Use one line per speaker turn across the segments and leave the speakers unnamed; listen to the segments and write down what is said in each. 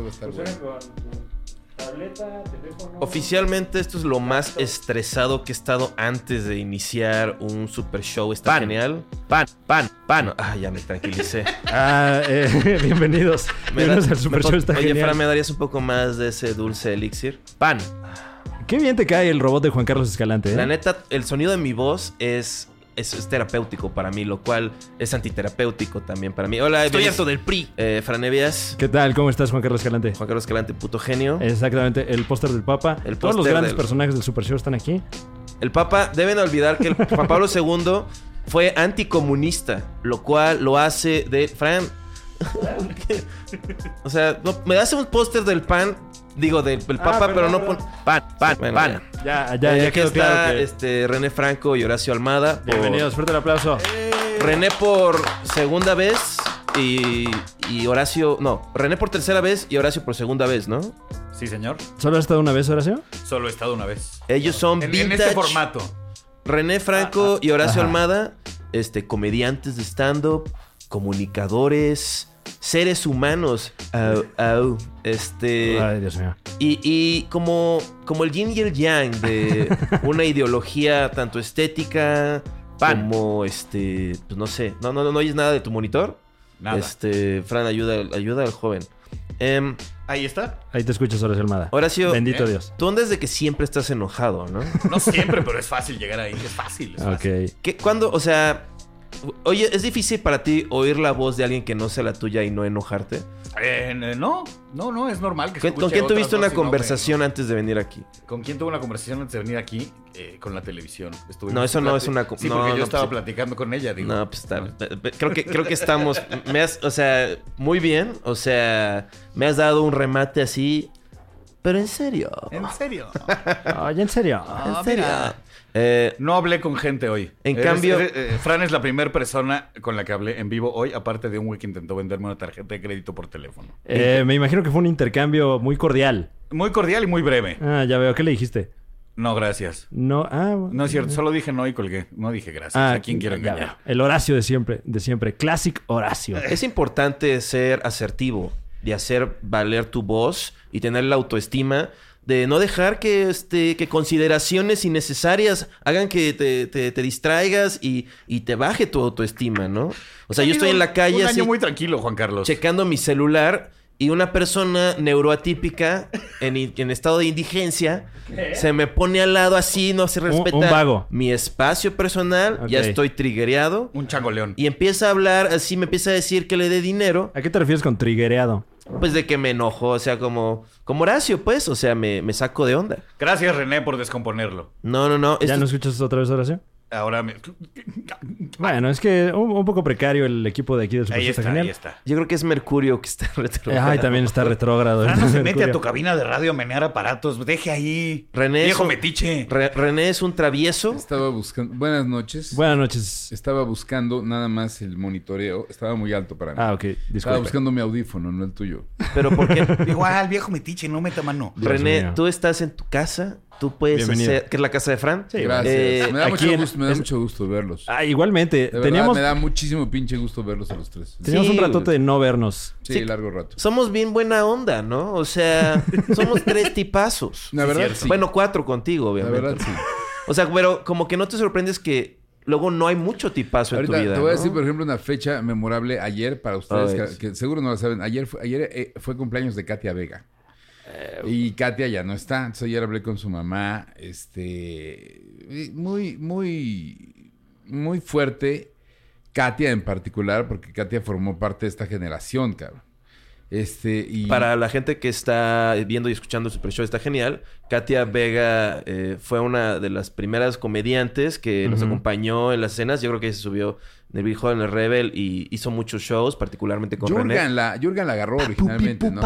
va a estar bueno.
Funciona con tableta, teléfono.
Oficialmente esto es lo más estresado que he estado antes de iniciar un super show. Está
Pan.
genial.
Pan, pan, pan.
Ah, ya me tranquilicé.
Ah, eh, bienvenidos.
Me da-
Bienvenidos al Super
me pon-
Show. Está
Oye,
genial.
Fran, ¿me darías un poco más de ese dulce elixir?
Pan. Qué bien te cae el robot de Juan Carlos Escalante. ¿eh?
La neta, el sonido de mi voz es, es, es terapéutico para mí, lo cual es antiterapéutico también para mí. Hola,
Estoy
bien-
harto del PRI.
Eh, Franevias,
¿Qué tal? ¿Cómo estás, Juan Carlos Escalante?
Juan Carlos Calante, puto genio.
Exactamente, el póster del Papa.
El
Todos los
póster
grandes
del-
personajes del Super Show están aquí.
El Papa, deben olvidar que el Juan Pablo II fue anticomunista, lo cual lo hace de. Fran. o sea, no- me hace un póster del pan, digo, del,
Ah,
del Papa, pero no. pon-
Pan, pan,
Bueno,
pan. Ya, ya,
Eh,
ya
aquí
quedó
está
claro. que-
este, René Franco y Horacio Almada. por-
Bienvenidos, fuerte el aplauso.
Eh. René por segunda vez y, y Horacio. No, René por tercera vez y Horacio por segunda vez, ¿no?
Sí, señor.
¿Solo has estado una vez, Horacio?
Solo he estado una vez.
Ellos son
En, en
vintage.
este formato.
René Franco y Horacio
Ajá.
Almada, este, comediantes de stand-up, comunicadores, seres humanos. Au, au. Este.
Ay, Dios mío.
Y, y como, como el yin y el yang de una ideología tanto estética
Pan.
como este. Pues no sé. No, no, no, no oyes nada de tu monitor.
Nada.
Este, Fran, ayuda, al- ayuda al joven. Em,
Ahí está.
Ahí te escuchas, Horacio Almada.
Horacio,
Bendito
¿Eh?
Dios.
tú andas de que siempre estás enojado, ¿no?
No siempre, pero es fácil llegar ahí. Es fácil. Es
Pues
fácil.
Ok.
¿Qué, ¿Cuándo? O sea, oye, ¿es difícil para ti oír la voz de alguien que no sea la tuya y no enojarte?
Eh, eh, no, no, no, es normal que
¿Con,
escuche
con quién
otras
tuviste una
voces y no me-
conversación antes de venir aquí?
¿Con quién tuve una conversación antes de venir aquí? Eh, con la televisión. Estuvimos
No, eso no
plati-
es una co-
Sí,
no,
porque yo
no,
estaba
sí.
platicando con ella, digo.
No, pues está. Creo que, creo que estamos. Me has, o sea, muy bien. O sea, me has dado un remate así. Pero en serio.
¿En serio?
Ay, en serio.
Ah,
en serio.
Eh, mira.
Eh,
No hablé con gente hoy.
En cambio-
eh, Fran es la primera persona con la que hablé en vivo hoy, aparte de un güey que intentó venderme una tarjeta de crédito por teléfono.
Eh, me imagino que fue un intercambio muy cordial.
Muy cordial y muy breve.
Ah, ya veo. ¿Qué le dijiste?
No, gracias.
No, ah,
No es cierto, solo dije no y colgué. No dije gracias.
Ah,
¿A quién quiero
ya
engañar?
veo. El Horacio de siempre, de siempre. Classic Horacio.
es importante ser asertivo, de hacer valer tu voz y tener la autoestima. De no dejar que, este, que consideraciones innecesarias hagan que te, te- te distraigas y, y te baje tu autoestima, ¿no? O sea, yo estoy en la calle
Un año
así.
muy tranquilo, Juan Carlos.
checando mi celular y una persona neuroatípica en, in- en estado de indigencia se me pone al lado así, no se respeta
un vago.
mi espacio personal, ya
Ok.
estoy triggereado
Un changoleón.
y empieza a hablar así, me empieza a decir que le dé dinero,
¿A qué te refieres con triguereado?
pues de que me enojo, o sea, como, como Horacio, pues, o sea, me, me saco de onda.
Gracias, René, por descomponerlo.
No, no, no.
¿Ya
esto-
no escuchas otra vez Horacio?
Ahora me...
Pues,
Bueno, es que un, un poco precario el equipo de aquí del Super
Ahí
pues,
Show.
está,
genial.
ahí está.
Yo creo que es Mercurio que está
Eh,
retrógrado.
Ay, también está retrógrado.
Fran, Ah, no se mete
Mercurio.
a tu cabina de radio a menear aparatos. Deje ahí.
René,
Viejo
eso-
metiche.
Re- René es un travieso.
Estaba buscando. Buenas noches.
Buenas noches.
Estaba buscando nada más el monitoreo. Estaba muy alto para mí.
Ah, ok.
Estaba
Disculpa.
buscando mi audífono, no el tuyo.
Pero ¿por qué?
Igual, "Ah, viejo metiche, no meta mano.
Dios
René,
mío.
tú estás en tu casa, tú puedes
Bienvenido.
hacer... ¿Qué es la casa de Fran?
Sí,
Gracias.
Eh,
me da, mucho,
aquí en-
gusto, me da
es-
mucho gusto verlos.
Ah, igualmente.
de verdad,
teníamos
me da muchísimo pinche gusto verlos a los tres. Sí,
teníamos
Sí,
un ratote
güey.
de no vernos.
sí.
largo rato.
Somos bien buena onda, ¿no? O sea, somos tres tipazos.
La verdad, sí.
Bueno, cuatro contigo,
La
obviamente.
verdad, sí.
O sea, pero como que no te sorprendes que luego no hay mucho tipazo
Ahorita
en tu vida.
te voy a
¿no?
decir, por ejemplo, una fecha memorable ayer para ustedes,
A ver.
que, que seguro no la saben. Ayer, fue, ayer eh, fue cumpleaños de Katia Vega. Y Katia ya no está. Entonces ayer hablé con su mamá. Este. Muy, muy. Muy fuerte. Katia en particular, porque Katia formó parte de esta generación, cabrón. Este. Y
Para la gente que está viendo y escuchando el Super Show, está genial. Katia Vega eh, fue una de las primeras comediantes que nos
Ujú.
acompañó en las escenas. Yo creo que se subió en el Big Hall, en el Rebel y hizo muchos shows, particularmente con René.
Jurgen la, Jurgen la agarró originalmente, ¿no?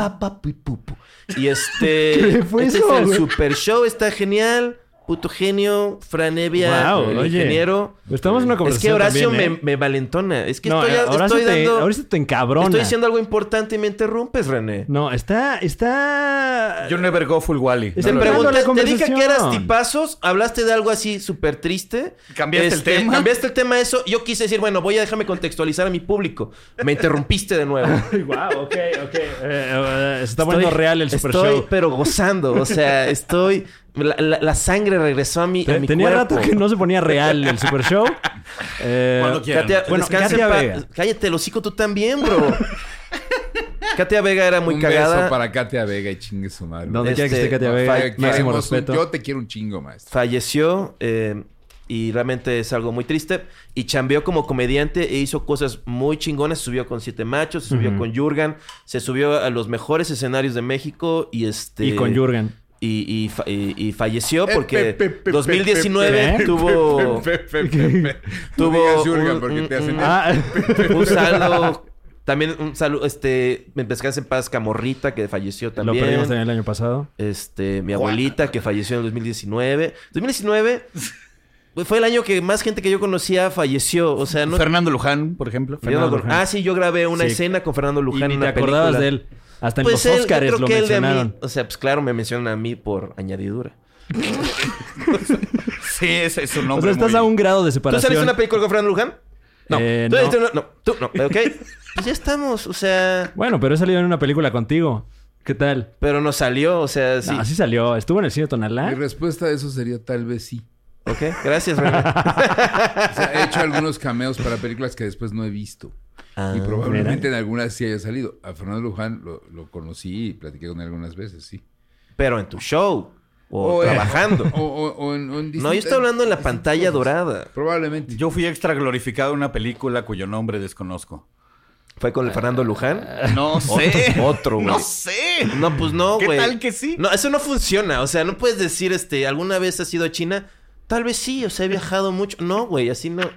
Y este.
¿Qué fue
este
eso,
es el
güey?
super show, está genial. Puto genio, Franevia,
Guau,
el
oye.
ingeniero.
Estamos en una
Es que
conversación
Horacio
también, ¿eh?
me, me valentona. Es que
No,
estoy,
ahora
estoy
sí te,
dando.
ahora sí te encabrona.
estoy diciendo algo importante y me interrumpes, René.
No, está... está...
Yo never go full Wally.
Es
Te
el
No lo-
Entrando a la
pregunté, te dije que eras
conversación.
tipazos, hablaste de algo así súper triste. Este,
¿Cambiaste el tema?
Cambiaste el tema a eso. Yo quise decir, bueno, voy a déjame contextualizar a mi público. Me interrumpiste de nuevo.
Wow, ok, ok. Eh, eh, se está
Estoy-
poniendo real el Super
estoy,
Show.
pero gozando. O sea, estoy... La, la- la sangre regresó a mi, a
Te-
mi
Tenía
cuerpo.
rato que no se ponía real el Super Show. Eh,
Cuando quieran.
Katia,
Bueno,
descansa en
Katia
pa-
Vega.
Cállate, el hocico tú también, bro. Katia Vega era muy
un
cagada.
beso para Katia Vega y chingue su madre.
Donde quiera que
este,
esté Katia Vega,
Te
máximo
queremos un-
respeto.
yo te quiero un chingo, maestro.
falleció eh, y realmente es algo muy triste. Y chambeó como comediante e hizo cosas muy chingonas. Subió con Siete Machos, se subió
Ujú.
con Jurgen, se subió a los mejores escenarios de México y este...
Y con Jürgen.
Y, y fa- y- y falleció
Eh,
porque
pe, pe, pe,
2019
pe, pe,
tuvo,
Pe, pe, pe, pe.
Tuvo
No digas
un-
Jürgen porque
un-
te hacen...
un-
Ah,
un saldo... También un saludo, este, me en paz, Camorrita, que falleció
lo
también.
perdimos también el año pasado.
Este, mi abuelita que falleció en el 2019. 2019 fue el año que más gente que yo conocía falleció. O sea, no.
Fernando Luján, por ejemplo.
yo no
Fernando
con-
Luján.
ah, sí, yo grabé una
Sí.
escena con Fernando
Y
Luján
ni
en
te
una
acordabas
película.
de él. Hasta en
Pues
los
él, yo
Oscars
creo
lo
que él de a mí.
mencionaron.
O sea, pues claro, me mencionan a mí por añadidura.
Sí, ese es su
O
nombre.
sea, estás
muy-
a un grado de
¿Tú
separación.
saliste en una película con Fernando Luján? No.
Eh,
¿Tú
no.
saliste en una- no. Tú no. ¿Ok? pues ya estamos. O sea,
Bueno, pero he salido en una película contigo. ¿Qué tal?
pero no salió. O sea, sí.
No, así salió. Estuvo en el cine
¿eh?
Mi
Tonalá.
respuesta a eso sería tal vez sí.
Ok. Gracias, René.
O sea, he hecho algunos cameos para películas que después no he visto.
Ah,
y probablemente en algunas sí haya salido. A Fernando Luján lo, lo conocí y platiqué con él algunas veces, sí.
Pero en tu show. O
O, eh,
trabajando.
O, o- o en, o en
No, yo
distintas-
estoy hablando en la pantalla dorada.
Probablemente.
Yo fui extra glorificado en una película cuyo nombre desconozco.
¿Fue con el Fernando Luján?
No sé.
Otro, güey.
No sé.
No, pues no,
¿Qué
güey.
tal que sí?
No, eso no funciona. O sea, no puedes decir, este, ¿alguna vez has ido a China? Tal vez sí, o sea, he viajado mucho. No, güey, así no.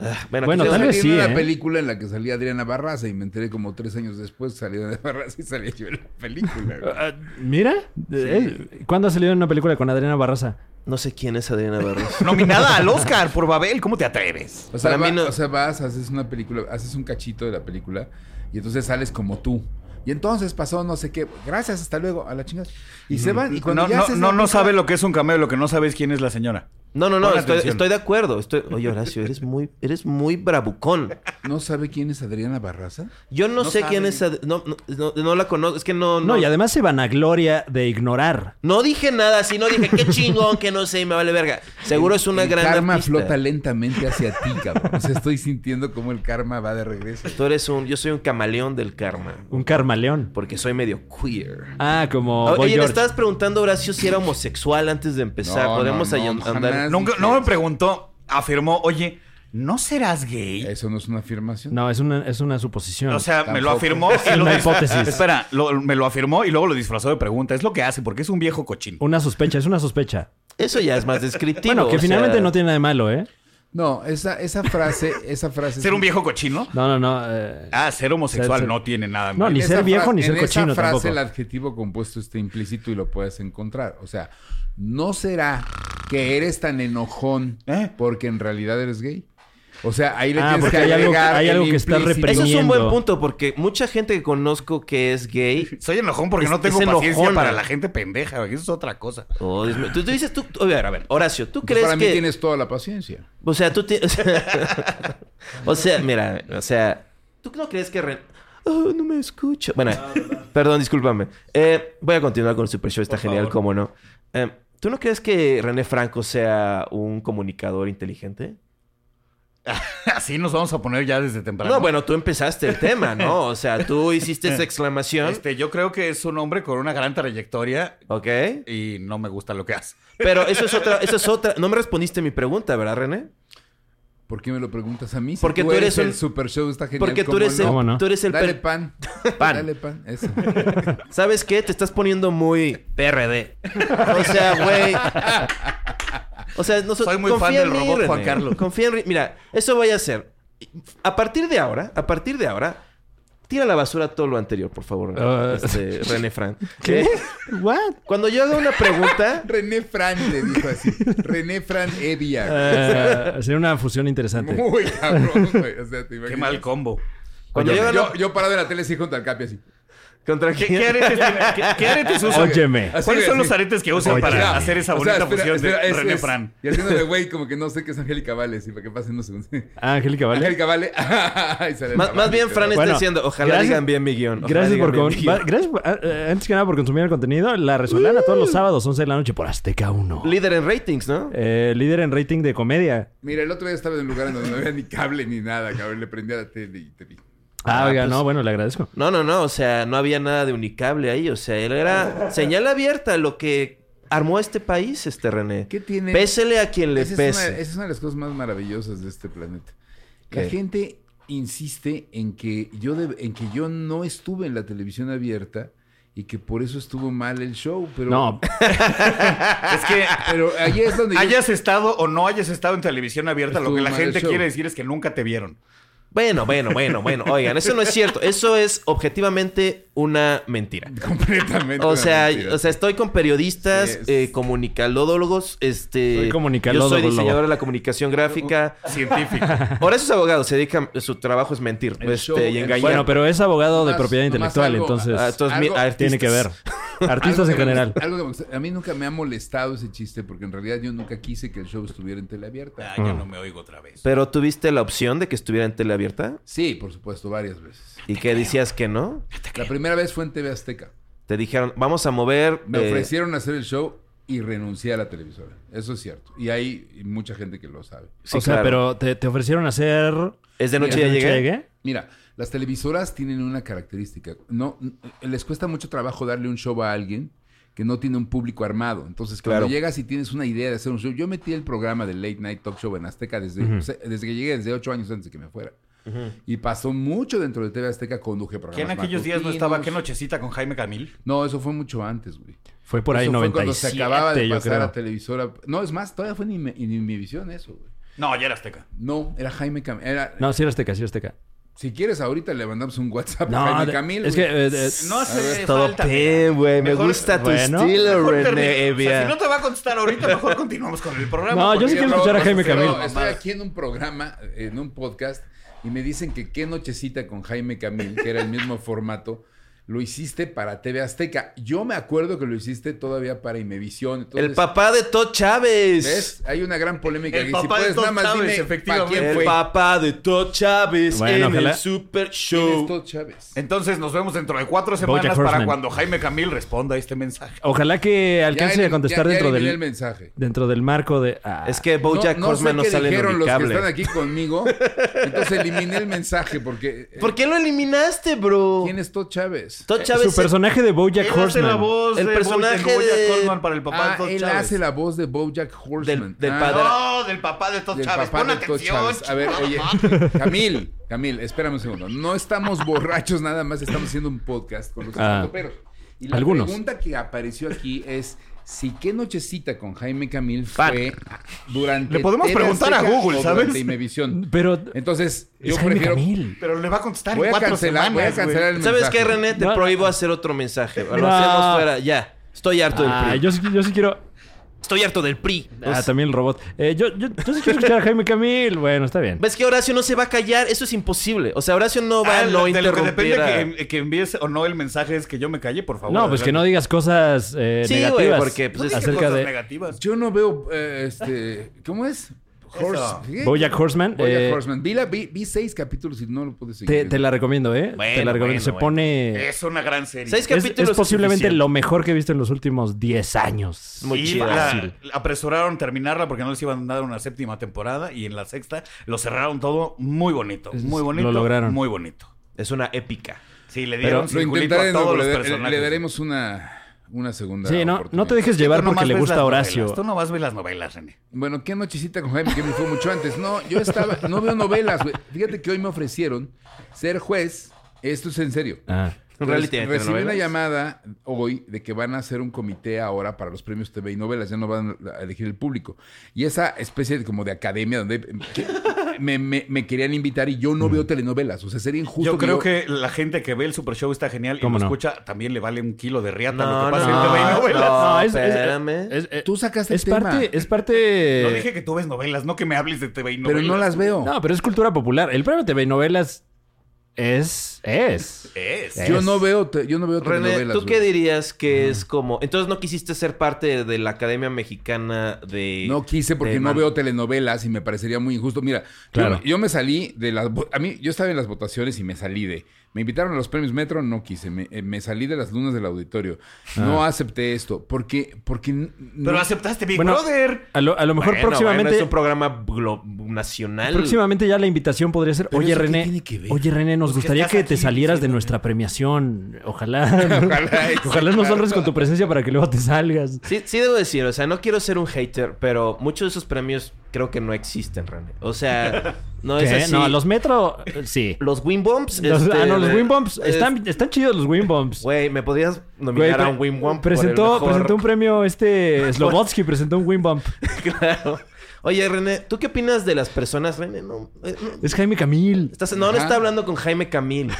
Ah, bueno,
Bueno,
aquí
Yo
tal
tengo-
vez
salí
sí,
en una
¿eh?
película en la que salía Adriana Barraza y me enteré como tres años después salía Adriana Barraza y salía yo en la película. güey.
Ah, Mira. eh, ¿Cuándo ha salido en una película con Adriana Barraza?
No sé quién es Adriana Barroso.
Nominada al Oscar por Babel. ¿Cómo te atreves?
O sea,
Para mí
va-
no-
o sea, vas, haces una película, haces un cachito de la película y entonces sales como tú. Y entonces pasó no sé qué. Gracias, hasta luego, a la chingada. Y se van. Y cuando
No,
ya
no,
haces
no,
la
no
película-
sabe lo que es un cameo. Lo que no sabe es quién es la señora.
No, no, no,
Pon
estoy,
atención.
estoy de acuerdo. Estoy... Oye, Horacio, eres muy, eres muy bravucón.
¿No sabe quién es Adriana Barraza?
Yo no,
No
sé quién
sabe.
es. Ad- No, no, no, no la conozco. Es que no.
No, y además se vanagloria de ignorar.
No dije nada así, no dije qué chingón que no sé y me vale verga. Seguro es una
el
gran
karma
artista.
flota lentamente hacia ti, cabrón. O sea, estoy sintiendo cómo el karma va de regreso.
Tú eres un, yo soy un camaleón del karma,
Un carmaleón.
porque soy medio queer.
Ah, como
Oye,
Boy
le
George.
estabas preguntando, Horacio, si era homosexual antes de empezar.
No,
Podemos
no,
ahí
no,
an-
jamás.
andar.
Nunca, no me preguntó. Afirmó, oye, ¿no serás gay?
Eso no es una afirmación.
No, es una, es una suposición.
O sea, me lo
tampoco.
afirmó. y
Es
lo
una
dis-
hipótesis.
Espera, lo- me lo afirmó y luego lo disfrazó de pregunta. Es lo que hace, porque es un viejo cochino.
una sospecha, es una sospecha.
Eso ya es más descriptivo.
Bueno, que
o
finalmente
sea,
no tiene nada de malo, ¿eh?
No, esa, esa frase, esa frase. es
¿Ser un viejo cochino?
No, no, no. eh,
Ah, ser homosexual
Ser- ser-
no tiene nada.
No,
mal.
ni
en
ser
esa
viejo
fra-
ni ser
en esa
cochino
frase
tampoco.
el adjetivo compuesto está implícito y lo puedes encontrar. O sea, no será que eres tan enojón
¿Eh?
porque en realidad eres gay. O sea, ahí le
Ah,
tienes
porque
que
hay algo-
agregar
hay
el
algo que está
implícito.
Eso es un
Riendo.
buen punto, porque mucha gente que conozco que es gay.
Soy enojón porque
Es-
no tengo
es
paciencia
enojona.
para la gente pendeja. güey. Eso es otra cosa.
Oh, Dios mío. tú, tú dices, tú, a ver, a ver, Horacio, ¿tú
Entonces,
crees
Pues para
que.
mí tienes toda la paciencia.
O sea, tú tienes. o sea, mira, o sea, ¿tú no crees que. Ren- Oh, no me escucho. Bueno,
Ah,
perdón, discúlpame. Eh, voy a continuar con el Super Show, está
Por
genial,
favor.
cómo no. Eh, ¿Tú no crees que René Franco sea un comunicador inteligente?
Así nos vamos a poner ya desde temprano.
No, bueno, tú empezaste el tema, ¿no? O sea, tú hiciste esa exclamación.
Este, yo creo que es un hombre con una gran trayectoria
Ok.
y no me gusta lo que hace.
Pero eso es otra, eso es otra. No me respondiste mi pregunta, ¿verdad, René?
¿Por qué me lo preguntas a mí? Si
Porque tú eres
el
un-
super show, está genial.
Porque tú
¿cómo
eres el,
no?
¿Cómo no?
tú eres el
Dale
per-
pan.
Pan.
Dale pan. Eso.
¿Sabes qué? Te estás poniendo muy PRD. O sea, güey. O sea, no so-
Soy muy
confía
fan del
en mí,
robot Juan
René.
Carlos.
Confía en mí. Mira, eso voy a hacer. A partir de ahora, a partir de ahora, Tira a la basura todo lo anterior, por favor,
Ah.
este, René Fran.
¿Qué?
Eh,
¿What?
Cuando yo haga una pregunta,
René Fran te dijo así. René Fran Evia.
Eh, sería una fusión interesante.
Muy cabrón, güey. O sea, te
Qué
imaginas.
mal combo.
cuando yo
yo,
haga
yo, yo parado en la tele sí junto al Capi así.
¿Contra
¿Qué,
quién?
qué aretes, tiene- qué- qué aretes usa?
Óyeme.
Así,
¿Cuáles
güey,
son
así.
los aretes que usan
Oye.
para
Ya.
hacer esa
O sea,
bonita
espera,
fusión
espera,
de
es-
René
es-
Fran?
Y haciéndole güey como que no sé qué es Angélica Vale, sí, para que pasen unos segundos.
Ah, Angélica, ¿vale?
Angélica Vale. y sale
Más,
la
más
Vale,
bien,
pero-
Fran está
Bueno,
diciendo, ojalá
gracias-
digan bien mi guión. Ojalá
Gracias
digan
por,
bien
con-
mi guión.
va- gracias por- ah, eh, antes que nada por consumir el contenido. La Resolana todos
Uh.
los sábados, 11 de la noche por Azteca 1.
Líder en ratings, ¿no?
Eh, líder en rating de comedia.
Mira, el otro día estaba en un lugar en donde no había ni cable ni nada, cabrón. Le prendí a la tele y te vi.
Ah,
Ah,
oiga,
pues-
no, bueno, le agradezco.
No, no, no. O sea, no había nada de unicable ahí. O sea, él era señal abierta lo que armó este país, este René.
¿Qué tiene?
Pésele a quien le
Esa es, una,
pese.
esa es una de las cosas más maravillosas de este planeta. La
¿Qué?
gente insiste en que yo deb- en que yo no estuve en la televisión abierta y que por eso estuvo mal el show, pero
No,
Es que
pero ahí es donde yo-
hayas estado o no hayas estado en televisión abierta, lo
Estuvo
que la
mal el
gente
show.
quiere decir es que nunca te vieron.
Bueno, bueno, bueno, bueno. Oigan, eso no es cierto. Eso es objetivamente una mentira.
completamente
O
una
sea,
mentira.
o sea, estoy con periodistas,
Sí, es-
eh, comunicadólogos, este...
Soy comunicalólogo.
Yo soy diseñador de la comunicación gráfica.
Científico.
Ahora esos abogados se dedican... Su trabajo es mentir
El
este,
show, el-
y engañar.
bueno, pero es abogado de
Nomás-
propiedad
nomás
intelectual,
algo-
entonces
Ah, entonces,
algo-
mi- artistas.
tiene que ver. Artistas
Algo que
en
me
general.
gusta- algo que me gusta- a mí nunca me ha molestado ese chiste porque en realidad yo nunca quise que el show estuviera en tele abierta.
Ah, ya
Mm.
no me oigo otra vez.
Pero tuviste la opción de que estuviera en tele abierta
Sí, por supuesto, varias veces.
y que decías que no.
La primera vez fue en TV Azteca.
Te dijeron, vamos a mover...
Me
eh,
ofrecieron hacer el show y renuncié a la televisora. Eso es cierto. Y hay mucha gente que lo sabe.
sí,
o sea,
claro.
pero te, te ofrecieron hacer...
Es de noche ya
¿Es de
llegué.
Mira, las televisoras tienen una característica. No, n- les cuesta mucho trabajo darle un show a alguien que no tiene un público armado. Entonces, cuando
Claro.
llegas y tienes una idea de hacer un show, yo metí el programa de Late Night Talk Show en Azteca desde, se- desde que llegué, desde ocho años antes de que me fuera. Y pasó mucho dentro de TV Azteca, conduje programas.
¿Quién en aquellos días no estaba? ¿Qué
matutinos.
nochecita con Jaime Camil?
No, eso fue mucho antes, güey.
Fue por ahí
Eso fue
97,
cuando se acababa de
yo
pasar
creo.
a televisora. No, es más, todavía fue en, Inme- en Inmevisión eso, güey.
No, ya era Azteca.
No, era Jaime Camil. Era,
No, sí era Azteca, sí era Azteca.
Si quieres, ahorita le mandamos un WhatsApp
No,
a Jaime
de-
Camil.
es que...
güey.
eh, eh,
No hace
Todo
falta.
bien, güey. Me
Mejor-
gusta tu
Bueno.
estilo,
Mejor termina.
René
O sea,
Evia.
si no te va a contestar ahorita, mejor continuamos con el programa.
No, yo sí
Porque
porque-
quiero
no,
escuchar a
no,
Jaime
pero
Camil.
Estoy aquí en un programa, en un podcast, y me dicen que qué nochecita con Jaime Camil, que era el mismo formato, lo hiciste para TV Azteca. Yo me acuerdo que lo hiciste todavía para Imevisión. Entonces,
El papá de Todd Chávez.
¿Ves? Hay una gran polémica.
El
aquí. si
papá de
puedes,
Todd
nada más
Chávez,
dime
efectivamente.
pa' quién
El
fue.
papá de Todd Chávez
Bueno,
en
ojalá.
el Super
¿Quién
Show.
es Todd Chávez?
Entonces nos vemos dentro de cuatro
Bojack
semanas para
Horseman.
cuando Jaime Camil responda a este mensaje.
Ojalá que
Ya
alcance a
elim- ya-
contestar
ya
dentro,
eliminé el
del,
mensaje.
dentro del marco de... Ah,
Es que Bojack
no, no sé
Horseman no
qué
sale en
dijeron los que
ubicable.
están aquí conmigo. Entonces eliminé el mensaje porque... eh,
¿Por qué lo eliminaste, bro?
¿Quién es Eh, Todd Chávez?
Todd Chávez.
Su personaje de Bojack
Él hace
Horseman.
la voz
El
de
personaje
Bojack- Bojack
de-
Horseman para el papá
Ah,
de Todd
él
Chávez.
hace la voz de Bojack Horseman.
Del- del
Ah,
padre.
No, del papá de Todd
del
Chávez.
papá
Pon
de Todd
atención.
Chávez. A ver, oye, Camil, Camil, espérame un segundo. No estamos borrachos nada más, estamos haciendo un podcast con los
Ah.
estandoperos. Y la
Algunos.
pregunta que apareció aquí es si qué nochecita con Jaime Camil
Fuck.
fue durante
Le podemos
TV
preguntar a
Azteca
Google,
o
¿sabes?
durante Imevisión.
Pero
Entonces, yo
es Jaime
prefiero
Camil.
Pero le va a contestar
voy
en
a
cuatro
cancelar,
semanas.
voy a cancelar el mensaje.
¿Sabes qué, René? Te
No, no.
prohíbo hacer otro mensaje. Lo
No.
hacemos fuera. Ya. Estoy harto del
Ah,
PRI.
yo, sí- yo sí quiero...
Estoy harto del PRI.
Ah, también el robot. Eh, yo, yo, yo sí quiero escuchar a Jaime Camil. Bueno, está bien.
¿Ves que Horacio no se va a callar? Eso es imposible. O sea, Horacio no va
Ah,
a no
de lo que
interrumpir. a-
depende que, que envíes o no el mensaje es que yo me calle, por favor.
No, pues que no
adelante.
digas cosas eh,
Sí, güey,
negativas.
porque, pues,
No dije
acerca
cosas
de
negativas.
Yo no veo eh, este, ¿cómo es?
Eso.
¿qué?
Bojack Horseman.
Bojack
eh,
Horseman. Vi, la- vi- vi seis capítulos y no lo pude seguir.
Te, te la recomiendo, ¿eh? te
Bueno,
la recomiendo.
bueno,
Se
bueno.
pone. Es,
Es una gran serie.
¿Sabes
es
capítulos es
posiblemente
suficiente.
lo mejor que he visto en los últimos 10 años.
Muy
Y
chido.
la-
Fácil.
la apresuraron terminarla porque no les iban a dar una séptima temporada y en la sexta lo cerraron todo muy bonito.
Es-
Muy
lo
bonito.
lograron.
Muy bonito.
Es una épica.
Sí, le
Pero
dieron
lo
circulito a
intentaremos,
todos
le,
los
da-
personajes.
le daremos una, una segunda
Sí, no, no
oportunidad.
te dejes
Tú
llevar porque
nomás
le
ves
gusta
las
a Horacio.
novelas. Tú nomás ves las novelas, René.
Bueno, qué nochecita con Jaime que me fue mucho antes. No, yo estaba, no veo novelas, güey. Fíjate que hoy me ofrecieron ser juez, esto es en serio,
Ah.
Pues,
Un reality de
Entonces, recibí una
telenovelas.
llamada hoy de que van a hacer un comité ahora para los premios TV y novelas, ya no van a elegir el público. Y esa especie de, como de academia donde que- me, me- me querían invitar y yo no veo telenovelas, o sea, sería injusto.
Yo creo que la gente que ve el Super Show está genial y lo
¿Cómo no?
escucha también le vale un kilo de riata lo
No,
que
no,
pasa en TV y
no,
novelas.
No, es- es-
espérame.
Es, es-
tú sacaste
Eh, es
el tema.
parte, es parte.
No dije que tú ves novelas, no que me hables de TV y
pero
novelas.
no las veo.
No, pero es cultura popular. El premio TV y novelas es. Es.
Es.
Yo
es-
no veo, te- yo no veo
René,
telenovelas.
¿tú qué
güey.
dirías que es como... Entonces no quisiste ser parte de la Academia Mexicana de...
No quise porque
de
no
man-
veo telenovelas y me parecería muy injusto. Mira,
Claro.
yo, yo me salí de las... vo- A mí, yo estaba en las votaciones y me salí de... Me invitaron a los premios Metro, no quise. Me, eh, me salí de las lunas del auditorio. No
Ah.
acepté esto. Porque... porque n-
Pero
no-
aceptaste Big
Bueno,
Brother.
A lo, a lo mejor
Bueno,
próximamente.
bueno, es un programa glo- nacional.
Próximamente ya la invitación podría ser,
Pero
oye
eso qué
René,
tiene que ver?
oye René, nos
Pues que
gustaría
estás
que te
aquí
salieras de
diciéndome.
nuestra premiación. Ojalá, ojalá, nos honres con tu presencia para que luego te salgas.
Sí, sí debo decir, o sea, no quiero ser un hater, pero muchos de esos premios creo que no existen, René. O sea, no es
¿Qué?
así.
No, los metro, eh, sí.
Los Wimbomps...
Los- ah, no, los
eh,
Wimbomps,
es-
están, están chidos los Wimbomps.
Güey, ¿me podrías
Güey,
nominar a
pre-
un Wimbomp por el
presentó,
mejor-
presentó un premio este Slobotsky presentó un Wimbomp.
Claro. Oye, René, ¿tú qué opinas de las personas, René? No, eh, no.
Es Jaime Camil.
Estás- no, no
Ajá.
está hablando con Jaime Camil.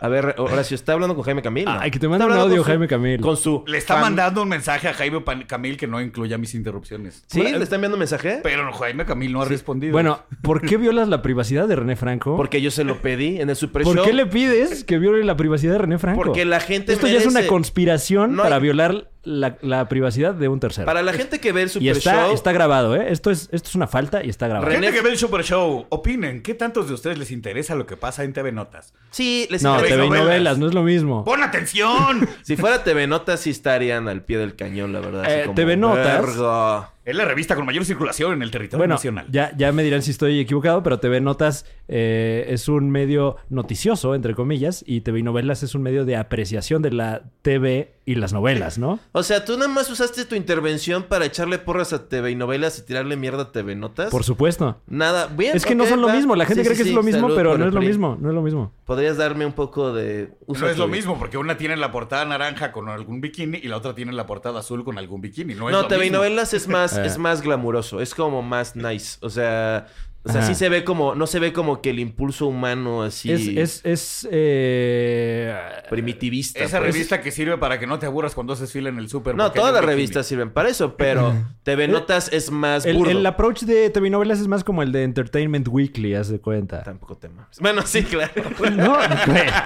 A ver, Horacio, ¿está hablando con Jaime Camil? No.
Ay, que te
Está
mande un
hablando
audio
con su-
Jaime Camil.
Con su...
Le está
fam-
mandando un mensaje a Jaime Pan- Camil que no incluya mis interrupciones.
¿Sí? ¿Le está enviando un mensaje?
Pero Jaime Camil no ha respondido.
Bueno, ¿por qué violas la privacidad de René Franco?
Porque yo se lo pedí en el Super
¿Por
Show.
qué le pides que viole la privacidad de René Franco?
Porque la gente
Esto ya es
merece-
una conspiración
No hay-
para violar la, la privacidad de un tercero.
Para la gente que ve el Super
y está,
Show...
está grabado, ¿eh? Esto es, esto es una falta y está grabado.
Re-
Gente
René-
que ve el Super Show, opinen, ¿qué tantos de ustedes les interesa lo que pasa en TV Notas?
Sí, les
no,
interesa.
TV y
novelas.
novelas, no es lo mismo.
¡Pon atención!
Si fuera TV Notas, sí estarían al pie del cañón, la verdad.
Eh, TV Notas.
"Verga".
es la revista con mayor circulación en el territorio
Bueno,
nacional.
ya, ya me dirán si estoy equivocado, pero TV Notas eh, es un medio noticioso, entre comillas, y TV y Novelas es un medio de apreciación de la TV y las novelas, ¿no?
O sea, tú nada más usaste tu intervención para echarle porras a TV y novelas y tirarle mierda a TV Notas.
Por supuesto.
Nada, bien.
Es que no
ok,
son lo
va.
mismo, la gente
Sí,
cree
sí,
que
sí,
es lo mismo,
salud
pero
por
no
el
es lo
PRI.
mismo, no es lo mismo.
¿Podrías darme un poco de uso
No es lo
tuyo?
mismo, porque una tiene la portada naranja con algún bikini y la otra tiene la portada azul con algún bikini. No, es
No,
lo
TV
mismo.
novelas es más,
Eh.
es más glamuroso, es como más nice. O sea, o sea,
Ajá.
sí se ve como, no se ve como que el impulso humano así
Es, es, es, eh,
primitivista.
Esa
pues.
revista que sirve para que no te aburras cuando haces fila en el súper.
No,
porque
todas
hay un
las
bikini.
revistas sirven para eso, pero TV Notas es más
El,
burdo.
el approach de TV novelas es más como el de Entertainment Weekly, haz de cuenta.
Tampoco te mames. Bueno, sí, claro.
No, güey.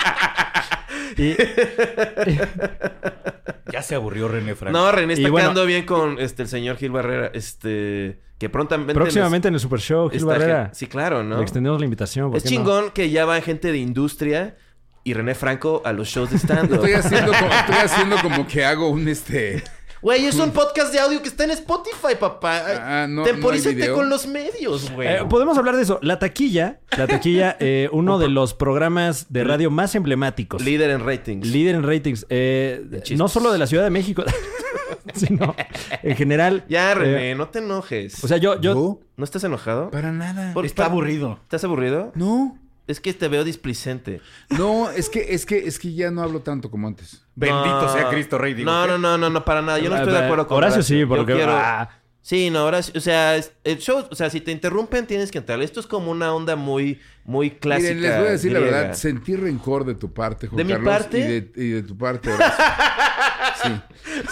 Y-
Ya se aburrió René Franco.
No, René está
Y bueno-
quedando bien con este, el señor Gil Barrera, este, que prontamente... nos-
próximamente en el Super Show, Gil
está
Barrera.
gen- Sí, claro, ¿no?
Le extendemos la invitación. ¿por
Es
qué no?
chingón que ya va gente de industria y René Franco a los shows de stand-up.
Estoy haciendo, como, estoy haciendo como que hago un este...
Güey, es un podcast de audio que está en Spotify, papá.
Ah, no, no hay
Temporízate
video.
con los medios, güey.
Eh, podemos hablar de eso. La taquilla, la taquilla, eh, uno de los programas de radio más emblemáticos.
Líder en ratings.
Líder en ratings. eh,
chismes.
no solo de la Ciudad de México, sino en general.
ya, René,
eh,
no te enojes.
o sea, yo, yo,
¿No?
¿no estás enojado?
Para nada.
Por-
Está
por-
aburrido.
¿Estás aburrido?
No.
Es que te veo displicente.
No, es que, es que, es que ya no hablo tanto como antes.
Bendito
No.
sea Cristo Rey. digo,
No,
¿qué?
no, no, no, no, para nada. Yo no estoy de acuerdo con
Ah, Horacio. sí,
Yo
porque.
quiero-
ah,
Sí, no, Horacio. O sea, es- el show, o sea, si te interrumpen, tienes que entrar. Esto es como una onda muy, muy clásica.
Miren, les voy a decir la
griega.
verdad. Sentí rencor de tu parte, Juan
¿De mi
Carlos,
parte?
Y de, y de tu parte, Horacio. Sí.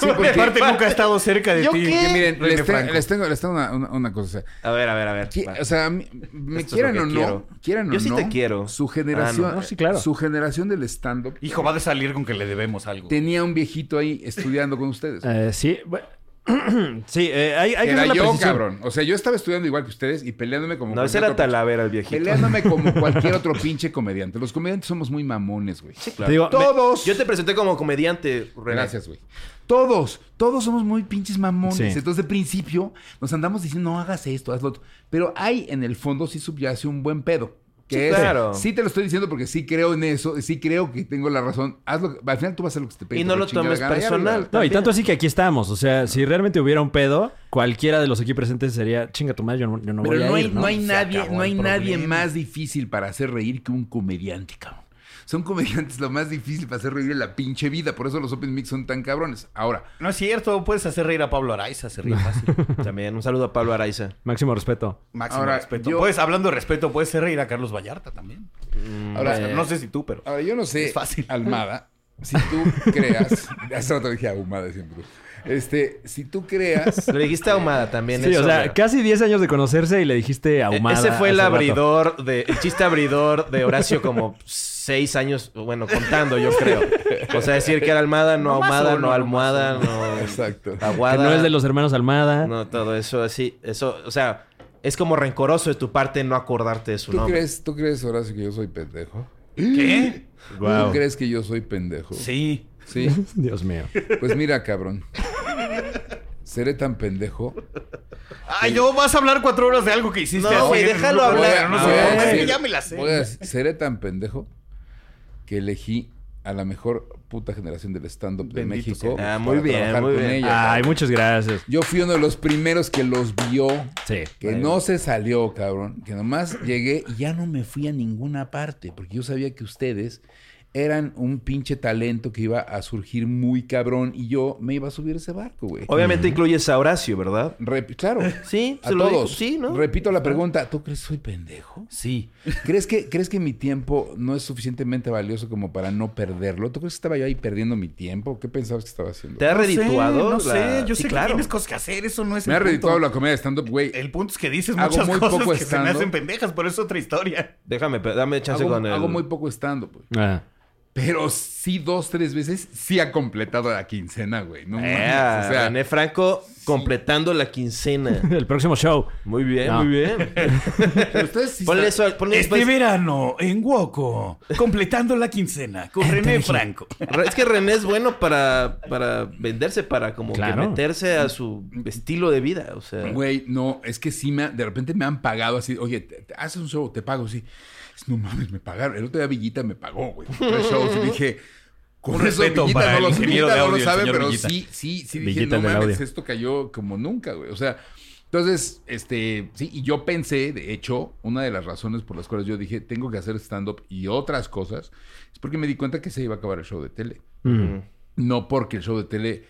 Sí, porque...
Aparte, nunca ha estado cerca de
¿Yo
ti.
qué?
Que miren,
René
les, te-
Franco.
les tengo, les tengo una, una- una cosa. o sea,
A ver, a ver, a ver.
qui-
Va.
o sea, a mí- me
Esto es
quieran
lo
o
que
no,
quiero.
quieran o
Yo sí
no,
te quiero.
Su generación,
Ah, no.
No, sí, claro.
su generación del stand-up
Hijo, va a salir con que le debemos algo.
tenía un viejito ahí estudiando con ustedes.
eh, sí, bueno, sí, eh, hay, hay que
Era
hacer la
yo,
precisión.
cabrón. O sea, yo estaba estudiando igual que ustedes y peleándome como
No, ese
cualquier
era
otro pinche-
Talavera, el viejito.
Peleándome como cualquier otro pinche comediante. Los comediantes somos muy mamones, güey.
Te digo,
Todos.
Yo te presenté como comediante, René.
Gracias, güey. Todos, todos somos muy pinches mamones.
Sí.
Entonces, de principio, nos andamos diciendo, no hagas esto, hazlo otro. Pero hay en el fondo sí subyace un buen pedo. Que
Sí,
es,
claro.
Sí te lo estoy diciendo porque sí creo en eso, y sí creo que tengo la razón. Hazlo, al final tú vas a hacer lo que te pegue.
Y no
tu
lo
chingada
tomes
gana, ya,
personal.
¿verdad?
No, y
También.
tanto así que aquí estamos. O sea, si realmente hubiera un pedo, cualquiera de los aquí presentes sería, chinga tu madre, yo no, yo no voy
Pero
a
no hay,
ir",
no hay
Se
nadie,
acabó
no
el
hay nadie
problema.
más difícil para hacer reír que un comediante, cabrón. O son comediantes lo más difícil para hacer reír en la pinche vida. Por eso los open mics son tan cabrones. Ahora,
No es cierto, puedes hacer reír a Pablo Araiza, se ríe fácil.
También un saludo a Pablo Araiza.
Máximo respeto.
Máximo
Ahora,
respeto.
yo-
Puedes, hablando de respeto, puedes hacer reír a Carlos Vallarta también.
Mm.
ahora,
O sea, no sé si tú, pero.
Ahora, yo no sé,
Es fácil.
Almada, si tú creas. Hace rato dije ahumada siempre. Este, si tú creas.
Le dijiste a Ahumada también.
Sí,
eso,
o sea,
pero-
casi 10 años de conocerse y le dijiste
E-
ahumada.
Ese fue el
hace rato.
abridor de... El chiste abridor de Horacio como seis años, bueno, contando yo creo. O sea, decir que era Almada, no Ahumada, no Almohada, no...
Exacto.
Ah,
Aguada.
Que no es de los hermanos Almada.
No, todo eso así. Eso, o sea, es como rencoroso de tu parte no acordarte de su
¿Tú
nombre.
crees, ¿Tú crees, Horacio, que yo soy pendejo?
¿Qué?
¿Tú crees que yo soy pendejo?
Sí.
Sí.
Dios mío.
Pues mira, cabrón. Seré tan pendejo.
Ay, no, vas a hablar cuatro horas de algo que hiciste.
No, güey,
ayer en un
déjalo
grupo,
hablar.
pero No,
No,
sé,
Voy a
es que
decir-
ya me la sé.
voy a decir, seré tan pendejo que elegí a la mejor puta generación del stand-up de
Bendito
México.
sea. Ah, muy bien, muy bien.
Ay, muchas gracias.
Yo fui uno de los primeros que los vio.
Sí.
Que no se salió, cabrón. Que nomás llegué y ya no me fui a ninguna parte. Porque yo sabía que ustedes eran un pinche talento que iba a surgir muy cabrón. Y yo me iba a subir a ese barco, güey.
Obviamente incluyes a Horacio, ¿verdad?
Rep- claro.
Sí,
a
se lo
todos.
dijo. Sí, ¿no?
Repito la pregunta. ¿Tú crees que soy pendejo?
Sí.
¿Crees que, ¿Crees que mi tiempo no es suficientemente valioso como para no perderlo? ¿Tú crees que estaba yo ahí perdiendo mi tiempo? ¿Qué pensabas que estaba haciendo?
¿Te ha redituado? la-
No sé, yo
Sí,
sé que
claro.
tienes cosas que hacer, eso no es
Me ha
el punto.
redituado la comedia de stand-up, güey.
El punto es que dices
Hago
muchas
muy
cosas
poco
que se me
stand-up.
hacen pendejas, pero es otra historia.
Déjame, pe- dame chance
Hago,
con el...
hago muy poco stand-up, pues. güey.
Ah.
Pero sí, dos, tres veces, sí ha completado la quincena, güey. No mames,
Eh,
o sea,
René Franco completando la quincena.
El próximo show.
Muy bien,
No.
muy bien.
pero ustedes sí
Ponle
están-
eso, ponle
Este
después-
verano, en Woco, completando la quincena con René Franco.
Re- Es que René es bueno para, para venderse, para como que
Claro.
meterse a su estilo de vida. O sea,
Güey, no, es que sí me, ha- de repente me han pagado así, oye, te- te- haces un show, te pago, sí. Es, No mames, me pagaron. El otro día Villita me pagó, güey. por Tres shows y dije, con
Un
eso
respeto para
Villita no
el
lo,
ingeniero
Villita
de
no
audio,
lo
el
sabe,
señor
pero
Villita.
sí, sí, sí dije,
Villita
no
del
mames,
audio.
esto cayó como nunca, güey. O sea, entonces, este, sí, y yo pensé, de hecho, una de las razones por las cuales yo dije, tengo que hacer stand-up y otras cosas, es porque me di cuenta que se iba a acabar el show de tele.
Mm.
No porque el show de tele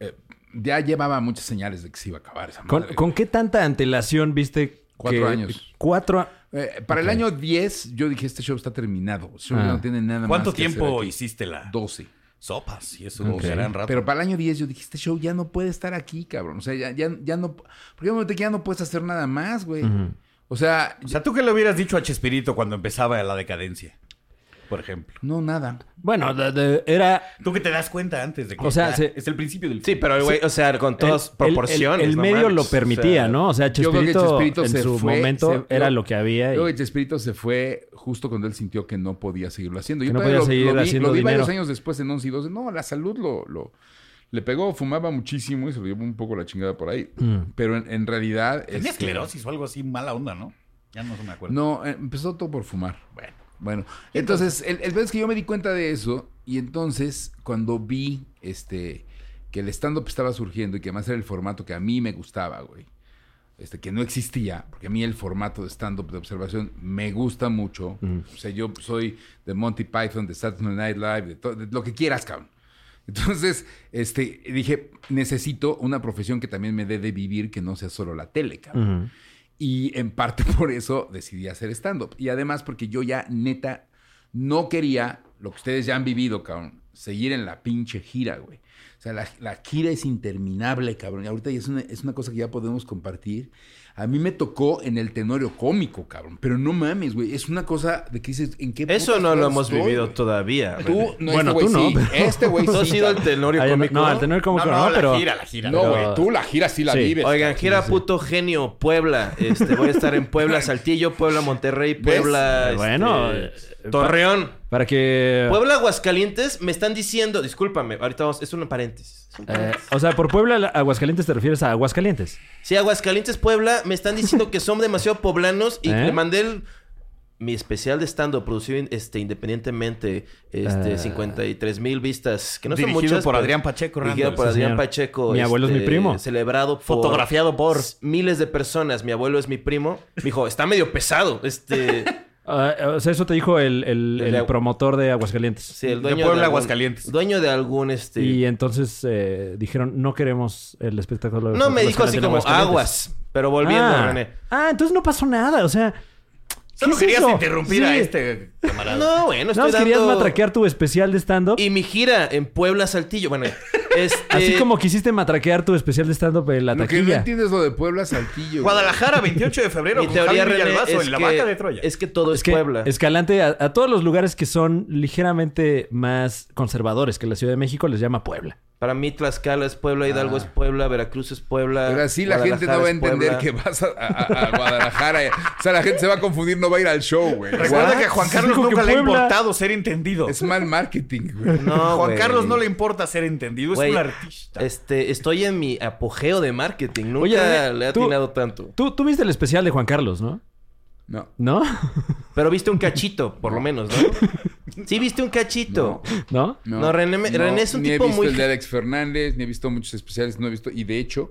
eh, ya llevaba muchas señales de que se iba a acabar esa
¿Con,
madre.
con qué tanta antelación viste?
Cuatro
que-
años.
Cuatro a-
Eh, para el
Ok.
año 10, yo dije, este show está terminado. Este show
Ah.
ya no tiene nada
¿Cuánto
más que
tiempo
hacer aquí.
hiciste la
12.
sopas? Y eso
Ok.
será un rato.
Pero para el año 10 yo dije, este show ya no puede estar aquí, cabrón. O sea, ya, ya, ya no... Porque hay un momento que ya no puedes hacer nada más, güey.
Ujú.
O sea...
o sea, ¿tú qué le hubieras dicho a Chespirito cuando empezaba la decadencia? Por ejemplo.
No, nada.
Bueno, de- de- era
Tú que te das cuenta antes de que
O sea,
ya
se-
es el principio del
Sí,
fin.
pero güey, o sea, con todas
el- el-
proporciones.
El, el
no
medio
mames.
lo permitía,
O sea,
¿no? O sea,
yo creo que
Chespirito,
Chespirito
en
se
su
fue,
momento
se-
era
yo-
lo que había. y-
Luego el Chespirito se fue justo cuando él sintió que no podía seguirlo haciendo.
Que
Yo
no
todavía
podía
lo-
seguir
lo vi,
haciendo
lo vi varios
dinero.
años después en 11 y 12. No, la salud lo, lo- le pegó, fumaba muchísimo y se lo llevó un poco la chingada por ahí.
Mm.
Pero en, en realidad...
Tenía
este,
esclerosis o algo así, mala onda, ¿no? Ya no se me acuerdo.
No, eh, empezó todo por fumar.
Bueno.
Bueno, entonces, el, el pedo es que yo me di cuenta de eso y entonces cuando vi este que el stand-up estaba surgiendo y que además era el formato que a mí me gustaba, güey, este, que no existía, porque a mí el formato de stand-up de observación me gusta mucho.
Mm.
O sea, yo soy de Monty Python, de Saturday Night Live, de, to- de lo que quieras, cabrón. Entonces, este, dije, necesito una profesión que también me dé de vivir, que no sea solo la tele, cabrón.
Ujú.
Y en parte por eso decidí hacer stand-up. Y además porque yo ya neta no quería lo que ustedes ya han vivido, cabrón. Seguir en la pinche gira, güey. O sea, la, la gira es interminable, cabrón. Y ahorita ya es una, es una cosa que ya podemos compartir. A mí me tocó en el tenorio cómico, cabrón. Pero no mames, güey. Es una cosa de que dices, ¿en qué
Eso
putas
no lo
horas
hemos
estoy,
vivido
güey?
todavía.
Tú,
René.
no, este
Bueno,
güey
tú no,
sí.
pero-
Este güey
¿Tú has
sí.
ido al
cabrón.
tenorio
Ay,
cómico?
no, al tener como que no, pero.
la gira, la gira.
No,
pero-
güey. Tú la gira sí la
Sí.
vives.
Oigan,
cabrón.
gira puto genio, Puebla. Este, voy a estar en Puebla, Saltillo, Puebla, Monterrey, Puebla. este,
Bueno, eh,
Torreón.
Para que.
Puebla, Aguascalientes, me están diciendo, discúlpame, ahorita vamos, es un paréntesis. Es un
eh,
paréntesis.
o sea, por Puebla, la- Aguascalientes te refieres a Aguascalientes.
Sí, Aguascalientes, Puebla, me están diciendo que son demasiado poblanos y
¿Eh?
le mandé el- mi especial de estando producido in- este, independientemente, este,
Ah.
53 mil vistas, que no
Dirigido
son muchas.
por
pero-
Adrián Pacheco
Dirigido
Randall.
por
Sí,
Adrián
señor.
Pacheco. este,
Mi abuelo es mi primo.
Celebrado por...
Fotografiado por-
Miles de personas. Mi abuelo es mi primo. Me dijo, está medio pesado. Este...
Ah, o sea, eso te dijo el, el-
El
el
de-
promotor de Aguascalientes.
Sí, el
De
dueño
Puebla,
algún-
Aguascalientes.
Dueño de algún este.
Y entonces eh, dijeron, no queremos el espectáculo. de
no me dijo así
Aguascalientes en
como
Aguascalientes".
aguas. Pero volviendo,
ah,
René.
Ah, entonces no pasó nada. O sea,
Solo
es
querías
eso?
interrumpir a
Sí.
este camarada.
No, bueno,
no
estoy
querías
dando-
matraquear tu especial de stand-up.
Y mi gira en Puebla Saltillo. Bueno, este.
Así como quisiste matraquear tu especial de stand-up en la
Lo que no
taquilla.
entiendes lo de Puebla Saltillo. güey.
Guadalajara, 28 de febrero,
Mi
con
teoría,
Javi
René,
Villalbazo,
es
en la
que-
vaca de Troya.
Es que todo es,
Es que
Puebla.
Escalante a, a todos los lugares que son ligeramente más conservadores que la Ciudad de México les llama Puebla.
Para mí Tlaxcala es Puebla, Hidalgo
Ah.
es Puebla, Veracruz es Puebla.
Pero así la gente no va a
Guadalajara es
entender
Puebla.
que vas a, a- a Guadalajara. o sea, la gente se va a confundir, no va a ir al show, güey.
Recuerda que a Juan
Sí,
Carlos
dijo que
nunca le ha
Puebla-
importado ser entendido.
Es mal marketing, güey.
No,
Juan
güey.
Carlos no le importa ser entendido, es
Güey,
un artista.
Este, estoy en mi apogeo de marketing. Nunca
Oye, Dani,
le he
tú-
atinado tanto.
Tú, tú viste el especial de Juan Carlos, ¿no?
No.
¿No?
Pero viste un cachito, por lo menos, ¿no? sí, viste un cachito.
¿No?
No,
No, René me- René es un
ni
tipo
he visto
muy-
el de Alex Fernández, ni he visto muchos especiales, no he visto. Y de hecho,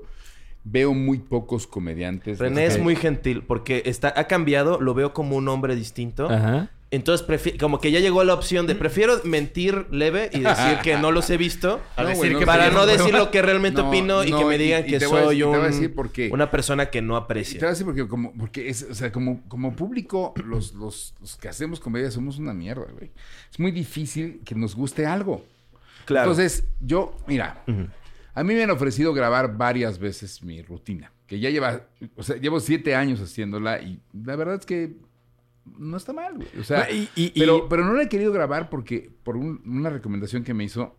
veo muy pocos comediantes.
René es
Ok.
muy gentil porque está, ha cambiado, lo veo como un hombre distinto.
Ajá.
Entonces, prefi- como que ya llegó la opción de prefiero mentir leve y decir que no los he visto.
A
No,
decir
güey, no,
que
Para
Pero
no
no-
decir lo que realmente
No,
opino y
no,
que me
y-
digan
y
que
te voy a
soy
decir- te voy a
un-
decir por qué.
una persona que no
Te voy a
aprecia.
decir porque, como, porque es, o sea, como, como público, los, los, los que hacemos comedia somos una mierda, güey. Es muy difícil que nos guste algo.
Claro.
Entonces, yo, mira, a mí me han ofrecido grabar varias veces mi rutina, que ya lleva, o sea, llevo siete años haciéndola y la verdad es que no está mal, güey. O sea,
Y- y- y-
pero, pero no la he querido grabar porque, por un- una recomendación que me hizo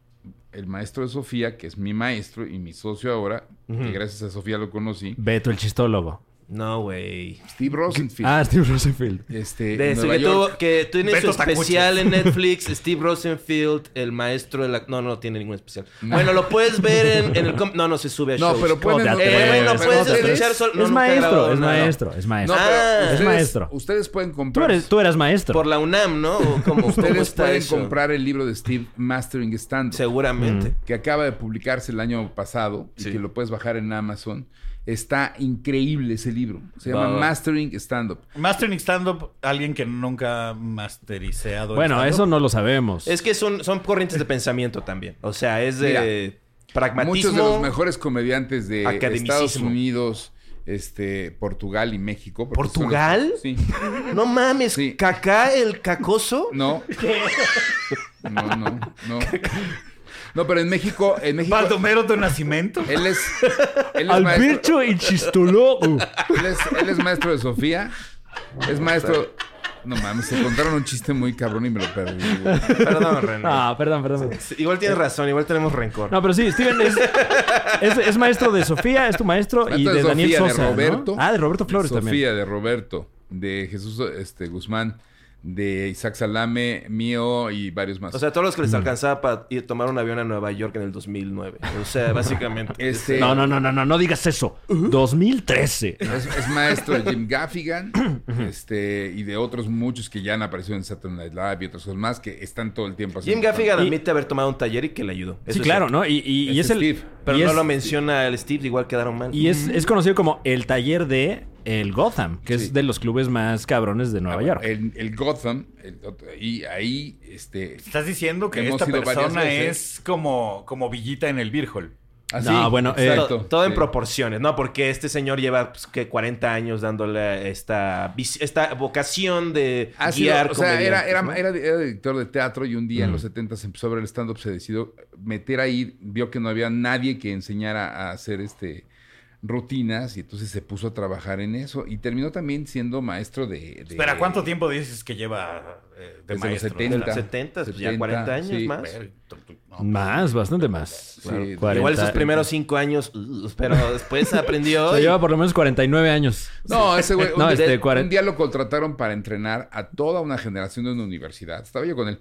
el maestro de Sofía, que es mi maestro y mi socio ahora, que gracias a Sofía lo conocí,
Beto, el chistólogo.
No, güey.
Steve Rosenfield.
Ah, Steve Rosenfield.
Este,
De
en
ese
Nueva
que, tuvo-
York.
que tiene
Beto
su
Tacuche.
especial en Netflix, Steve Rosenfield, el maestro de la... No, no tiene ningún especial. Bueno, lo puedes ver en, en el... com- No, no, se sube a
No,
shows.
pero pueden...
te
no,
atreves?
no,
Eh, bueno,
no,
puedes
no,
escuchar
no,
solo... no,
es,
nunca he grabado
maestro, es
nada.
maestro, es
No,
maestro,
pero
Ah, es
ustedes,
maestro.
Ustedes pueden
Tú
comprar...
eres, tú eras maestro.
pues, Por la UNAM, ¿no? ¿O ¿Cómo, cómo
Ustedes
está
pueden
eso?
comprar el libro de Steve Mastering Stand
Seguramente.
que acaba de publicarse el año pasado y
Sí.
que lo puedes bajar en Amazon. Está increíble ese libro. Se
Va,
llama
va.
Mastering Stand Up.
Mastering stand-up, alguien que nunca ha mastericeado. el
Bueno,
stand-up.
eso no lo sabemos.
Es que son, son corrientes de pensamiento también. O sea, es de pragmatismo.
Muchos de los mejores comediantes de
academicismo.
Estados Unidos, este, Portugal y México. porque son los-
¿Portugal?
Sí.
No mames,
Sí.
Cacá el cacoso.
No. No, no, no. No, pero en México, en México,
Baldomero de Nacimiento.
él es, él es maestro-
Alberto el chistólogo.
Él es, él es maestro de Sofía. Es maestro. No mames, se contaron un chiste muy cabrón y me lo perdí. güey.
Perdón, René.
Ah, perdón, perdón.
Igual tienes razón, igual tenemos rencor.
No, pero sí, Steven es, es, es maestro de Sofía, es tu maestro, y
Maestro
de, Daniel
Sofía, de
Sosa. ¿no?
Roberto.
Ah, de Roberto Flores
Sofía,
también.
de Roberto, de Jesús este, Guzmán, de Isaac Salame, mío y varios más.
O sea, todos los que les alcanzaba para ir tomar un avión a Nueva York en el 2009. O sea, básicamente.
Este-
No, no, no, no, no, no digas eso.
Uh-huh.
2013.
es, es maestro de Jim Gaffigan este, y de otros muchos que ya han aparecido en Saturday Night Live y otras cosas más que están todo el tiempo haciendo.
Jim Gaffigan
Y-
admite haber tomado un taller y que le ayudó. Eso
Sí,
es
claro,
cierto.
¿no? Y, y- y
Es
es el.
Steve,
Pero
y
no
es-
lo menciona el Steve, igual quedaron mal.
Y es, es conocido como el taller de el Gotham, que
Sí. Ah,
es de los clubes más cabrones de Nueva York.
El, el Gotham, el otro- y ahí, este.
Estás diciendo que
Hemos
esta
ido varias
persona
veces.
es como, como Villita en el Virgol.
Así,
No, bueno, eh,
To-
exacto,
todo en
sí.
proporciones, ¿no? Porque este señor lleva pues, que 40 años dándole esta, vis- esta vocación de
Ha sido-
guiar
o sea, era,
comediantes,
era,
¿no?
era, era director de teatro y un día
Mm.
en los 70 empezó a ver el stand-up, se decidió meter ahí, vio que no había nadie que enseñara a hacer este rutinas y entonces se puso a trabajar en eso y terminó también siendo maestro de... de-
Espera, ¿cuánto tiempo dices que lleva eh,
Desde
de
los
maestro?
70.
Los 70, pues, ya
70,
40 años
sí.
más.
Ver, tu- tu- no.
Más, bastante más.
Sí,
Claro,
igual
Igual
40.
esos primeros 5 años, uh, pero después aprendió.
O sea,
y-
lleva por lo menos 49 años.
No, ese güey... un,
No,
día-
este,
un
cuaren-
día lo contrataron para entrenar a toda una generación de una universidad. Estaba yo con él.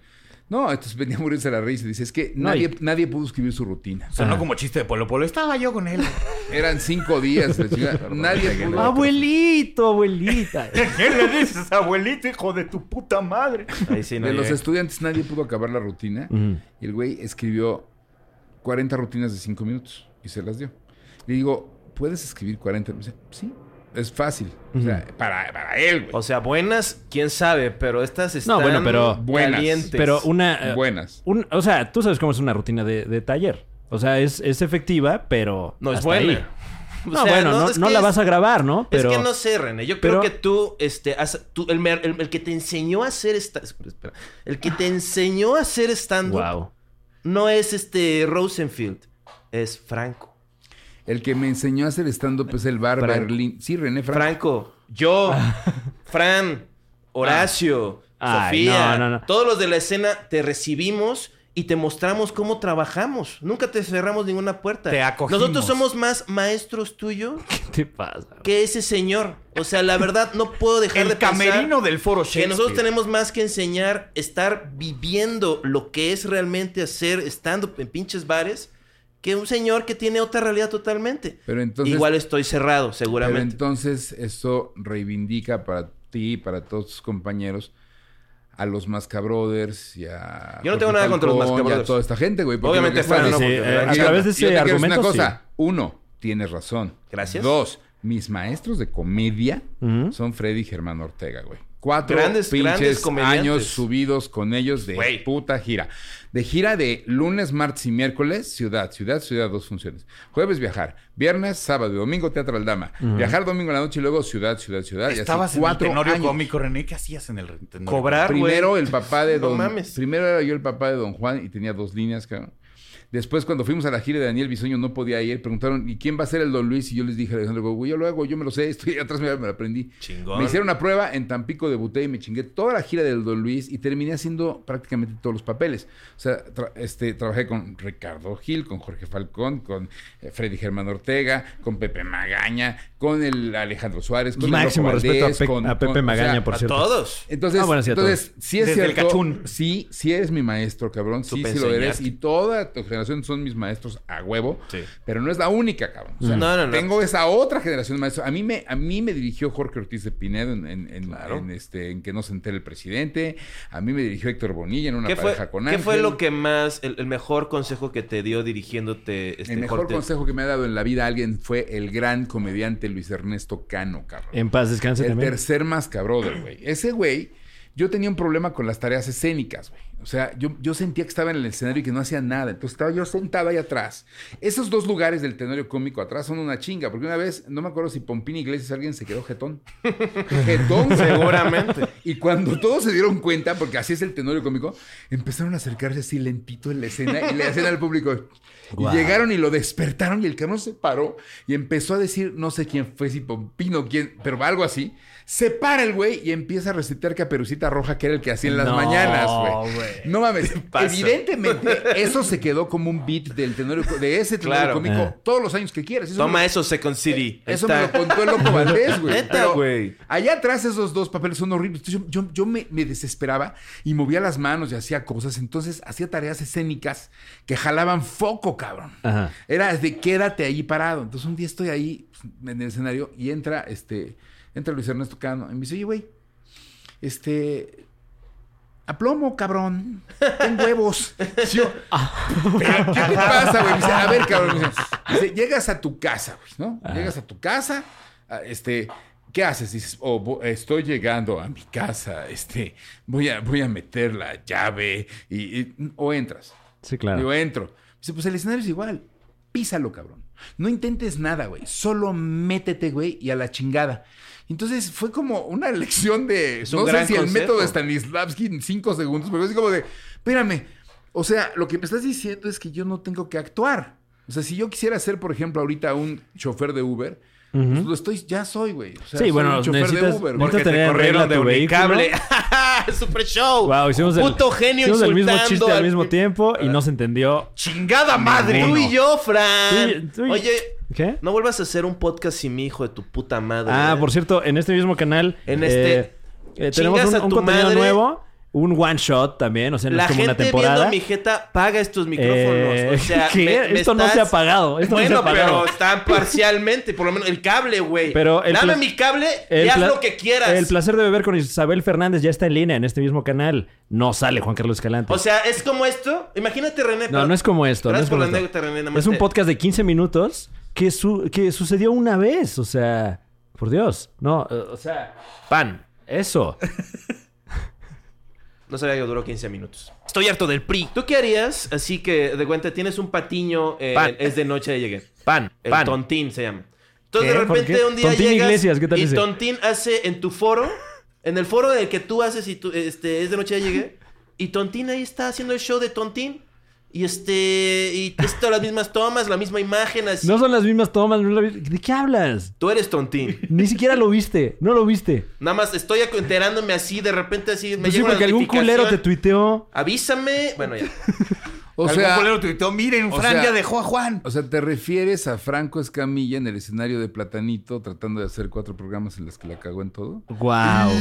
No, entonces venía a morirse la risa y dice, es que
No,
nadie,
y-
nadie pudo escribir su rutina.
Sonó
Ah.
Ajá.
como chiste de Polo Polo. Estaba yo con él.
Eran cinco días. la chingada. nadie pudo...
Abuelito, abuelita.
¿Qué le dices, abuelito, hijo de tu puta madre?
Ahí sí, no
de los
llegué.
estudiantes nadie pudo acabar la rutina.
Ujú.
Y el güey escribió 40 rutinas de 5 minutos y se las dio. Le digo, ¿puedes escribir 40? Me dice, sí. es fácil. O sea, para, para él, güey.
O sea, buenas, quién sabe, pero estas están
bueno, pero-
Buenas.
calientes.
Pero una. eh,
Buenas.
un- o sea, tú sabes cómo es una rutina de, de taller. O sea, es, es efectiva, pero.
No es
hasta
buena.
ahí.
O
No,
sea,
bueno, no,
es
no
que
la
es-
vas a grabar, ¿no? Pero.
Es que no sé, René. Yo
pero-
creo que tú, este, has- tú- el, mer- el- el que te enseñó a hacer esta, espera, espera. el que te enseñó a hacer stand-up
Wow.
no es este Rosenfield, es Franco.
El que me enseñó a hacer stand-up es el bar
Frank.
Berlín. Sí, René Frank.
Franco, yo, Fran, Horacio,
Ah. Ay,
Sofía,
no, no, no.
todos los de la escena te recibimos y te mostramos cómo trabajamos. Nunca te cerramos ninguna puerta.
Te acogimos.
Nosotros somos más maestros tuyos
¿Qué te pasa?
que ese señor. O sea, la verdad no puedo dejar de
El
pensar
camerino del foro
que
Shakespeare.
nosotros tenemos más que enseñar, estar viviendo lo que es realmente hacer stand-up en pinches bares, que un señor que tiene otra realidad totalmente.
Pero entonces,
Igual estoy cerrado,
pero
seguramente.
entonces eso reivindica para ti y para todos tus compañeros a los Masca Brothers y a.
Yo no tengo
Jorge
nada contra los
Falcón
Masca
y a
Brothers.
toda esta gente, güey. porque
Obviamente
lo que están
Fran,
haciendo-
no,
Sí,
porque
eh,
la verdad-
a través de
Yo te
ese
quiero decir
argumento,
una
sí.
cosa. Uno, tienes razón.
Gracias.
Dos, mis maestros de comedia
Ujú.
son Freddy y Germán Ortega, güey. Cuatro
Grandes, grandes
pinches
comediantes.
años subidos con ellos de
Güey.
puta gira. De gira de lunes, martes y miércoles, ciudad, ciudad, ciudad, dos funciones. Jueves viajar, viernes, sábado y domingo Teatro al Dama. Viajar domingo en la noche y luego ciudad, ciudad, ciudad. y así
Estabas en el
cuatro
tenorio
años.
cómico, René. ¿Qué hacías en el tenorio?
Cobrar, güey.
Primero el papá de
No
Don...
mames.
Primero era yo el papá de Don Juan y tenía dos líneas, cabrón. Después, cuando fuimos a la gira de Daniel Bisoño, no podía ir. Preguntaron, ¿y quién va a ser el Don Luis? Y yo les dije a Alejandro, güey, yo lo hago, yo me lo sé, estoy atrás, me me lo aprendí.
Chingón.
Me hicieron una prueba en Tampico, debuté y me chingué toda la gira del Don Luis y terminé haciendo prácticamente todos los papeles. O sea, tra- este, trabajé con Ricardo Gil, con Jorge Falcón, con eh, Freddy Germán Ortega, con Pepe Magaña, con el Alejandro Suárez, con el
Máximo
Loco
respeto a,
Valdés,
Pe-
con-
a Pepe
con- o sea,
Magaña, por
a
cierto.
todos.
entonces,
Ah, bueno, sí, a
entonces sí es
Desde el
cierto.
cachún.
Sí, sí eres mi maestro, cabrón.
Tú
Sí,
me
sí lo eres.
enseñaste.
Y toda tu generación son mis maestros a huevo.
Sí.
Pero no es la única, cabrón. O sea,
No, no, no.
Tengo esa otra generación de maestros. A mí me, a mí me dirigió Jorge Ortiz de Pinedo en, en- en-
Claro.
en, este, en Que no se entere el presidente. A mí me dirigió Héctor Bonilla en una
¿Qué
pareja
fue,
con
qué
Ángel.
fue lo que más, el, el mejor consejo que te dio dirigiéndote este
El mejor
Jorge?
consejo que me ha dado en la vida alguien fue el gran comediante Luis Ernesto Cano, cabrón.
En paz descanse
El
también.
tercer más cabrón, güey. Ese güey, yo tenía un problema con las tareas escénicas, güey. O sea, yo, yo sentía que estaba en el escenario y que no hacía nada. Entonces estaba yo sentado ahí atrás. Esos dos lugares del tenorio cómico atrás son una chinga, porque una vez, no me acuerdo si Pompín Iglesias alguien se quedó jetón. jetón,
Seguramente.
Y cuando todos se dieron cuenta, porque así es el tenorio cómico, empezaron a acercarse así lentito en la escena y le hacían al público. Y
Guau.
llegaron y lo despertaron y el cabrón se paró y empezó a decir, no sé quién fue, si Pompino, quién, pero algo así. Se para el güey y empieza a recitar Caperucita Roja, que era el que hacía en las
No,
mañanas, güey.
güey.
No mames.
pasa?
Evidentemente, eso se quedó como un beat del tenorio, co- de ese tenorio
Claro.
cómico
Ajá.
todos los años que quieras. Eso
Toma
me- eh,
eso, Second City.
eso
Ahí
me lo
está.
contó el loco Valdés, güey.
Neta,
Pero
güey.
Allá atrás esos dos papeles son horribles. Entonces, yo yo, yo me, me desesperaba y movía las manos y hacía cosas. Entonces hacía tareas escénicas que jalaban foco, cabrón.
Ajá.
Era de quédate ahí parado. Entonces un día estoy ahí pues, en el escenario y entra este entra Luis Ernesto Cano y me dice, oye, güey, este... A plomo, cabrón. Ten huevos. Y yo, pero, ¿qué te pasa, güey? Me dice, a ver, cabrón. Me dice, dice, llegas a tu casa, güey, ¿no? Llegas a tu casa, a- este, ¿qué haces? Dices, oh, vo- estoy llegando a mi casa, este, voy a, voy a meter la llave y, y- o entras.
Sí, claro.
Digo, entro. Dice, pues el escenario es igual. Písalo, cabrón. No intentes nada, güey. Solo métete, güey, y a la chingada. Entonces fue como una lección de.
Es un
No sé
gran
si el
consejo.
método de Stanislavski en cinco segundos, pero es como de. Espérame. O sea, lo que me estás diciendo es que yo no tengo que actuar. O sea, si yo quisiera ser, por ejemplo, ahorita un chofer de Uber,
Ujú.
pues lo estoy, ya soy, güey. O sea,
Sí,
soy
bueno,
un chofer
necesitas-
de Uber.
necesitas
Porque
te
tener en
corrieron
regla
de
tu vehículo.
Unicable.
¡Super show!
Wow, hicimos el,
Puto genio
hicimos el mismo
insultando
chiste al
al- eh,
mismo tiempo y no se entendió.
¡Chingada madre!
Tú y yo, Fran.
Tú y- tú y-
Oye,
¿Qué?
no vuelvas a hacer un podcast sin mi hijo de tu puta madre.
Ah,
¿eh?
por cierto, en este mismo canal
En
eh,
este,
eh, tenemos
chingas
un,
a
un
tu
contenido
madre.
nuevo, un one shot también, o sea, no
La
es como
gente
una temporada.
viendo mi jeta paga estos micrófonos.
Eh,
o sea,
¿qué?
me- me
esto no se ha
estás-
apagado. Esto
bueno,
no se ha apagado.
pero está parcialmente, por lo menos el cable, güey.
Pero el
Dame
pla-
mi cable
El
y haz
pla-
lo que quieras.
El placer de beber con Isabel Fernández ya está en línea en este mismo canal. No sale Juan Carlos Escalante.
O sea, es como esto. Imagínate, René.
no, no es como esto. no
Gracias
es,
por
como
la
esto.
anécdota, René. nada más
Es un
te-
podcast de 15 minutos que, su- que sucedió una vez. O sea, Por Dios. No, eh, o sea,
Pan.
eso.
No sabía que duró 15 minutos. Estoy harto del PRI. ¿Tú qué harías? Así que, de cuenta, tienes un patiño. eh, Pan. Es de noche, llegué. Pan. El
Pan.
tontín se llama. Entonces,
¿Qué?
de
¿Por qué?
repente, un día
Tontín
llegas
Iglesias, ¿qué tal
y
ese?
Tontín hace en tu foro, en el foro en el que tú haces y tú, este, es de noche, ya llegué. Y Tontín ahí está haciendo el show de Tontín. Y este, y es todas las mismas tomas, la misma imagen, así.
No son las mismas tomas. no es la mi- ¿De qué hablas?
Tú eres Tontín.
Ni siquiera lo viste. No lo viste.
Nada más estoy ac- enterándome así, de repente así, me
Pues sí,
llega una
porque algún culero te
notificación.
tuiteó.
Avísame. Bueno, ya.
O sea,
Algún tuitó, miren,
o
Fran
sea-
ya dejó a Juan.
o sea, ¿te refieres a Franco Escamilla en el escenario de Platanito tratando de hacer cuatro programas en los que la cagó en todo?
Wow.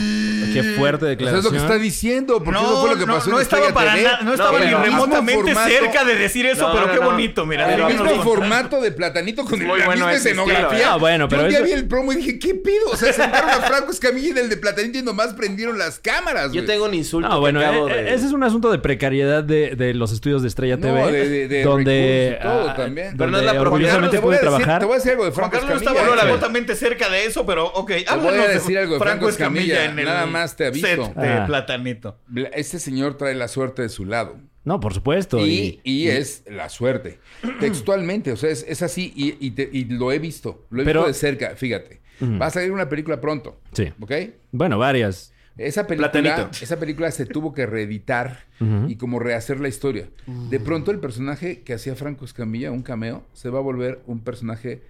Qué fuerte
O sea, es lo
declaración.
que está diciendo, porque eso fue lo que pasó en
no estaba
Estrella
para
TV.
nada, no estaba
pero mismo
ni remotamente
formato-
cerca de decir eso,
No,
pero
no,
qué
no.
bonito, mira.
Pero
mira,
El
no,
mismo
mira.
formato de platanito con
Muy
la
bueno
misma
ese estilo,
escenografía.
¿eh? Ah, bueno, pero
Yo ya
eso-
vi el promo y dije, ¿qué pido? O sea, sentaron a Franco Escamilla en el de platanito y nomás prendieron las cámaras.
Yo
güey.
tengo un insulto.
No, bueno,
que acabo
eh, eh,
de...
ese es un asunto de precariedad de, de los estudios de Estrella
No,
TV.
de- de- de
donde.
recursos y todo
ah,
también.
Pero no es
donde
la propiedad,
orgullosamente
Te voy
pude
a decir-
trabajar.
Te voy a decir algo de
Juan
Franco
Carlos no
Escamilla.
estaba
güey.
remotamente cerca de eso, pero ok. Háblanos
voy a decir algo de Franco Escamilla,
el
nada más te aviso.
set de
Ah.
platanito.
Bla- Este señor trae la suerte de su lado.
No, por supuesto.
Y, y es la suerte. Textualmente, o sea, es, es así y, y te- y lo he visto. Lo he
Pero-
visto de cerca, fíjate. Va a salir una película pronto.
Sí.
¿Ok?
Bueno, varias.
Esa película,
Platanito.
esa película se tuvo que reeditar y como rehacer la historia. De pronto el personaje que hacía Franco Escamilla, un cameo, se va a volver un personaje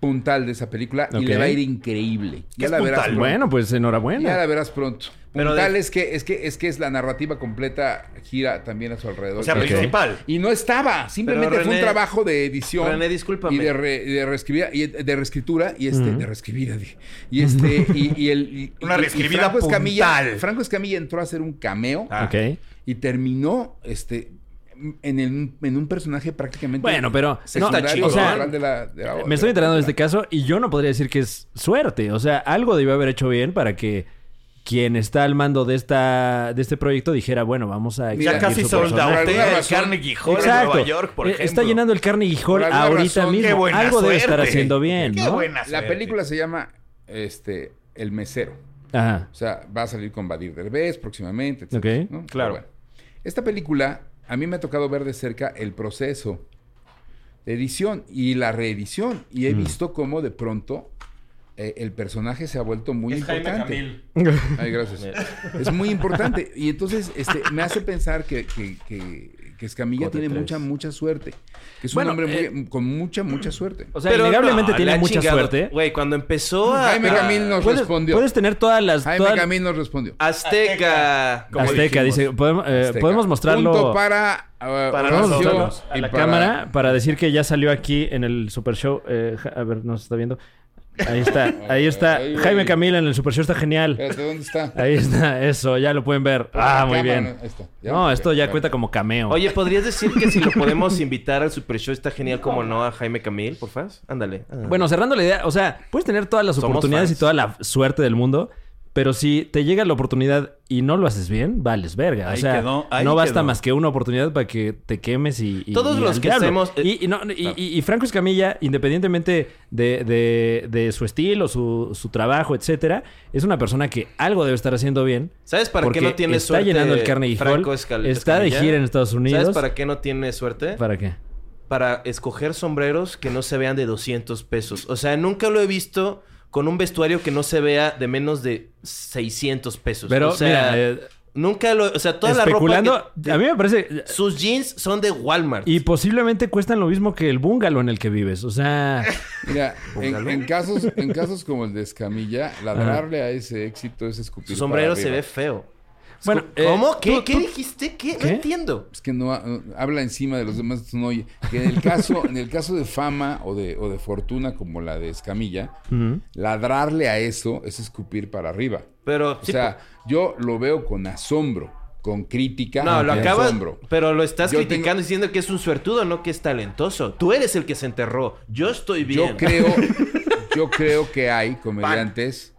puntal de esa película y
Ok.
le va a ir increíble. Ya
es
la verás.
puntal?
pronto.
Bueno, pues
Ya la
enhorabuena.
verás pronto.
Pero
Puntal
de-
es que es que es que es la narrativa completa gira también a su alrededor.
O sea,
Ok.
principal.
Y no estaba, simplemente
Pero,
fue un
René-
trabajo de edición.
René, discúlpame.
Y de, re- y de reescribida- y de reescritura, y este, de reescribida, dije. Y este, y, y el. y-
Una
y- y
reescribida
Franco Escamilla,
puntal.
Franco Escamilla entró a hacer un cameo
Ah.
Ok.
y terminó este en, el- en un personaje prácticamente.
Bueno, pero. no,
secundario,
o sea,
central de la- de la- de
me estoy
la
enterando de
película.
este caso y yo no podría decir que es suerte. O sea, algo debió haber hecho bien para que quien está al mando de esta de este proyecto dijera, bueno, vamos a
Mira,
Ya
expandir
casi
su
sold
personaje.
Por
out ¿eh?
alguna
el
razón-
Carnegie Hall en
Exacto.
Nueva York, por
Eh,
ejemplo.
Está llenando el Carnegie
Por
Hall
alguna
ahorita
razón,
mismo.
Qué buena
Algo debe estar
suerte.
haciendo bien,
Qué
¿no?
buena
La
suerte.
película se llama este, El Mesero.
Ajá.
O sea, va a salir con Badir Derbez próximamente, etc.
Ok.
Claro.
esta película, a mí me ha tocado ver de cerca el proceso de edición y la reedición. Y he
Mm.
visto cómo de pronto eh, el personaje se ha vuelto muy importante. Ay, gracias. es muy importante. Y entonces este, me hace pensar que, que, que- que Escamilla
¿Cómo te
tiene
atreves?
mucha, mucha suerte. Que es un
Bueno,
hombre muy-
eh, pues,
con mucha, mucha suerte.
O sea,
Pero no,
innegablemente
le
tiene
ha
mucha
chingado.
suerte. ¿eh?
Güey, cuando empezó a...
Jaime
a-
Camil nos
Puedes,
respondió.
puedes tener todas las...
Jaime
todas-
Camil nos respondió.
Azteca.
como
Azteca,
dijimos.
dice. Podemos, eh,
Azteca.
podemos mostrarlo...
Punto para, eh,
Para
Vamos a
Razón.
mostrarlo
Nosotros,
a la cámara para decir que ya salió aquí en el Super Show. Eh, ja- a ver, no se está viendo. Ahí está, ahí está.
Ahí, güey.
Jaime Camila en el Super Show está genial.
Espérate, ¿dónde está?
Ahí está, eso, ya lo pueden ver.
La
Ah, muy
cámara,
bien.
ahí está. Ya,
No, esto ya
perfecto.
cuenta como cameo.
Oye, ¿podrías decir que si lo podemos invitar al Super Show está genial como no a Jaime Camil, por favor? Ándale. Ah.
Bueno, cerrando la idea, o sea, puedes tener todas las
Somos
oportunidades
fans.
y toda la suerte del mundo, pero si te llega la oportunidad y no lo haces bien, vales verga.
Ahí
o sea,
quedó, ahí
no basta
quedó.
más que una oportunidad para que te quemes y. y-
Todos
y
los
al
que
diablo.
hacemos- eh,
Y, y no- y- y- y Franco Escamilla, independientemente de, de- de su estilo, su, su trabajo, etcétera, es una persona que algo debe estar haciendo bien.
¿Sabes para
porque
qué no tiene
está
suerte?
llenando el Carnegie
Franco
Hall,
Escal-
está de
Escamilla?
gira en Estados Unidos.
¿Sabes para qué no tiene suerte?
¿Para qué?
Para escoger sombreros que no se vean de 200 pesos. O sea, nunca lo he visto con un vestuario que no se vea de menos de 600 pesos.
Pero,
Pues, o sea,
mira, eh,
nunca lo... O sea, toda la ropa...
especulando,
que-
a mí me parece.
Sus jeans son de Walmart.
Y posiblemente cuestan lo mismo que el bungalow en el que vives. O sea,
Mira, en, en casos, en casos como el de Escamilla, ladrarle a ese éxito es escupir.
Su sombrero
para
se
arriba.
ve feo.
Bueno, eh,
¿cómo? ¿Qué,
tú-
¿Qué
tú-
dijiste? ¿Qué?
¿Qué?
No entiendo.
Es que no ha- no- habla encima de los demás, entonces no oye. Que en el caso, en el caso de fama o de, o de fortuna como la de Escamilla,
ujú.
ladrarle a eso es escupir para arriba.
Pero,
O
sí,
sea, yo lo veo con asombro, con crítica
no, lo
y
acabas.
asombro.
Pero lo estás
ah, Yo
criticando
tengo-
diciendo que es un suertudo, no que es talentoso. Tú eres el que se enterró. Yo estoy bien.
Yo creo, yo creo que hay comediantes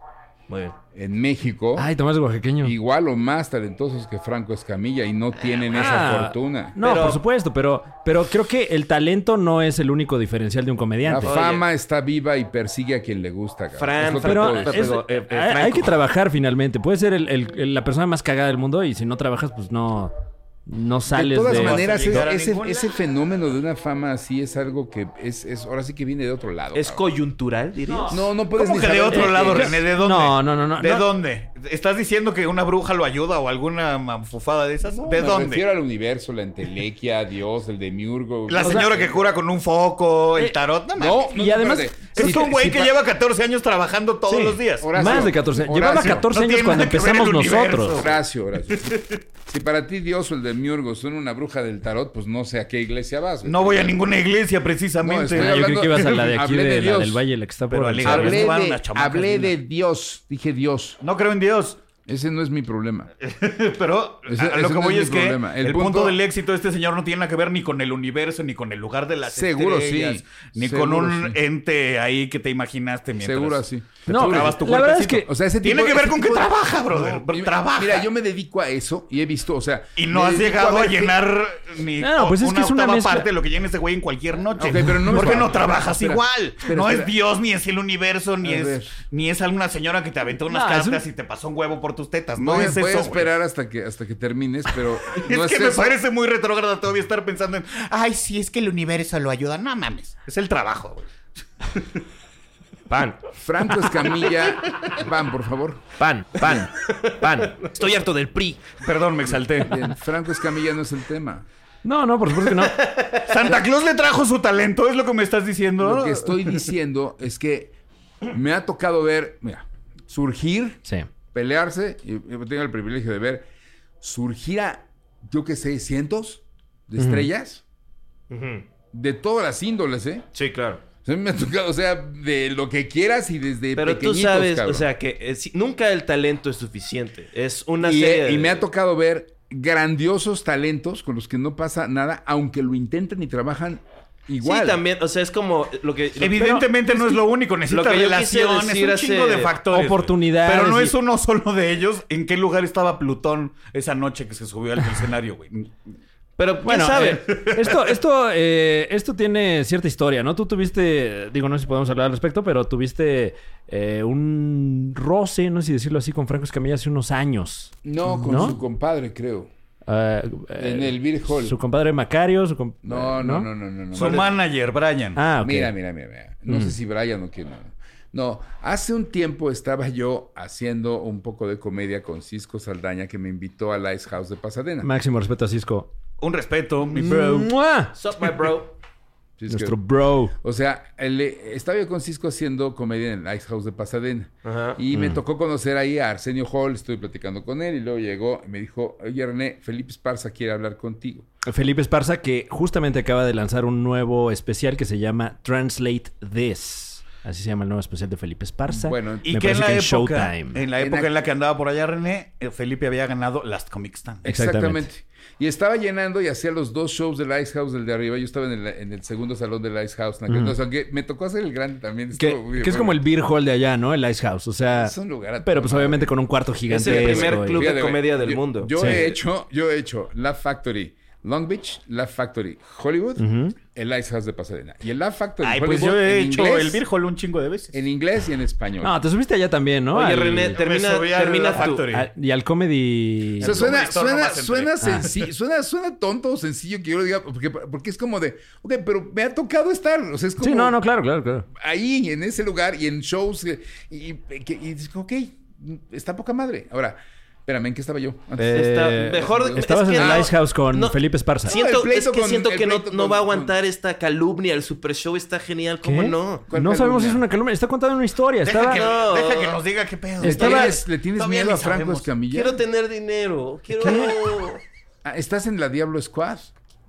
Muy bien.
en
Oh.
México,
Ay, Tomás Oaxaqueño.
igual o más talentosos que Franco Escamilla y no tienen
Ah,
esa fortuna.
No,
Pero-
por supuesto, pero, pero creo que el talento no es el único diferencial de un
La
comediante.
Oye.
fama está viva y persigue a quien le gusta. cabrón.
Fran,
Es lo que
Fran,
puedo
Pero
decir.
es-
Pero, eh, eh,
hay- hay
Franco.
que trabajar finalmente. Puedes ser el- el- el- la persona más cagada del mundo y si no trabajas, pues no, no
de
sales de...
todas
de-
maneras,
No vas a llegar a
es- ese,
ningún
ese
lado.
fenómeno de una fama así es algo que es, es- ahora sí que viene de otro lado.
¿Es
cabrón.
coyuntural, dirías?
no, no puedes ni
¿Cómo que de
saber-
otro
eh,
lado,
eh,
René? ¿De dónde?
No, no, no, no,
¿De
no.
dónde? ¿Estás diciendo que una bruja lo ayuda o alguna mafufada de esas?
no,
¿De
me
dónde?
refiero al universo, la entelequia, Dios, el demiurgo.
La
No,
señora que cura con un foco, el tarot, no,
no,
mames.
no,
y además-
espérate.
Es
Si-
un güey
si
que
pa-
lleva 14 años trabajando todos
Sí.
los días.
Horacio,
Más de 14 años. Llevaba
Horacio,
14
no
años
tiene
cuando
nada que ver el
empezamos nosotros.
universo.
Horacio, Horacio. Si para ti Dios o el demiurgo son una bruja del tarot, pues no sé a qué iglesia vas. güey.
No voy a ninguna iglesia
No,
precisamente.
estoy
Ah, yo
hablando-
creo que ibas a la de aquí,
hablé de
de la
Dios.
del Valle, la que está por...
Pero
el-
Alexa-
Hablé,
Llevaron
de,
unas chamacas
hablé de
lindas.
Dios, dije Dios.
No creo en Dios,
Ese no es mi problema.
Eh, pero a-
Ese-
a,
ese
lo que
no
voy
es mi
es, que
problema. El
el, punto...
punto-
del éxito de este señor no tiene nada que ver ni con el universo, ni con el lugar de las
Seguro sí.
estrellas, ni con
Seguro
un
sí.
echente ahí que te imaginaste mientras.
Seguro así.
No,
Te tocabas tu
la verdad es
cuerpecito.
que
O sea, ese
Tiene
tipo-
que ver
ese
con que
tipo de-
trabaja, brother.
No, yo-
trabaja.
Mira, yo me dedico a eso y he visto, o sea.
Y no
me
has
dedico
llegado a,
ver qué-
llenar ni
No,
o-
pues es
una
que es una
octava
mezcla.
parte de lo que llena ese güey en cualquier noche.
Ok, pero no me
Porque
espera,
no
espera,
trabajas
espera,
igual.
espera,
no
espera.
es Dios, ni es el universo, ni
A ver.
es, ni es alguna señora que te aventó unas
No, es un-
cartas y te pasó un huevo por tus tetas. No
Voy, a-
es
voy
eso.
a
güey.
esperar hasta que, hasta que termines, pero.
Es
no
que me
eso.
parece muy retrógrada todavía estar pensando en, ay, sí, es que el universo lo ayuda. No mames. Es el trabajo, güey.
Pan,
Franco Escamilla, van, por favor.
pan, pan, pan. Estoy harto del PRI.
Perdón, me exalté.
Bien, Franco Escamilla no es el tema.
No, no, por supuesto que no.
Santa Claus le trajo su talento, es lo que me estás diciendo.
Lo que estoy diciendo es que me ha tocado ver, mira, surgir,
Sí.
pelearse, y yo tengo el privilegio de ver surgir a, yo qué sé, cientos de estrellas de todas las índoles, ¿eh?
Sí, claro.
O sea, me ha tocado, o sea, de lo que quieras y desde
Pero tú
pequeñitos,
sabes,
cabrón.
o sea, que eh, si- nunca el talento es suficiente. Es una
y,
serie.
eh, y me ha
de-
tocado ver grandiosos talentos con los que no pasa nada, aunque lo intentan y trabajan igual.
Sí, también. O sea, es como lo que. lo-
Evidentemente no es lo único, necesita
lo que yo
relaciones,
quise decir
un chingo
hace-
de factores.
oportunidades
güey. Pero no
y-
es uno solo de ellos. ¿En qué lugar estaba Plutón esa noche que se subió al escenario, güey?
Pero quién
Bueno,
sabe.
eh, esto, esto, eh, esto tiene cierta historia, ¿no? Tú tuviste, digo, no sé si podemos hablar al respecto, pero tuviste eh, un roce, no sé si decirlo así, con Franco Escamilla hace unos años.
No, con
¿No?
su compadre, creo.
Eh,
En el Beer Hall.
Su compadre Macario, su comp-
No,
eh,
no, no, no, no. no.
Su manager, Brian.
Ah, ok. Mm.
Mira, mira, mira, mira. No sé si Brian o quién. No. no, hace un tiempo estaba yo haciendo un poco de comedia con Cisco Saldaña que me invitó al Ice House de Pasadena.
Máximo respeto a Cisco.
Un respeto, mi bro.
¡Mua!
Sup, my bro.
Cisco-
Nuestro bro.
O sea, el- estaba yo con Cisco haciendo comedia en el Ice House de Pasadena.
Ah,
Ajá.
Y
mm.
me tocó conocer ahí a Arsenio Hall, estuve platicando con él y luego llegó y me dijo, oye René, Felipe Esparza quiere hablar contigo.
Felipe Esparza, que justamente acaba de lanzar un nuevo especial que se llama Translate This. Así se llama el nuevo especial de Felipe Esparza.
Bueno,
Y
Me
que en
parece
la,
que en
época,
Showtime.
en la
En
época
la-
en la que andaba por allá René, eh, Felipe había ganado Last Comic
Eh,
Stand.
Exactamente.
Exactamente.
Y estaba llenando y hacía los dos shows del Ice House, del de arriba. Yo estaba en el, en el segundo salón del Ice House. en aquel entonces, aunque me tocó hacer el grande también.
Que,
estuvo muy
que es
bueno.
como el beer hall de allá, ¿no? El Ice House. O sea.
Es un lugar a toda
Pero pues
madre.
obviamente con un cuarto
Es
gigante.
el primer club de
Fíjate, güey,
comedia del
yo-
mundo.
Yo
Sí.
he hecho, yo he hecho La Factory, Long Beach, La Factory, Hollywood, el Ice House de Pasadena. Y el La Factory,
Ay,
Hollywood,
pues yo he
en
hecho
inglés,
el Virgol un chingo de veces.
En inglés y en español.
No, te subiste allá también, ¿no?
Oye,
Al-
René,
al-
termina,
subí al
termina
La
tu-
Factory.
y al comedy.
O sea, suena,
Comedy Store
suena,
nomás entré.
suena, sencillo, suena, suena tonto o sencillo que yo lo diga, porque, porque es como de, ok, pero me ha tocado estar. O sea, es como
Sí, no, no, claro, claro, claro.
ahí, en ese lugar y en shows. eh, Y, y, que- y dices, ok, está poca madre. Ahora, espérame, ¿en qué estaba yo? Antes.
Eh,
Está mejor.
Estabas
es que
en el
no-
Ice House con
no-
Felipe Esparza.
Sí,
Siento,
el pleito
es que
con-
siento
el
que no,
pleito
no
con-
va a aguantar esta calumnia. El super show está genial. ¿Cómo
¿Qué?
no?
¿Cuál
No sabemos si
calumnia?
es una calumnia. Está contando una historia.
Deja
Estaba...
que,
No.
deja que nos diga qué pedo.
¿Le
estaba-
tienes- ¿Le tienes
todavía
miedo a
ni
Franco
sabemos.
Escamilla?
Quiero tener dinero. Quiero.
Ah, ¿Estás en la Diablo Squad?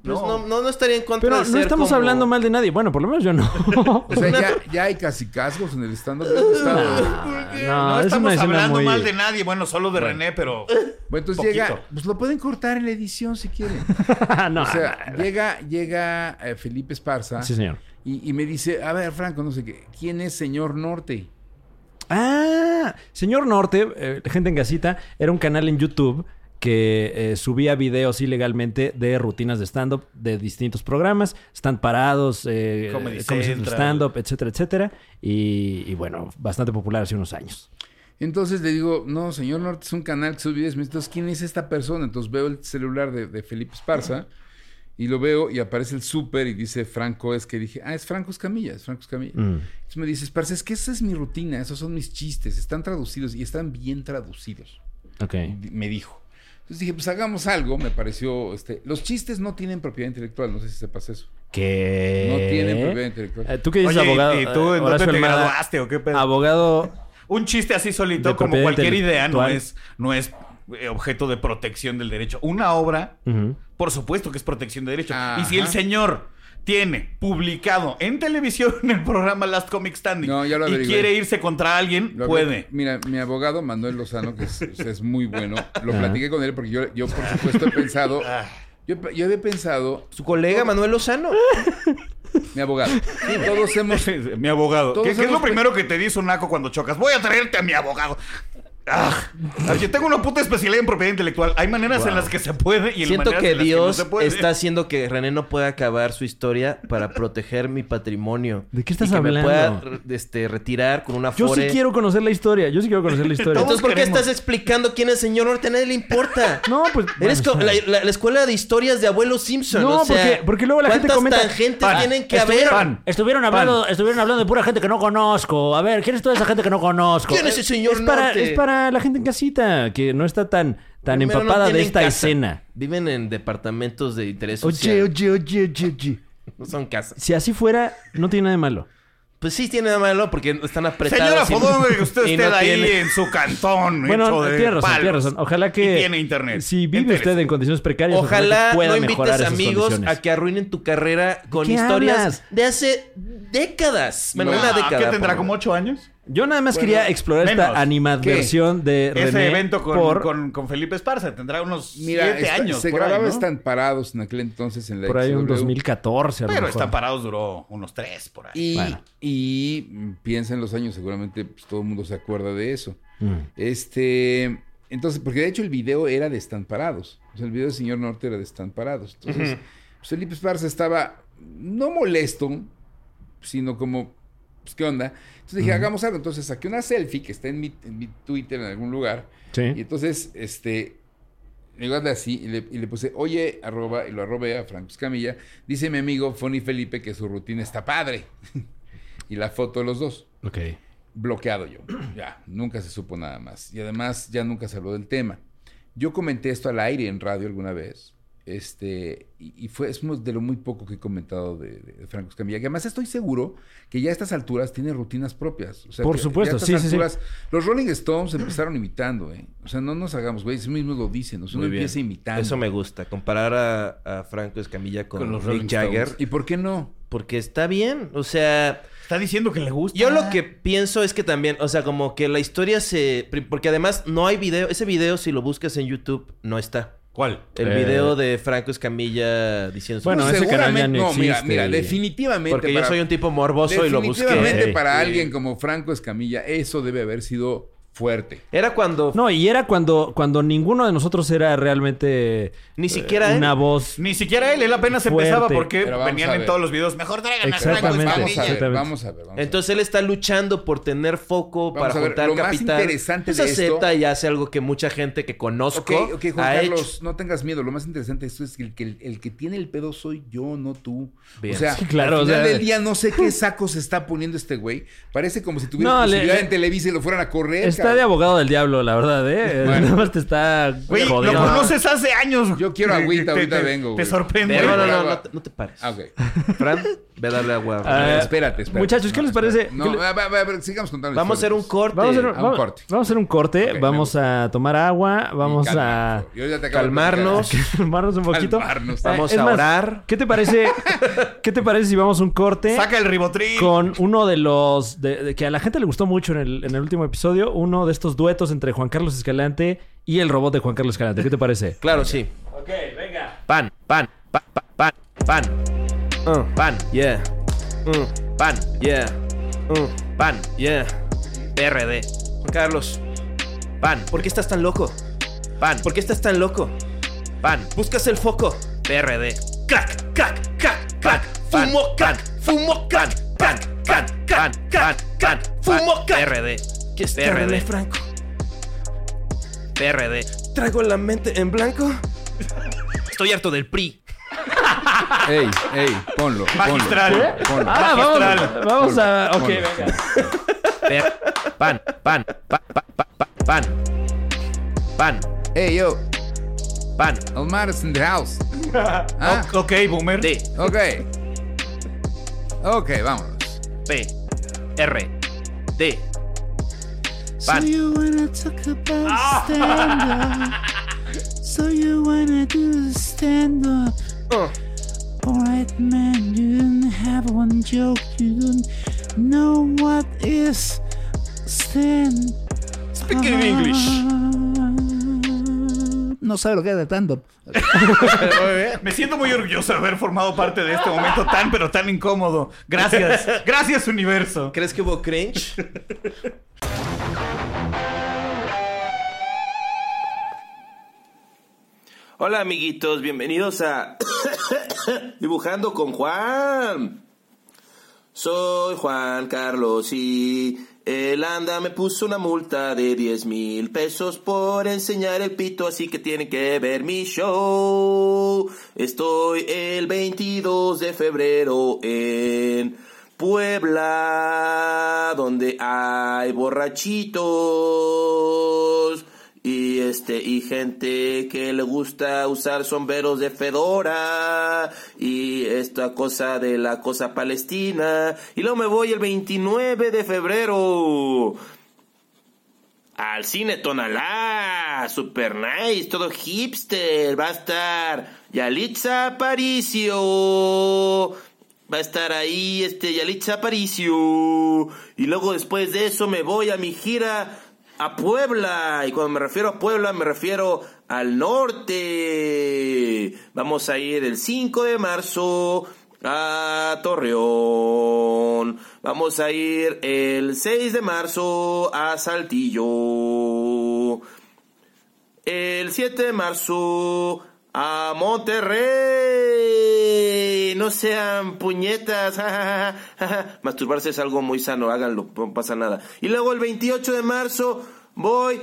Pues no, no, no estaría en contra
Pero
de
no
ser
estamos
como-
hablando mal de nadie. Bueno, por lo menos yo no.
O sea, ya, ya hay casi cascos en el stand-up. Yo he estado-
no,
No,
es una
estamos
escena
hablando
muy-
mal de nadie, bueno, solo de René, pero
Bueno, entonces
Poquito.
llega, pues lo pueden cortar en la edición si quieren.
no,
O sea, llega, llega eh, Felipe Esparza
Ah, Sí, señor.
y, y me dice, a ver, Franco, no sé qué, ¿quién es señor Norte?
Ah, Ah, Señor Norte, eh, gente en casita, era un canal en YouTube que eh, subía videos ilegalmente de rutinas de stand-up de distintos programas, stand parados, eh,
Comedy
eh, Comedy Central
Central.
stand-up, etcétera, etcétera. Y, y bueno, bastante popular hace unos años.
Entonces le digo, no, señor Norte, es un canal que sube videos. Me dice, Entonces, ¿quién es esta persona? Entonces veo el celular de, de Felipe Esparza y lo veo y aparece el súper y dice Franco es que dije, ah, es Franco Escamilla, es Franco Escamilla.
Mm.
Entonces me dice, Esparza, es que esa es mi rutina, esos son mis chistes, están traducidos y están bien traducidos.
Ok.
di- me dijo. Entonces dije, pues hagamos algo, me pareció, este, los chistes no tienen propiedad intelectual, no sé si sepas eso.
¿Qué?
No tienen propiedad intelectual.
Eh, ¿Tú qué dices,
Oye, ¿y-
abogado?
¿y tú
Eh,
en
Horacio
dónde te
Almada,
graduaste o qué pedo?
Abogado
Un chiste así
De
solito, como
propiedad
cualquier idea, no
intelectual.
es, no es eh, objeto de protección del derecho. Una obra,
Ujú.
por supuesto que es protección de derecho.
Ajá.
Y si el señor tiene publicado en televisión el programa Last Comic Standing
No, ya lo
y
averigué.
quiere irse contra alguien,
Lo hablé-
puede.
Mira, mi abogado Manuel Lozano, que es, es muy bueno, lo
Ajá.
platiqué con él porque yo, yo por supuesto he pensado,
Ah.
yo, he pe- yo he pensado,
Su colega Manuel Lozano.
mi abogado, todos hemos,
mi abogado.
Todos
¿Qué, qué es
hemos
lo
pe-
primero que te dice un naco cuando chocas? Voy a traerte a mi abogado. Ah, yo tengo una puta especialidad en propiedad intelectual. Hay maneras en las que se puede y en
Siento
maneras
que
en las no
Dios
se puede.
está haciendo que René no pueda acabar su historia para proteger mi patrimonio.
¿De qué estás
y que
hablando?
Me pueda re- este, retirar con una
Yo
fore.
sí quiero conocer la historia. Yo sí quiero conocer la historia.
Todos
Entonces, ¿por qué
queremos.
estás explicando quién es el señor Norte? A nadie le importa.
no, pues.
Eres co-
bueno, está
la,
bien.
la- la escuela de historias de abuelo Simpson.
No,
o sea,
porque- porque luego la gente
¿cuántas
comenta-
tangentes
Pan.
tienen que haber?
Estuvieron- Pan.
Estuvieron hablando, estuvieron hablando de pura gente que no conozco. A ver, ¿quién es toda esa gente que no conozco? Eh,
¿Quién es ese señor
Es para,
norte?
es para la gente en casita, que no está tan, tan
Primero, no
empapada de
tienen
esta
casa.
escena.
Viven en departamentos de interés social.
Oye, oye, oye, oye, oye.
No son casas.
Si así fuera, no tiene nada de malo.
Pues sí tiene nada malo porque están
Señora
apretados.
Fodón, que usted
y no
esté ahí
tiene-
en su cantón.
Bueno,
hecho de
tiene razón,
palos.
tiene razón. Ojalá que.
Y tiene internet.
Si vive
Entérese.
usted en condiciones precarias,
Ojalá
que pueda
no
mejorar
invites
esas
amigos
condiciones.
a que arruinen tu carrera con
qué
historias
hablas?
de hace décadas. Bueno,
No,
una década.
Ah, ¿Qué
por
tendrá
lo
como
menos.
ocho años?
Yo nada más quería explorar
menos.
esta animadversión de René.
Ese evento con,
por-
con, con Felipe Esparza tendrá unos
mira,
siete
esta-
años.
se
por ahí,
grababa
¿no?
Están Parados en aquel entonces en la
Por ahí un
XW.
2014, a lo
Pero
mejor.
están parados duró unos tres por ahí.
Y,
Bueno.
y, mm, piensa en los años, seguramente pues, todo el mundo se acuerda de eso.
Mm.
Este, entonces, porque de hecho el video era de Están Parados. O sea, el video del señor Norte era de Están Parados. Entonces, pues, Felipe Esparza estaba no molesto, sino como, pues, ¿qué onda? Entonces dije, hagamos algo. Entonces saqué una selfie que está en mi, en mi Twitter en algún lugar. Y
Sí.
entonces, este, le guardé así y le, y le puse, oye, arroba, y lo arrobé a Franco Escamilla. Dice mi amigo Fonny Felipe que su rutina está padre. y la foto de los dos
Ok.
bloqueado yo. Ya, nunca se supo nada más. Y además ya nunca se habló del tema. Yo comenté esto al aire en radio alguna vez. Este, y, y fue es mu- de lo muy poco que he comentado de, de- de Franco Escamilla. Que además estoy seguro que ya a estas alturas tiene rutinas propias. O sea,
Por
que
supuesto,
ya a
sí,
estas
sí, sí.
Los Rolling Stones empezaron imitando, ¿eh? O sea, no nos hagamos, güey. Ellos mismos lo dicen. O sea,
Muy
uno
bien.
empieza imitando.
Eso me gusta. Comparar a, a Franco Escamilla con,
Con los Rolling
Mick Jagger.
¿Y por qué no?
Porque está bien. O sea,
Está diciendo que le gusta.
yo
Ah.
lo que pienso es que también, o sea, como que la historia se... pri- Porque además no hay video. Ese video, si lo buscas en YouTube, no está.
¿Cuál?
El
Eh.
video de Franco Escamilla diciendo... su-
Bueno,
No,
ese canal ya
seguramente-
no
mira,
existe
mira,
y-
definitivamente.
Porque yo
para-
soy un tipo morboso y lo busqué.
Definitivamente
Ey,
para alguien como Franco Escamilla, eso debe haber sido fuerte.
Era cuando...
No, y era cuando, cuando ninguno de nosotros era realmente. eh,
Ni siquiera ¿eh?
Una
él.
voz.
Ni siquiera él, él apenas
Fuerte.
empezaba porque
Pero vamos a
venían en
ver.
todos los videos. Mejor traigan
Pero
a Franco
Vamos
Exactamente.
a
Escamilla.
ver,
Exactamente.
vamos a ver. vamos a ver.
Entonces él está luchando por tener foco,
Vamos a
para
ver,
juntar
lo más
capital.
interesante
Pues
de
acepta
esto-
y hace algo que mucha gente que conozco
Ok, ok, Juan
ha
Carlos,
hecho.
no tengas miedo. Lo más interesante de esto es que el que, el que tiene el pedo soy yo, no tú.
Bien.
O sea,
Sí, claro,
al
o
final
sea-
del día no sé qué saco se está poniendo este güey. Parece como si tuviera
No, le-
exclusividad
le-
en Televisa y lo fueran a correr.
Está
cabrón.
de abogado del diablo, la verdad, ¿eh?
Bueno.
Nada más te está
Güey, lo
jodiendo.
conoces hace años.
Yo quiero agüita,
Te-
ahorita
te-
vengo,
Te
güey.
sorprende.
Pero no,
Bueno,
no,
agua.
no, te- no te pares.
Ah, ok.
Fran, ve a darle agua.
Ah,
A
Fran.
ver, espérate, espérate.
muchachos, ¿qué les parece?
No,
¿Qué le-
va- va- va- va- sigamos contando.
Vamos a hacer un
historias.
corte.
Vamos a hacer un,
a un
vamos-
corte.
vamos a hacer un corte,
Ok, me
vamos a tomar agua,
Y
vamos
calma,
a
por favor. Yo ya te acabo de
Calmarnos.
platicar.
calmarnos un poquito.
Calmarnos.
Eh,
Vamos
es
a
más,
orar.
¿Qué te parece? ¿Qué te parece si vamos a un corte?
Saca el ribotril.
con uno de los de- de que a la gente le gustó mucho en el, en el último episodio, uno de estos duetos entre Juan Carlos Escalante y el robot de Juan Carlos Escalante. ¿Qué te parece?
Claro, sí.
Ok, venga.
Pan, pan, pan, pan, pan, pan.
Ah,
Mm, pan, yeah. Mm, pan, yeah. Mm, pan, yeah. PRD. Juan Carlos. Pan, ¿por qué estás tan loco? Pan, ¿por qué estás tan loco? Pan, buscas el foco. PRD. Crack, crack, crack, crack. Fumo, crack, fumo, crack, crack, crack, crack, crack, crack. Fumo, crack. PRD. ¿Qué es PRD? Franco. PRD. Traigo la mente en blanco. Estoy harto del PRI.
Ey, ey, ponlo. ponlo,
Magistral.
ponlo, ponlo.
Ah, vamos,
Magistral.
vamos a. Ok,
Ponlo.
venga.
Per- pan, pan, pan, pan, pan, pan, pan,
Ey, yo,
pan,
Omar is in the house. Ah,
Ok, boomer.
D,
ok. Ok, vámonos.
P, R, D,
So
pan,
you wanna do the stand up?
Uh.
Alright, man, you didn't have one joke. You don't know what is stand.
speaking English.
No sabe lo que es stand up.
Me siento muy orgulloso de haber formado parte de este momento tan, pero tan incómodo. Gracias. Gracias, universo.
¿Crees que hubo cringe?
Hola amiguitos, bienvenidos a Dibujando con Juan. Soy Juan Carlos y el anda me puso una multa de 10 mil pesos por enseñar el pito, así que tienen que ver mi show. Estoy el 22 de febrero en Puebla, donde hay borrachitos y este y gente que le gusta usar sombreros de fedora y esta cosa de la cosa palestina y luego me voy el 29 de febrero al cine Tonalá, super nice, todo hipster, va a estar Yalitza Aparicio, va a estar ahí este Yalitza Aparicio, y luego después de eso me voy a mi gira a Puebla, y cuando me refiero a Puebla me refiero al norte, vamos a ir el 5 de marzo a Torreón. Vamos a ir el 6 de marzo a Saltillo. El 7 de marzo a Monterrey. No sean puñetas. Masturbarse es algo muy sano, háganlo, no pasa nada. Y luego el 28 de marzo voy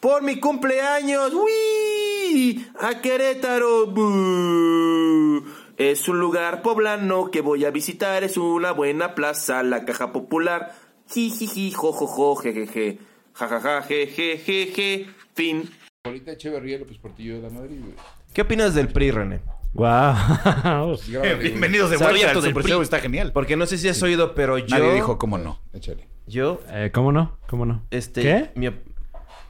por mi cumpleaños. ¡Uy! A Querétaro. ¡Bu! Es un lugar poblano que voy a visitar. Es una buena plaza, la caja popular. Jijiji, jojojo, jejeje. Jajaja, jejejeje. Fin.
Ahorita Echeverría López Portillo de la Madrid, güey.
¿Qué opinas del PRI, René?
Wow.
Grábale,
Eh,
güey.
Bienvenidos de
Soy
vuelta.
harto
El
del
Super
PRI.
Show está genial.
Porque no sé si has oído, pero yo...
Nadie dijo cómo no.
Échale.
Yo,
Eh, ¿Cómo no? ¿Cómo no?
este...
¿Qué?
mi op-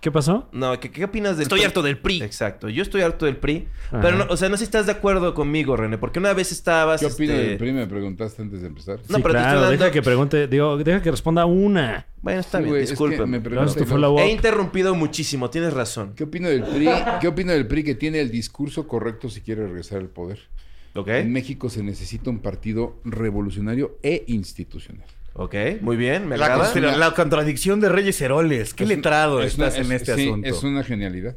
¿Qué pasó?
no, ¿qué, qué opinas del
Estoy
PRI?
harto del PRI.
Exacto, yo estoy harto del PRI.
Ajá.
Pero, no, o sea, no sé si estás de acuerdo conmigo, René, porque una vez estabas...
¿Qué opinas
este,
del PRI? Me preguntaste antes de empezar.
No,
sí,
pero te
claro,
estoy dando-
deja que pregunte, digo, deja que responda una.
Bueno, está
Sí,
bien,
güey, es que
disculpa.
me
Claro,
preguntaste,
esto fue la
¿no?
voz.
He interrumpido muchísimo, tienes razón.
¿Qué opino del PRI? ¿Qué opino del PRI que tiene el discurso correcto si quiere regresar al poder?
¿Ok?
En México se necesita un partido revolucionario e institucional.
Ok, muy bien, me
La,
agrada.
consideración
contra- la contradicción de Reyes Heroles. Qué
Ah, Es un-
letrado
es una-
estás en
es-
este
sí,
asunto.
Es una genialidad.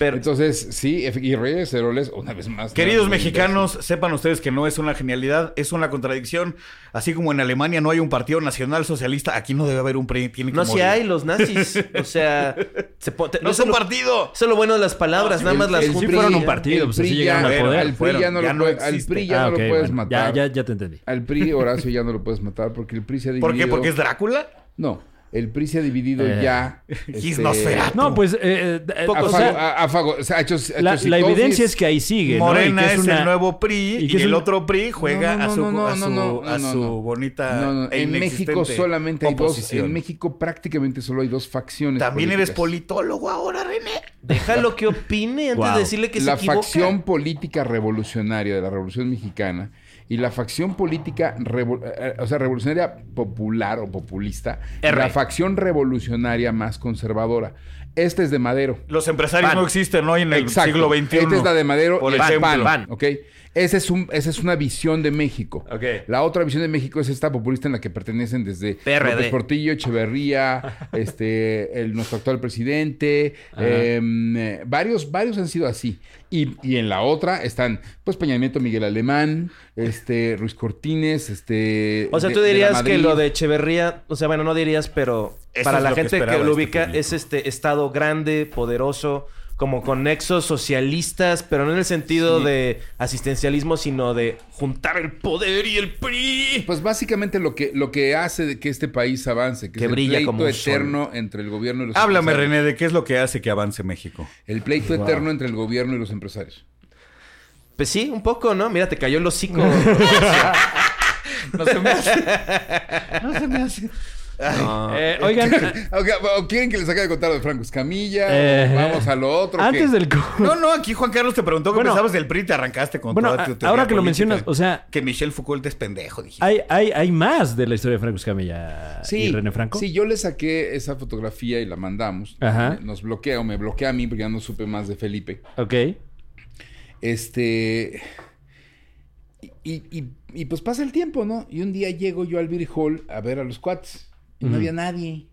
Pero,
Entonces, sí, efe- y Reyes Heroles, una vez más.
Queridos
nada,
mexicanos, sepan ustedes que no es una genialidad, es una contradicción. Así como en Alemania no hay un partido nacional socialista, aquí no debe haber un PRI. Tiene que
No, si
morir.
hay los nazis. O sea, se pon- te-
No es
eso
un
lo-
partido.
Eso es lo bueno de las palabras, nada más
el-
las
el
juntas
PRI
fueron
y
un
ya.
partido,
el
pues, así
PRI
llegaron
ya-
al poder.
Al PRI ya no
Fueron,
lo
ya no
puede- al
existe.
PRI ya
Ah,
no lo
ok,
puedes
bueno,
matar.
Ya, ya, ya te entendí.
Al PRI Horacio ya no lo puedes matar porque el PRI se ha dividido.
¿Por qué? ¿Porque es Drácula?
No, el PRI se ha dividido
Eh,
ya. este,
Gisnosfera.
No, pues, eh, eh, eh,
a
o
fago-
sea,
a- a fago- o sea, ha hecho- ha hecho
la, la
psicosis.
evidencia es que ahí sigue. ¿no?
Morena
Y que
es,
una-
el nuevo PRI
y
y,
que es
el
un-
otro PRI juega
No, no,
a su,
no,
a
no, no,
su-
no,
a
no,
su
no.
bonita.
No, no,
e
En México
inexistente
solamente hay dos.
oposición.
En México prácticamente solo hay dos facciones.
También eres
políticas.
politólogo ahora, René.
Déjalo que opine antes
Wow.
de decirle que
La
se equivoca.
facción política revolucionaria de la Revolución Mexicana y la facción política, revo- eh, o sea, revolucionaria popular o populista, y
R.
la facción revolucionaria más conservadora. Este es de madero.
Los empresarios
Pan.
no existen hoy en el
Exacto.
siglo XXI.
Esta es la de madero
Por
y
ejemplo.
pan,
Pan.
¿ok? Ese es un, esa es una visión de México.
Ok.
La otra visión de México es esta populista en la que pertenecen desde
PRD.
López Portillo, Echeverría, este, el, nuestro actual presidente. em, eh, varios, varios han sido así. Y, y en la otra están, pues, Peña Nieto, Miguel Alemán, este, Ruiz Cortines, este...
O sea,
de-
tú
de la
dirías que
Madrid.
lo de Echeverría, o sea, bueno, no dirías, pero
Eso
para
es
la
lo que
gente que,
esperaba
lo
este
ubica
público.
es este estado grande, poderoso, como con nexos socialistas, pero no en el sentido de asistencialismo, sino de juntar el poder y el PRI.
Pues básicamente lo que, lo que hace de que este país avance, que,
Que
es
brilla
el pleito
como un sol.
eterno entre el gobierno y los
Háblame,
empresarios.
René, de qué es lo que hace que avance México.
El pleito eterno entre el gobierno y los empresarios.
Pues sí, un poco, ¿no? Mira, te cayó el hocico.
No se me hace.
Eh, oigan,
Ok, o quieren que les acabe de contar de Franco Escamilla,
Eh,
o vamos a lo otro.
antes
que-
del... co-
No, no, aquí Juan Carlos te preguntó qué
Bueno.
pensabas del PRI y te arrancaste con
Bueno,
toda tu
a-
teoría
ahora que lo
política.
mencionas, o sea-
Que Michel Foucault es pendejo, dije.
Hay, hay, hay más de la historia de Franco Escamilla y René Franco.
Sí, yo le saqué esa fotografía y la mandamos.
Ajá.
Nos bloquea o me bloquea a mí porque ya no supe más de Felipe.
Ok.
Este. Y, y- y- y, pues pasa el tiempo, ¿no? Y un día llego yo al Beer Hall a ver a los cuates. Y no
Ujú.
había nadie.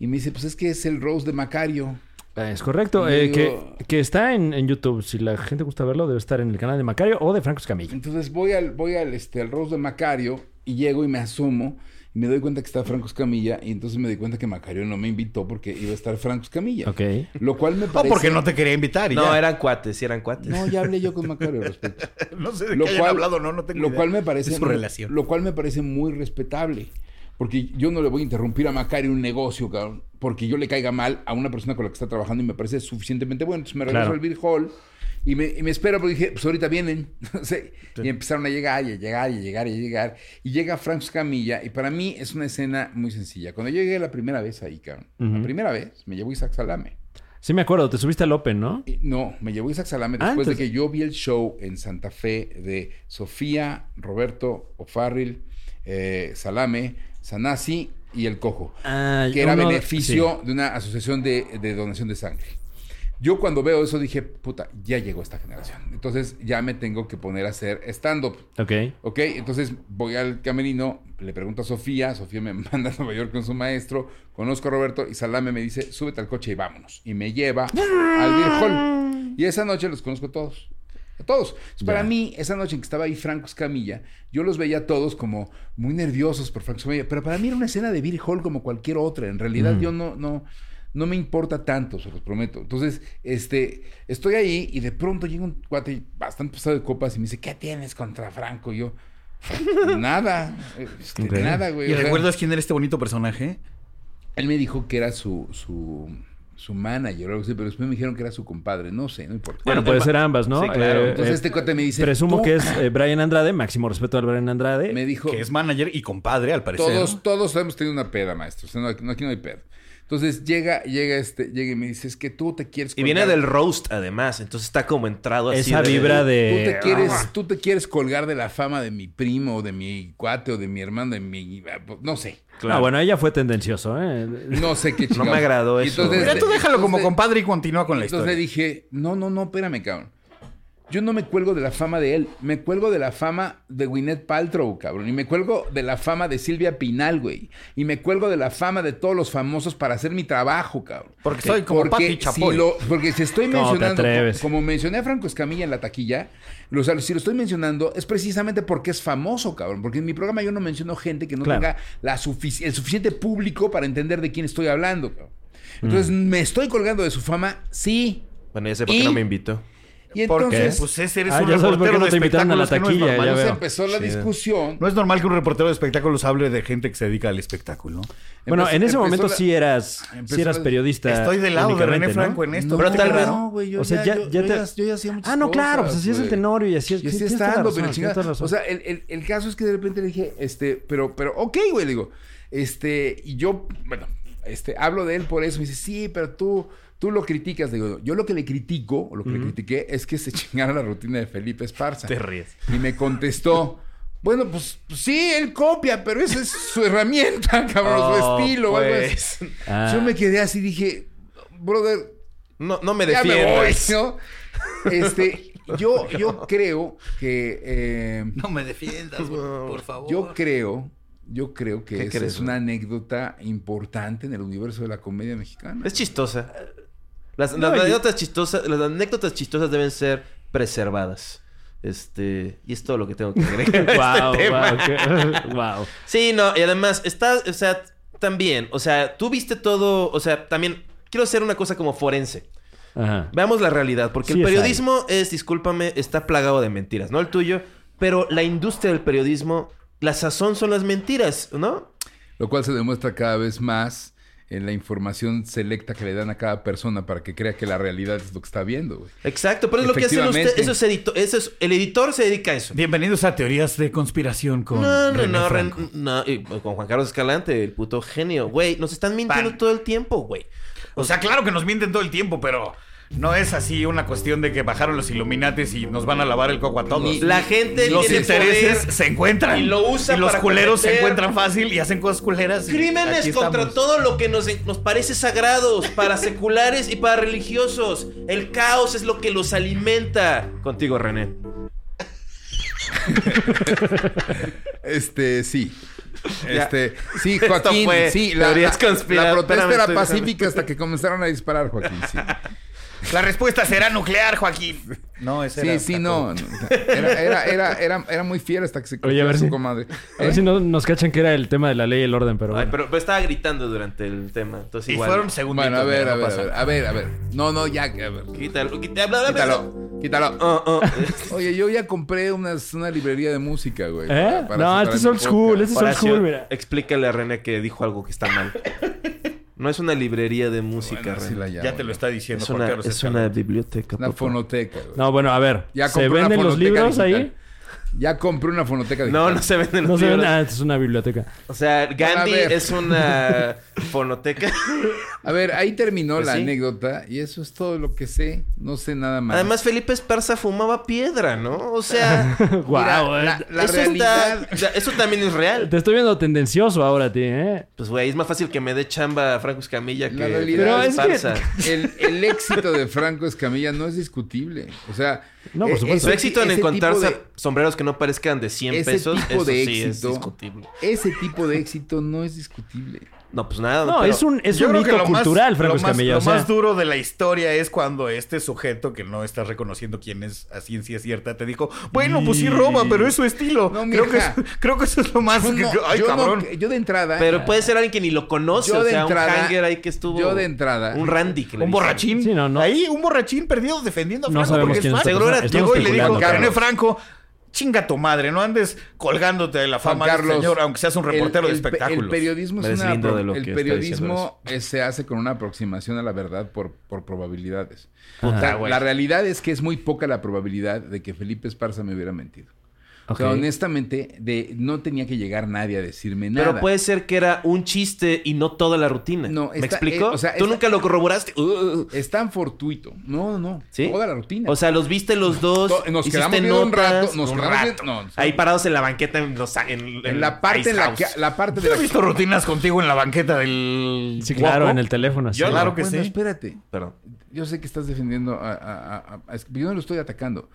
Y me dice, pues es que es el Rose de Macario.
Ah, Es correcto.
Y
eh,
digo-
que, que está en, en YouTube. Si la gente gusta verlo, debe estar en el canal de Macario o de Franco Escamilla.
Entonces voy al, voy al, este, al Rose de Macario y llego y me asomo y me doy cuenta que está Franco Escamilla y entonces me doy cuenta que Macario no me invitó porque iba a estar Franco Escamilla.
Ok.
Lo cual me
No,
parece...
porque no te quería invitar y
no,
ya.
eran cuates, sí eran cuates.
No, ya hablé yo con Macario al respecto.
No sé de
Lo
qué hayan
cual-
hablado, no, no tengo
lo
idea
cual me parece...
de su relación.
Lo cual me parece muy respetable. Porque yo no le voy a interrumpir a Macario un negocio, cabrón. Porque yo le caiga mal a una persona con la que está trabajando y me parece suficientemente bueno. Entonces me regreso
Claro.
al Beer Hall y me, y me espero porque dije, pues ahorita vienen. No sé. Y empezaron a llegar y a llegar y a llegar y a llegar. Y llega Frank Camilla y para mí es una escena muy sencilla. Cuando yo llegué la primera vez ahí, cabrón. La primera vez me llevó Isaac Salame.
Sí me acuerdo. Te subiste al Open, ¿no?
Eh, No, me llevó Isaac Salame
Ah,
después de
entonces-
que yo vi el show en Santa Fe de Sofía, Roberto O'Farrill, eh, Salame, Sanasi y El Cojo,
Ah,
que era
uno-
beneficio de una asociación de, de donación de sangre. Yo cuando veo eso dije, puta, ya llegó esta generación. Entonces ya me tengo que poner a hacer stand-up.
sí. Ok.
Ok, entonces voy al camerino, le pregunto a Sofía, Sofía me manda a Nueva York con su maestro, conozco a Roberto y Salame me dice, súbete al coche y vámonos. Y me lleva al Beer Hall. Y esa noche los conozco a todos. A todos. Entonces, para mí, esa noche en que estaba ahí Franco Escamilla, yo los veía a todos como muy nerviosos por Franco Escamilla, pero para mí era una escena de Beer Hall como cualquier otra. En realidad
Mm.
yo no, no, no me importa tanto, se los prometo. Entonces, este, estoy ahí y de pronto llega un cuate bastante pasado de copas y me dice, ¿qué tienes contra Franco? Y yo, nada, este,
Ok.
nada, güey.
¿Y
O sea,
recuerdas quién era este bonito personaje?
Él me dijo que era su, su, su manager o algo así, pero después me dijeron que era su compadre. No sé, no importa.
Bueno, puede ser ambas, ¿no? Eh,
Sí, claro.
Entonces este cuate me dice...
Presumo
"Tú
que es eh, Brian Andrade, máximo respeto al Brian Andrade.
Me dijo...
Que es manager y compadre, al parecer.
Todos, todos hemos tenido una peda, maestro. O sea, no, no, aquí no hay peda. Entonces llega, llega este, llega y me dice, es que tú te quieres
Y viene
colgar-
del roast, además. Entonces está como entrado así.
Esa vibra
Tú
de.
Eh,
te
ah.
quieres, tú te quieres colgar de la fama de mi primo, o de mi cuate, o de mi hermano, de mi no sé.
Ah, bueno, ella fue tendencioso, ¿eh?
No sé qué chingados.
me agradó
Y
eso.
Mira, tú déjalo como
entonces-
compadre y continúa con la
Entonces
historia.
le dije, no, no, no, espérame, cabrón. Yo no me cuelgo de la fama de él, me cuelgo de la fama de Gwyneth Paltrow, cabrón. Y me cuelgo de la fama de Silvia Pinal, güey. Y me cuelgo de la fama de todos los famosos para hacer mi trabajo, cabrón.
Porque soy como Pati Chapoy.
si lo- porque si estoy
No te
mencionando,
atreves.
como mencioné a Franco Escamilla en la taquilla, lo- o sea, si lo estoy mencionando es precisamente porque es famoso, cabrón. Porque en mi programa yo no menciono gente que no
Claro.
tenga la sufici- el suficiente público para entender de quién estoy hablando, cabrón. Entonces,
Mm.
¿me estoy colgando de su fama? Sí.
Bueno, ya sé por qué
Y-
no me invitó.
Y
¿Por qué?
entonces,
Pues ese eres
Ah,
un
ya sabes por qué
reportero
no
de
te invitaron a la
espectáculos que no es
taquilla,
normal.
ya
entonces
veo.
empezó la discusión.
No es normal que un reportero de espectáculos hable de gente que se dedica al espectáculo.
Empezó-
Bueno, en ese
empezó
momento
la-
sí eras,
empezó
sí eras
la-
periodista.
Estoy del lado de
únicamente, ¿no?
René Franco en esto.
No,
Pero tal
no,
vez-
no, güey, yo
o sea, ya,
yo-
ya
yo
te-
ya- yo ya hacía muchas
Ah, no, claro,
cosas,
pues así es el
güey.
tenor y así es.
Y así
tienes toda la
estando, pero
razón, tienes
chingada.
toda la razón.
O sea, el, el- el caso es que de repente le dije, este, pero, pero, ok, güey, le digo, este, y yo, bueno, este, hablo de él por eso. Me dice, sí, pero tú, tú lo criticas. Le Digo, yo lo que le critico, o lo que le critiqué, es que se chingara la rutina de Felipe Esparza.
Te ríes.
Y me contestó. Bueno, pues, pues sí, él copia, pero esa es su herramienta, cabrón, su
Oh,
estilo. o algo así".
pues.
Ah.
Yo me quedé así, dije, brother,
No, no me
ya me voy,
defiendas.
¿no? Este, yo, yo creo que... eh,
No me defiendas, güey, por favor.
Yo creo, yo creo que
¿Qué
esa
crees,
es
güey?
una anécdota importante en el universo de la comedia mexicana.
Es chistosa. Las, las
No, yo-
anécdotas chistosas, las anécdotas chistosas deben ser preservadas. Este, y es todo lo que tengo que agregar.
Wow, wow, wow.
Sí, no, y además, está, o sea, también, o sea, tú viste todo, o sea, también quiero hacer una cosa como forense.
Ajá.
Veamos la realidad, porque
Sí,
el
es ahí.
periodismo es, discúlpame, está plagado de mentiras, ¿no? El tuyo, pero la industria del periodismo, la sazón son las mentiras, ¿no?
Lo cual se demuestra cada vez más en la información selecta que le dan a cada persona para que crea que la realidad es lo que está viendo, güey.
Exacto, pero es lo que hacen ustedes,
Efectivamente.
eso es edito- eso es, el editor se dedica a eso.
Bienvenidos a Teorías de Conspiración con.
No, no,
René
no, Ren-
Franco.
no, y con Juan Carlos Escalante, el puto genio, güey, nos están mintiendo
Pan.
todo el tiempo, güey.
O sea, claro que nos mienten todo el tiempo, pero no es así una cuestión de que bajaron los Illuminates y nos van a lavar el coco a todos.
La gente
los
tiene
intereses
poder.
se encuentran.
y lo usa
Y los
para
culeros se
cometer-
encuentran fácil y hacen cosas culeras. y
Crímenes
aquí
contra
estamos.
todo lo que nos, nos parece sagrados, para seculares y para religiosos. El caos es lo que los alimenta. Contigo, René.
Este, sí.
Ya.
Este, sí,
Esto
Joaquín,
fue
sí, la, la,
teorías conspira-
la protesta
espérame,
era
estoy dejando-
pacífica hasta que comenzaron a disparar, Joaquín, sí.
La respuesta será nuclear, Joaquín. No, ese
Sí, sí, no. no, Era, era, era, era, era muy fiel hasta que se
Oye, a ver
su
si-
comadre.
A ver
¿Eh?
si no, nos cachan que era el tema de la ley y el orden, pero
Ay,
bueno.
pero, pero estaba gritando durante el tema. Entonces,
Y
igual.
fueron segunditos.
¿Eh? Bueno, a ver,
mira,
a
no
ver, a
pasa
ver, Ah, a ver, a ver. No, no, ya, a ver.
Quítalo, quita- bla, bla, bla, bla.
Quítalo, quítalo.
Ah, ah.
Oye, yo ya compré unas- una librería de música, güey.
¿Eh?
para- para
No,
hacer-
este es
para
old
mi
school,
podcast.
este es old
Horacio,
school, mira.
Explícale a René que dijo algo que está mal. No es una librería de música,
Bueno,
René.
sí la llamo.
Ya te lo está diciendo.
Es una,
Juan Carlos
es
Escalante.
una biblioteca.
Una
papá.
fonoteca, güey.
No, bueno, a ver.
Ya
¿Se
compré una
venden los
fonoteca
libros
digital.
ahí?
Ya compré una fonoteca
No,
digital.
no se venden los
No se ven.
libros.
Ah, esta es una biblioteca.
O sea, Gandhi
Bueno, a ver.
es una fonoteca.
A ver, ahí terminó
Pues
la
sí.
anécdota y eso es todo lo que sé. No sé nada más.
Además, Felipe Esparza fumaba piedra, ¿no? O sea,
Mira,
Guau, eh.
la, la
eso, está-
realidad...
ya, eso también es real.
Te estoy viendo tendencioso ahora a ti, ¿eh?
Pues, güey, es más fácil que me dé chamba a Franco Escamilla que
La
Felipe
realidad
es que-
Esparza.
El, el éxito de Franco Escamilla no es discutible. O sea...
No, por
eh,
supuesto.
Su éxito en
ese tipo
encontrarse
de-
sombreros que no parezcan de 100
ese
pesos,
tipo
eso
de
sí es
éxito.
discutible.
Ese tipo de éxito no es discutible.
No, pues nada.
No,
pero-
es un, es
Yo
un
creo que
hito
lo más-
cultural, Franco
lo más,
Escamilla.
Lo
o sea.
más duro de la historia es cuando este sujeto que no estás reconociendo quién es a ciencia cierta te dijo, bueno, pues sí roba, pero es su estilo.
No,
creo, que,
mija.
creo que eso es lo
Ah,
más...
Yo,
que-
no-
Ay,
yo no-
cabrón.
yo de entrada...
Pero puede ser alguien que ni lo conoce.
Yo
o
de
sea, un
entrada-
hanger ahí que estuvo.
yo de entrada-
Un Randy. que le dicen.
un borrachín.
Sí, no, no.
Ahí, un borrachín perdido defendiendo a
No
Franco.
sabemos
porque es
quién es
fan.
esa
Seguro era-
persona.
Llegó y le dijo,
Estamos especulando, claro.
René Franco, chinga tu madre, no andes colgándote de la
Juan
fama del
Carlos,
señor, aunque seas un
el-
reportero
el
de
pe-
espectáculos.
El periodismo,
Me
es una
deslindo
apro-
de lo
el
que está diciendo
periodismo eh, se hace con una aproximación a la verdad por, por probabilidades.
Ajá.
O sea, la realidad es que es muy poca la probabilidad de que Felipe Esparza me hubiera mentido. O sea,
Ok.
honestamente, de, no tenía que llegar nadie a decirme nada.
Pero puede ser que era un chiste y no toda la rutina.
No,
¿Me
está-
explico?
eh, o sea,
Tú
está-
nunca lo corroboraste. Uh,
Es tan fortuito. No, no.
¿Sí?
Toda la rutina.
o sea, los viste los dos.
To- nos
hiciste
quedamos viendo un rato.
notas,
Nos
un
quedamos
rato.
viendo- no,
Ahí parados en la banqueta en los en,
en
en
la parte
Ice
en la
House.
que, la parte de
Yo
la
he visto rutinas contigo en la banqueta del...
Sí, claro,
guapo.
en el teléfono. así.
Yo- claro que
bueno,
sí.
espérate.
Perdón.
Yo sé que estás defendiendo a, a- a- a- es que yo no lo estoy atacando.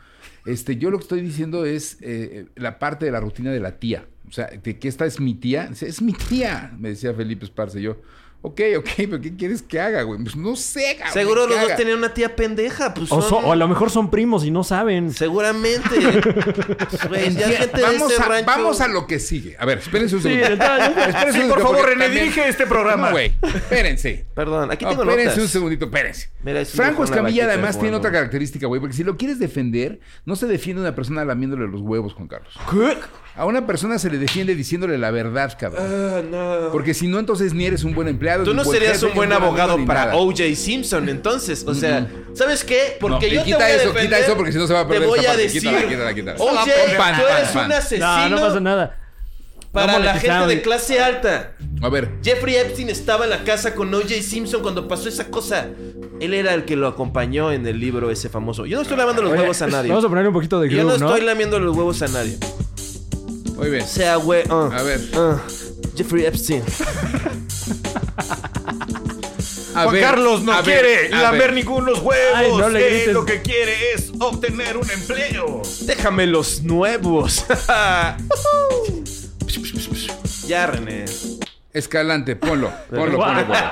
Este, yo lo que estoy diciendo es eh, la parte de la rutina de la tía. O sea, de que esta es mi tía. Dice, Es mi tía, me decía Felipe Esparce. Yo, ok, ok, pero ¿qué quieres que haga, güey? Pues no sé, cabrón.
Seguro
¿qué
los dos
haga?
tenían una tía pendeja. Pues
O, so-
son-
o a lo mejor son primos y no saben.
Seguramente. Güey, ya gente de
Vamos
ese
a,
rancho-
vamos a lo que sigue. A ver, espérense un segundo. Espérense
Sí,
un
por
segundo,
favor,
porque
René,
también-
dirige este programa.
No, güey, espérense.
Perdón, aquí
No,
tengo
espérense
notas.
un segundito, espérense.
Mira, es un
Franco
viejo en la
Escamilla
banqueta
además tiene
jugando.
otra característica, güey, porque si lo quieres defender, no se defiende una persona lamiéndole los huevos, Juan Carlos. A una persona se le defiende diciéndole la verdad, cabrón.
Ah, no.
Porque si no, entonces ni eres un buen empleado.
Tú
ni
no
buen
serías
jefe,
un
ni
buen
amigo,
abogado
ni
para
nada.
O.J. Simpson, entonces. O sea, ¿sabes qué? Porque
No,
yo
y quita
te voy a
eso,
defender,
quita eso porque si no se va a perder
Te voy
esta
a
parte.
decir,
Quítala, quítala, quítala.
O.J.,
Pan,
tú
pan,
eres
pan.
un asesino
No, no pasa nada.
para
No
la gente
monetizado.
de clase alta.
A ver,
Jeffrey Epstein estaba en la casa con O.J. Simpson cuando pasó esa cosa. Él era el que lo acompañó en el libro ese famoso. Yo no estoy lavando los
Oye,
huevos a nadie.
Vamos a poner un poquito de
Yo no
groove, ¿no?
estoy lamiendo los huevos a nadie.
muy bien.
O sea, uh, güey. ah,
A ver.
ah, Jeffrey Epstein.
A
Juan
ver,
Carlos no
a ver,
quiere
a ver.
lamer ningunos huevos.
Ay, no le
Él
grites.
lo que quiere es obtener un empleo.
Déjame los nuevos. ya, René.
Escalante, ponlo, ponlo, ponlo, ponlo.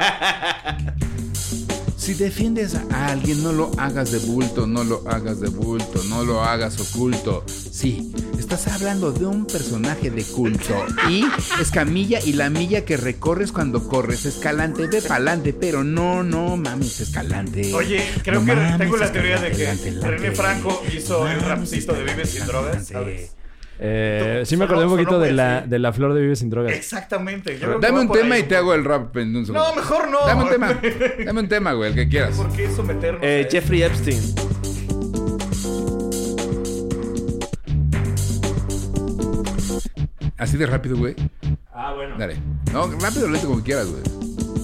Si defiendes a alguien, no lo hagas de bulto, no lo hagas de bulto, no lo hagas oculto. Sí, estás hablando de un personaje de culto. Y Escamilla y la milla que recorres cuando corres, Escalante, ve pa'lante, pero no, no mames, Escalante.
Oye, creo
No
que
mames,
tengo la
es que
teoría de que
adelante, adelante.
René Franco hizo el
Mames,
rapcito de
adelante,
Vives sin drogas, ¿sabes?
Eh,
Tú-
sí me acordé un
sonó-
poquito
sonó
de
muy
la,
así.
de la flor de Vive sin drogas.
Exactamente. yo creo que
Dame
va
un
por
tema
ahí.
y te hago el rap en un segundo.
No, mejor no.
Dame un tema, dame un tema, güey, el que quieras.
¿Por qué someternos? a
Eh,
eso?
Jeffrey Epstein.
Así de rápido, güey.
Ah, bueno.
Dale. No, rápido o lento como quieras, güey.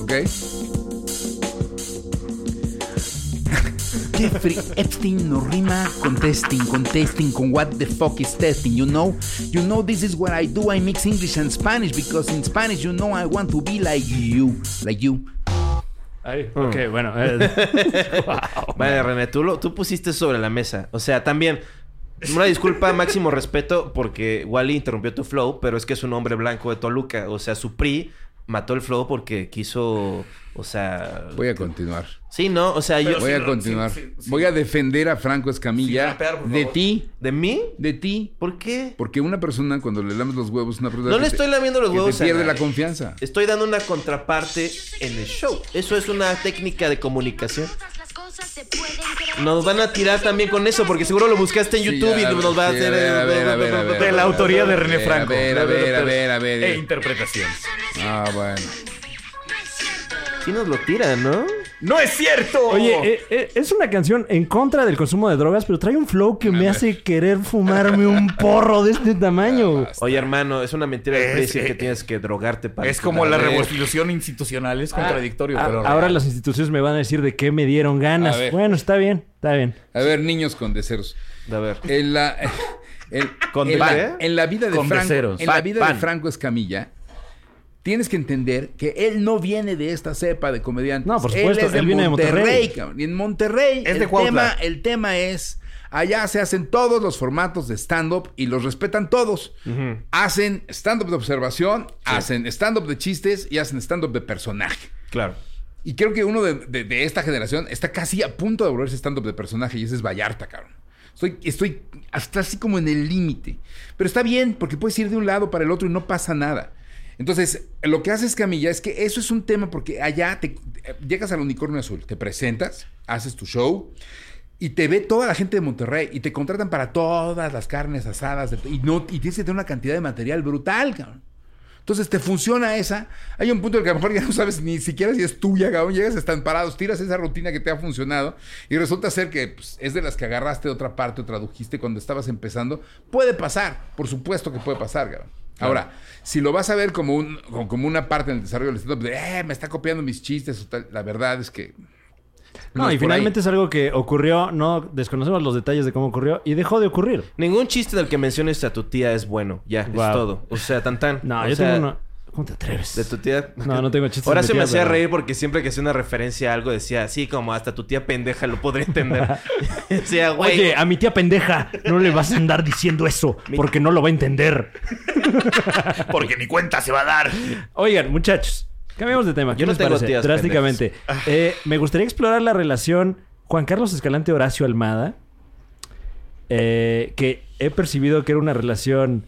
¿Ok?
Jeffrey Epstein no rima con testing, con testing, con what the fuck is testing, you know? You know this is what I do, I mix English and Spanish because in Spanish you know I want to be like you, like you.
Ay, ok, bueno. eh,
Vale, René, tú, lo, tú pusiste sobre la mesa. O sea, también, una disculpa, máximo respeto, porque Wally interrumpió tu flow, pero es que es un hombre blanco de Toluca. O sea, su PRI mató el flow porque quiso, o sea...
Voy a continuar.
Sí, ¿no? O sea, yo...
Voy a
sí,
continuar.
sí, sí.
Voy a defender a Franco
Sí,
Escamilla
rapear, por
de
favor.
ti,
¿De mí?
de ti.
¿Por qué?
Porque una persona cuando le lames los huevos, una persona
No
que
le
te-
estoy lamiendo los
que te
huevos a
pierde la
nadie.
confianza.
Estoy dando una contraparte en el show. Eso es una técnica de comunicación. Nos van a tirar también con eso, porque seguro lo buscaste en
Sí,
YouTube
a
y nos va a
ver,
hacer...
sí, a ver, a ver, a ver,
De la autoría de René
a ver,
Franco.
Eh, A ver, a ver, a ver, a ver.
E interpretación.
Ah, bueno.
Sí nos lo tiran, ¿no?
¡No es cierto!
Oye, eh, eh, es una canción en contra del consumo de drogas, pero trae un flow que me hace querer fumarme un porro de este tamaño.
Oye, hermano, es una mentira del
Es-
precio que
eh,
tienes que drogarte para...
es como la
ver.
revolución institucional,
Ah,
es contradictorio,
A-
pero.
Ah, ahora las instituciones me van a decir de qué me dieron ganas.
A ver.
Bueno, está bien, está bien.
A ver, niños con deseos.
A ver.
En la, en,
¿Con
en
qué?
la, en la vida de
Con
Franco,
beceros.
en la
Pan,
vida
pan.
de Franco Escamilla, tienes que entender que él no viene de esta cepa de comediantes.
No, por supuesto,
él, es de
él viene de
Monterrey.
Monterrey.
cabrón. Y en Monterrey
Es
el,
de Cuautla.
tema, el tema es allá se hacen todos los formatos de stand up y los respetan todos. Hacen stand up de observación, hacen stand up de chistes y hacen stand up de personaje.
Claro.
Y creo que uno de, de- de esta generación está casi a punto de volverse stand-up de personaje y ese es Vallarta, cabrón. Estoy, estoy hasta así como en el límite. Pero está bien, porque puedes ir de un lado para el otro y no pasa nada. Entonces, lo que haces, Camilla, es que eso es un tema porque allá te, eh, llegas al unicornio azul, te presentas, haces tu show y te ve toda la gente de Monterrey y te contratan para todas las carnes asadas de- y, no, y tienes que tener una cantidad de material brutal, cabrón. Entonces te funciona esa. Hay un punto en el que a lo mejor ya no sabes ni siquiera si es tuya, cabrón. Llegas, están parados, tiras esa rutina que te ha funcionado y resulta ser que pues, es de las que agarraste de otra parte o tradujiste cuando estabas empezando. Puede pasar, por supuesto que puede pasar, cabrón. Ahora, si lo vas a ver como, un, como- como una parte en el desarrollo del stand-up, de, eh, me está copiando mis chistes, o tal, la verdad es que.
No, y
es por ahí.
finalmente es algo que ocurrió, no desconocemos los detalles de cómo ocurrió y dejó de ocurrir.
Ningún chiste del que menciones a tu tía es bueno. Ya,
Wow.
es todo. O sea, tan tan.
No,
O
yo
sea,
tengo una. ¿Cómo te atreves?
De tu tía.
No, no tengo chistes
Ahora
de
se me
tía,
hacía
pero-
reír porque siempre que hacía una referencia a algo decía así, como hasta tu tía pendeja lo podría entender. o sea, güey.
Oye, ah, a mi tía pendeja, no le vas a andar diciendo eso, porque no lo va a entender.
Porque ni cuenta se va a dar.
Oigan, muchachos, cambiamos de tema. ¿Qué
Yo no
les
tengo
parece?
tías
Drásticamente.
Ah.
Eh, me gustaría explorar la relación Juan Carlos Escalante Horacio Almada, eh, que he percibido que era una relación,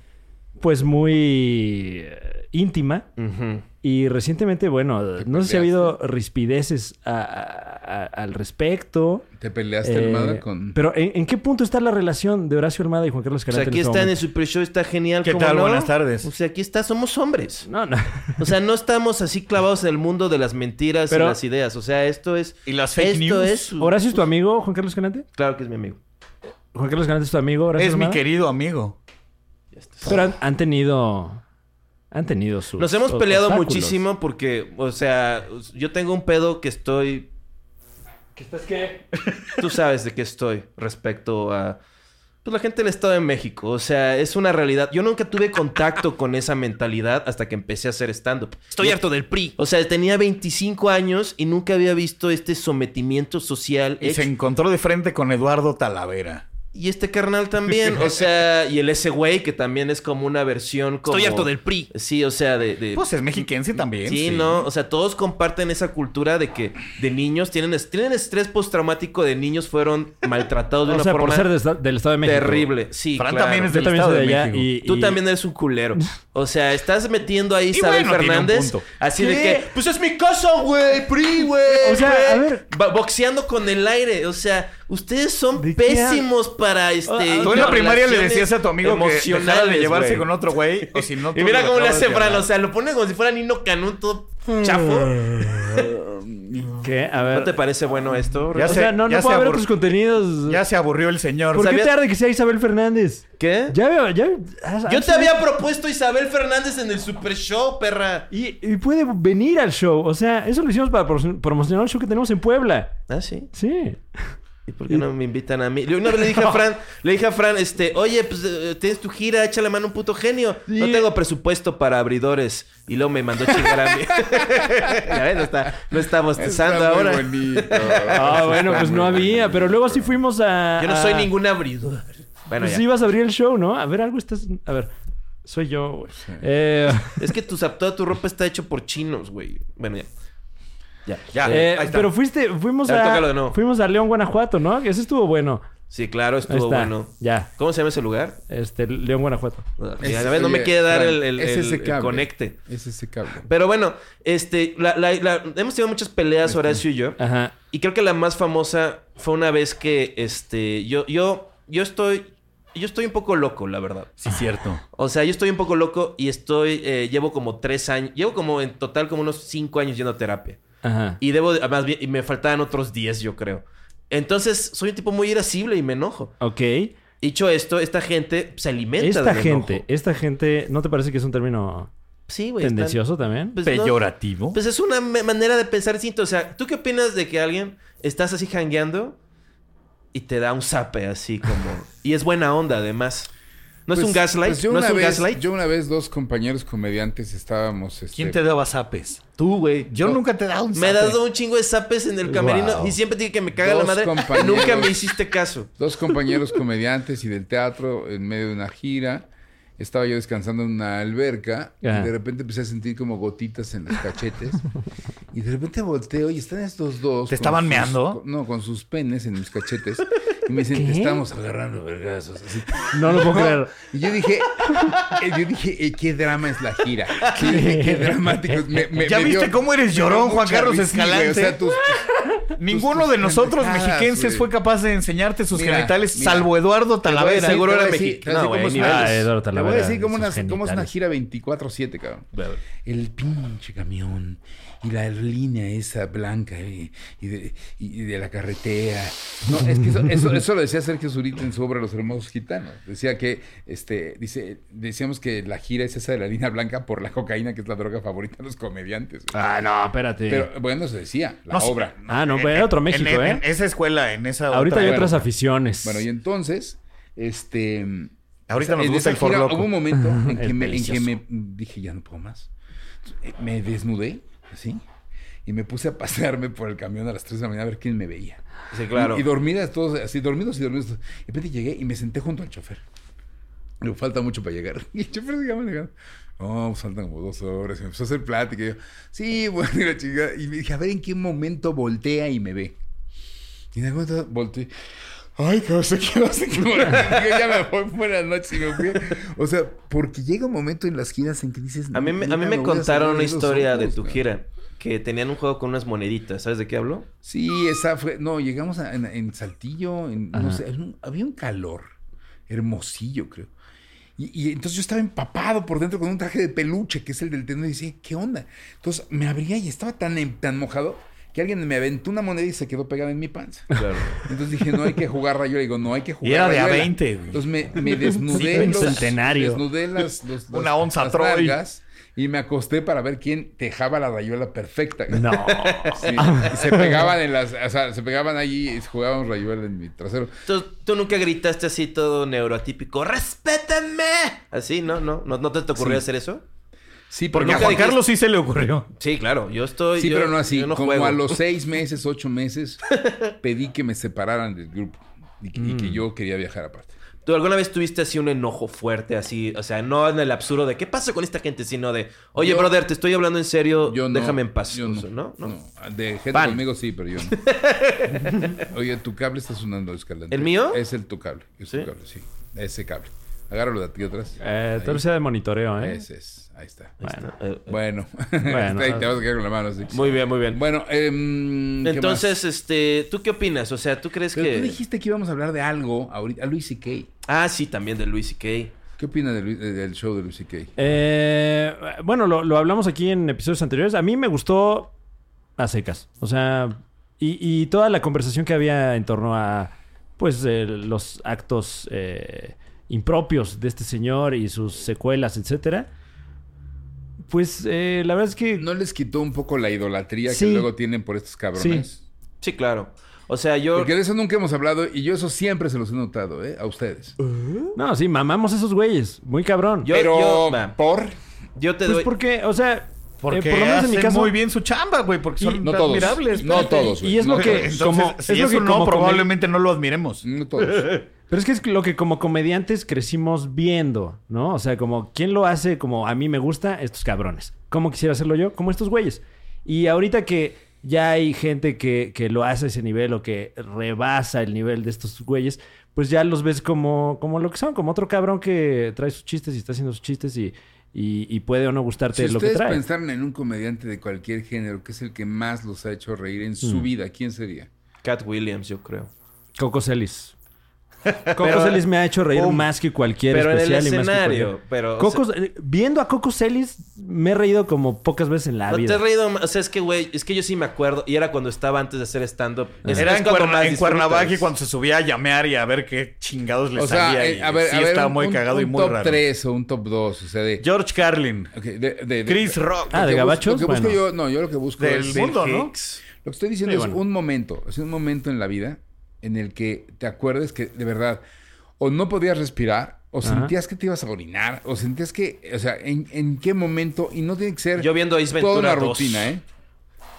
pues, muy eh, íntima.
Ujú.
Y recientemente, bueno, no sé si ha
peleaste.
habido rispideces a- a- a- al respecto.
Te peleaste,
Eh,
Almada, con.
Pero ¿en, en qué punto está la relación de Horacio Almada y Juan Carlos
O sea,
Escalante?
Pues aquí
en este
está en el
momento?
Super Show, está genial.
¿Qué
¿cómo
tal?
no?
Buenas tardes.
O sea, aquí está, somos hombres.
No, no.
O sea, no estamos así clavados en el mundo de las mentiras
Pero-
y las ideas. O sea, esto es.
Y las fake
esto
news.
Es su-
¿Horacio es tu amigo, Juan Carlos Escalante?
Claro que es mi amigo.
Juan Carlos Escalante es tu amigo, Horacio
Es mi
Almada?
querido amigo.
Pero han, han tenido... Han tenido sus...
Nos hemos
sus
peleado
obstáculos.
muchísimo porque, o sea, yo tengo un pedo que estoy. ¿Qué estás qué? Tú sabes de qué estoy respecto a pues la gente del Estado de México. O sea, es una realidad. Yo nunca tuve contacto con esa mentalidad hasta que empecé a hacer stand-up.
Estoy harto del PRI.
O sea, tenía 25 años y nunca había visto este sometimiento social.
Y
hecho.
se encontró de frente con Eduardo Talavera.
Y este carnal también, o sea, y el ese güey que también es como una versión como...
Estoy harto del PRI.
Sí, o sea, de... de-
Pues es mexiquense también.
sí, ¿no? O sea, todos comparten esa cultura de que de niños tienen, est- tienen estrés postraumático de niños fueron maltratados de
O
una
sea, por
forma
ser de esta- del Estado de México.
terrible. Sí,
Fran
claro.
también es
Yo
del
también
Estado
soy
de
de allá
México.
y,
Tú
y-
también eres un culero. O sea, estás metiendo ahí
Y
Isabel
bueno, tiene un
Fernández.
punto.
Así de
¿Qué?
que, pues es mi caso, güey, PRI, güey.
O sea,
güey".
a ver.
Ba- boxeando con el aire. O sea, ustedes son
¿De qué
pésimos para este.
Tú en la
relaciones
primaria le decías a tu amigo que dejara de
emocionales,
llevarse
güey.
con otro güey. O si no,
Y
tú
mira cómo le
acabas
hace
de
Fran, o
hablar.
sea, lo pone como si fuera Nino Canuto chafo.
¿Qué? A ver.
¿No te parece bueno esto?
Ya
o
se-
sea, no,
ya
no
se
puedo haber
abur-
otros contenidos.
Ya se aburrió el señor.
¿Por qué
¿Sabías-
tarde que sea Isabel Fernández?
¿Qué?
Ya veo, ya. ah,
Yo te
ah, sí.
había propuesto Isabel Fernández en el Super Show, perra.
Y, y puede venir al show. O sea, eso lo hicimos para pro- promocionar el show que tenemos en Puebla.
Ah, sí.
Sí.
¿Y por qué no me invitan a mí? Yo una vez le dije a Fran, le dije a Fran, este, oye, pues eh, tienes tu gira, échale mano a un puto genio. No
Sí.
tengo presupuesto para abridores. Y luego me mandó a chingar a mí. ya ves, no está, no está bostezando
Está muy
ahora.
bonito.
Ah, bueno, pues no había. Pero luego sí fuimos a.
Yo no soy
a-
ningún abridor. Bueno,
Pues
ya.
ibas a abrir el show, ¿no? A ver, algo estás. A ver. Soy yo, güey. Eh,
Es que tu, sap- toda tu ropa está hecho por chinos, güey. Bueno, ya. Ya.
Ya,
eh,
ahí está.
pero fuiste, fuimos
Ah, Ya, tócalo de
a.
nuevo.
Fuimos a León, Guanajuato, ¿no? Ese estuvo bueno.
Sí, claro, estuvo
Ahí está.
bueno.
Ya.
¿Cómo se llama ese lugar?
Este, León, Guanajuato.
Ya, a ver, no me quiere dar el, el- el- el conecte.
Es ese cable.
Pero bueno, este, la- la- la- hemos tenido muchas peleas, Horacio y yo.
Ajá.
Y creo que la más famosa fue una vez que este yo yo yo estoy yo estoy un poco loco, la verdad.
Sí, cierto.
O sea, yo estoy un poco loco y estoy eh, llevo como tres años, llevo como en total como unos cinco años yendo a terapia.
Ajá.
Y debo de- más bien y me faltaban otros diez, yo creo. Entonces, soy un tipo muy irascible y me enojo.
Ok.
Dicho esto, esta gente se alimenta
Esta
del
gente,
enojo.
esta gente, ¿no te parece que es un término
Sí, güey. están-
tendencioso también?
pues, no-
Peyorativo.
Pues es una me- manera de pensar distinta. O sea, ¿tú qué opinas de que alguien estás así jangueando y te da un zape así como... y es buena onda además. ¿No es
Pues-
un gaslight?
pues yo
¿No es
una
un
vez-
gaslight?
Yo una vez, dos compañeros comediantes estábamos... este,
¿Quién te daba zapes?
Tú, güey.
Yo nunca te he dado un
Me das
zape.
un chingo de zapes en el camerino
Wow.
y siempre te dije que me caga
Dos
la madre.
compañeros.
Nunca me hiciste caso.
Dos compañeros comediantes y del teatro en medio de una gira. Estaba yo descansando en una alberca
Ajá.
y de repente empecé a sentir como gotitas en los cachetes. y de repente volteo y están estos dos.
¿Te
con
estaban
sus-
meando?
con- no, con sus penes en mis cachetes. Y me dicen,
¿Qué?
te estamos agarrando vergazos. Así.
No lo puedo creer.
Y yo dije, eh, yo dije, eh, qué drama es la gira. Sí, dije, qué dramático. Me- me-
¿Ya
me
viste
dio-
cómo eres
me dio
llorón, Juan
mucha
Carlos
risa, güey.
Escalante?
O sea, tus-
Ninguno
tus-
de
tus
nosotros
pendejadas,
mexiquenses
güey.
fue capaz de enseñarte sus
Mira,
genitales,
mira.
salvo Eduardo
Te voy a
Talavera.
decir-
Seguro
te voy
era
a decir-
mexi-
te voy a
no,
decir
güey,
cómo es
ni
una-
madres. Ah, Eduardo
Te voy a
Talavera,
decir como
sus
una, como es una
genitales.
gira 24-7, cabrón. El pinche camión y la línea esa blanca eh, y, de, y de la carretera. No, es que eso, eso, eso lo decía Sergio Zurita en su obra Los Hermosos Gitanos. Decía que, este, dice, decíamos que la gira es esa de la línea blanca por la cocaína, que es la droga favorita de los comediantes. güey.
Ah, no, espérate.
Pero bueno, se decía, la
No sé.
obra.
ah, no, pero era otro México,
en,
¿eh?
en esa escuela, en esa
Ahorita
otra.
hay
bueno,
otras
bueno.
aficiones.
Bueno, y entonces, este.
Ahorita nos
en
gusta
esa
el Ford
gira
Loco.
Hubo un momento en
El
que, me, en que
delicioso.
me dije, ya no puedo más. Eh, Me desnudé, así, y me puse a pasearme por el camión a las 3 de la mañana a ver quién me veía.
Sí, claro.
Y, y dormidas todos, así, dormidos y dormidos. todos. Y de repente llegué y me senté junto al chofer. Me falta mucho para llegar. Y el chofer seguía manejando. No, pues faltan como dos horas. Y me empezó a hacer plática. Y yo, sí, bueno, y la chingada. Y me dije, a ver en qué momento voltea y me ve. Y de algún momento volteé. Ay, cabrón, se quedó así como... Yo ya me voy, buenas noches y me fui. O sea, porque llega un momento en las giras en que dices...
A mí, me- a
"Neta,
mí me
voy a salir
contaron una
de esos
historia de
ojos,
tu
cabrón".
gira. Que tenían un juego con unas moneditas. ¿Sabes de qué hablo?
Sí, esa fue. No, llegamos a- en, en Saltillo, en- no
Ajá.
sé, había un, había un calor hermosillo, creo. Y, y entonces yo estaba empapado por dentro con un traje de peluche, que es el del tenor, y decía, ¿qué onda? Entonces me abría y estaba tan, en- tan mojado que alguien me aventó una moneda y se quedó pegada en mi panza.
Claro.
Entonces dije, no hay que jugar rayuela. Digo, no hay que jugar
Y era de a
rayuela.
20, güey.
Entonces me, me desnudé.
Sí,
los-
centenario.
Desnudé las... los- los-
Una onza
las
Troy.
nalgas, Y me acosté para ver quién tejaba la rayuela perfecta.
No.
Sí, se pegaban en las, o sea, se pegaban allí y jugaban rayuela en mi trasero.
¿Tú, tú nunca gritaste así todo neuroatípico, ¡respétenme! Así, ¿no? ¿No, no, no te, te ocurrió hacer eso?
Sí,
Porque a
pero no-
Juan Carlos sí se le ocurrió.
Sí, claro. Yo estoy...
sí,
yo-
pero no así.
yo no
Como
juego.
a los seis meses, ocho meses, pedí que me separaran del grupo y, que- y que yo quería viajar aparte.
¿Tú alguna vez tuviste así un enojo fuerte, así? O sea, no en el absurdo de ¿qué pasa con esta gente? Sino de, oye,
Yo-
brother, te estoy hablando en serio,
Yo no,
déjame en paz.
yo
O
no,
sea, ¿no? ¿no?
no. De gente
Pan.
conmigo sí, pero yo no. Oye, tu cable está sonando, Escalante.
¿El mío?
Es el tu cable. Es tu
¿Sí?
cable, sí. Ese cable. Agárralo de aquí atrás.
Eh,
Ahí.
tal vez sea de monitoreo,
Ah.
¿eh?
Ese es. Ahí está.
Bueno.
Eh, eh,
Bueno. Está ahí, te vas a quedar con la mano así.
Muy bien, muy bien.
Bueno, em, ¿qué
Entonces,
más?
este, ¿tú qué opinas? O sea, ¿tú crees
Pero
que...?
tú dijiste que íbamos a hablar de algo ahorita. A Luis C.K.
Ah, sí, también de Luis y Kay.
¿Qué opina de Luis- eh, del show de Luis C.K.?
Eh, bueno, lo, lo hablamos aquí en episodios anteriores. A mí me gustó a secas. O sea, y, y toda la conversación que había en torno a, pues, eh, los actos eh, impropios de este señor y sus secuelas, etcétera. Pues, eh, la verdad es que...
¿No les quitó un poco la idolatría
Sí.
que luego tienen por estos cabrones?
Sí, claro. O sea, yo...
Porque de eso nunca hemos hablado y yo eso siempre se los he notado, ¿eh? A ustedes.
No, sí, mamamos esos güeyes. Muy cabrón.
Yo-
Pero,
va.
¿por?
Yo te
pues
doy...
porque, o sea...
Porque
eh, por lo menos en mi
hacen
caso...
muy bien su chamba, güey, porque son
No todos.
admirables.
No
espérate.
todos, güey.
Y es
No
lo que...
todos.
Entonces,
como,
si
es lo que
no,
como comen-
probablemente no lo
Mm.
admiremos.
No todos.
Pero es que es lo que como comediantes crecimos viendo, ¿no? O sea, como, ¿quién lo hace? Como, a mí me gusta estos cabrones. ¿Cómo quisiera hacerlo yo? Como estos güeyes. Y ahorita que ya hay gente que, que lo hace a ese nivel o que rebasa el nivel de estos güeyes, pues ya los ves como, como lo que son, como otro cabrón que trae sus chistes y está haciendo sus chistes y, y- y puede o no
Si
gustarte lo que
ustedes
trae.
pensaran en un comediante de cualquier género, que es el que más los ha hecho reír en
Mm.
su vida, ¿quién sería?
Cat Williams, yo creo.
Coco Celis. Coco Celis me ha hecho reír más que cualquier
um, Pero en el
especial y más que
escenario,
cualquier-
pero, o
Cocos- eh, viendo a Coco Celis me he reído como pocas veces en la
No te
vida.
has reído más. O sea, es que, güey, es que yo sí me acuerdo. Y era cuando estaba antes de hacer stand-up.
Ah.
Es-
Era
es
en,
cuando
Cuerna-
más
en Cuernavaca y
disfrutas.
cuando se subía a llamear y a ver qué chingados le
O sea,
salía.
eh,
y
a ver,
sí
a ver,
estaba
un-
muy
un-
cagado y
un
muy
top
raro.
3 o un top 2, o sea, de...
George Carlin,
ok, de- de- de-
Chris Rock,
Ah, pues,
lo
de
que bus-
gabachos,
Lo que busco
bueno.
yo, no, yo lo que busco
del
es...
mundo, ¿no?
Lo que estoy diciendo
Sí,
es
bueno.
un momento, es un momento en la vida en el que te acuerdes que de verdad o no podías respirar, o
Ajá.
sentías que te ibas a orinar, o sentías que, o sea, en, en qué momento, y no tiene que ser
Yo viendo Ace
toda una
Ventura 2.
rutina, ¿eh?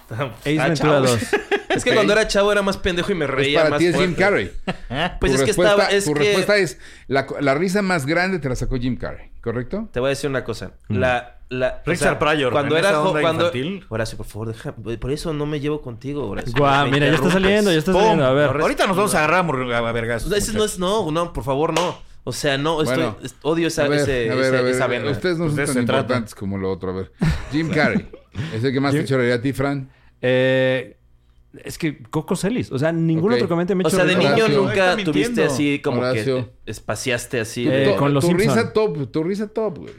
Ace
Ah,
Ventura
chavo.
2.
Es que cuando era chavo era más pendejo y me
Pues
reía
para
más
ti es Jim
fuerte.
Carrey.
¿Eh?
Pues
tu
es que
respuesta,
estaba... Es
tu
que...
respuesta es, la, la risa más grande te la sacó Jim Carrey, ¿correcto?
Te voy a decir una cosa.
Mm.
La... la o
Richard Pryor,
Cuando
en
era
esa
jo-
onda
cuando...
infantil.
Horacio, por favor, deja... Por eso no me llevo contigo, Horacio.
Guau,
Me
mira, ya está
interrumpes.
saliendo, ya está
¡Pum!
saliendo. A ver.
Ahorita nos vamos a agarrar a mor- a vergas.
O sea, Ese no es... No, no, por favor, no. O sea, no. Estoy...
Bueno.
es- Odio esa,
a ver,
ese-
a ver,
ese-
a ver,
esa vena.
Ustedes no
Pues de eso
son
se
tan
trata.
importantes como lo otro. A ver, Jim Carrey. es el que más te choraría a ti, Fran.
Eh, es que Coco Celis. O sea, ningún
Ok.
otro comediante me ha
O
hecho
sea, de
reír.
niño
Horacio.
nunca
Está
tuviste
mintiendo.
así como
Horacio.
que espaciaste así.
Tu
Eh,
de-
to-
con los
tu risa
Simpson.
top, tu risa top, güey.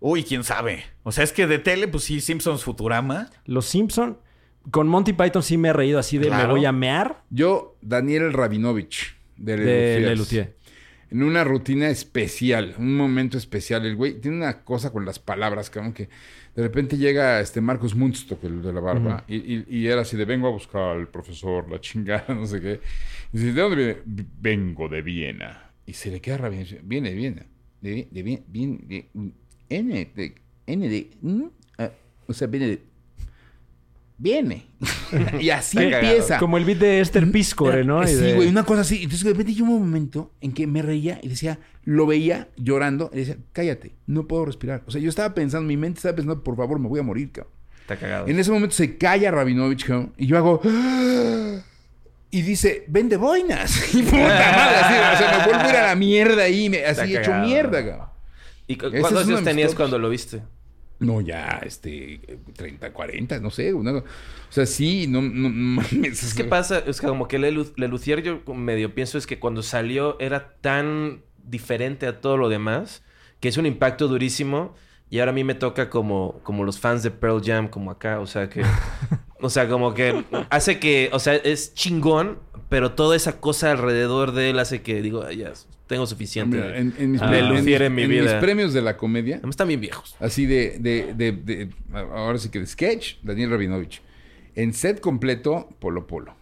Uy, quién sabe. O sea, es que de tele, pues sí, Simpsons Futurama.
Los Simpson con Monty Python sí me he reído así de me
Claro.
voy a mear
Yo, Daniel Rabinovich, de
de
Lelutiers.
Lelutier.
En una rutina especial, un momento especial. El güey tiene una cosa con las palabras, cabrón, que de repente llega este Marcus Munstock, el de la barba, y, y- y era así de vengo a buscar al profesor, la chingada, no sé qué. Y dice, ¿de dónde viene? "V- Vengo de Viena. Y se le queda rabia. dice, Viene de Viena. De, Vi- de, Vi- Vien- de, N, de, N de, ¿Mm? Ah, o sea, viene de, viene. y así
Eh,
empieza.
Como el beat de Esther Piscore,
Eh,
¿no? Y
eh, Sí,
de-
güey, una cosa así. Entonces, de repente yo hubo un momento en que me reía y decía, lo veía llorando y decía, cállate, no puedo respirar. O sea, yo estaba pensando, mi mente estaba pensando, por favor, me voy a morir, cabrón.
Está cagado.
En ese momento se calla Rabinovich, cabrón, y yo hago. "Ah", Y dice, vende boinas. Y puta madre, así, o sea, me vuelvo a ir a la mierda ahí, me- así hecho
cagado.
mierda, cabrón.
¿Y cu-
Ese
cuántos
es uno
años
de mis
tenías
tops.
cuando lo viste?
No, ya, este, 30, 40, no sé. una- o sea, sí, no, no, no mames.
Es que pasa, es que como que Lelu- Lelucier, yo medio pienso es que cuando salió era tan diferente a todo lo demás que es un impacto durísimo. Y ahora a mí me toca como, como los fans de Pearl Jam, como acá, o sea que. O sea, como que hace que. O sea, es chingón, pero toda esa cosa alrededor de él hace que digo, "Ay, ya, tengo suficiente.
Ah, Mira,
de-
en, en mis,
Ah. de
pre- en
lucir
mis-
en mi
en mis
vida.
premios de la comedia,
Además, están bien viejos.
así de, de, de- de- ahora sí que de sketch, Daniel Rabinovich. En set completo, Polo Polo.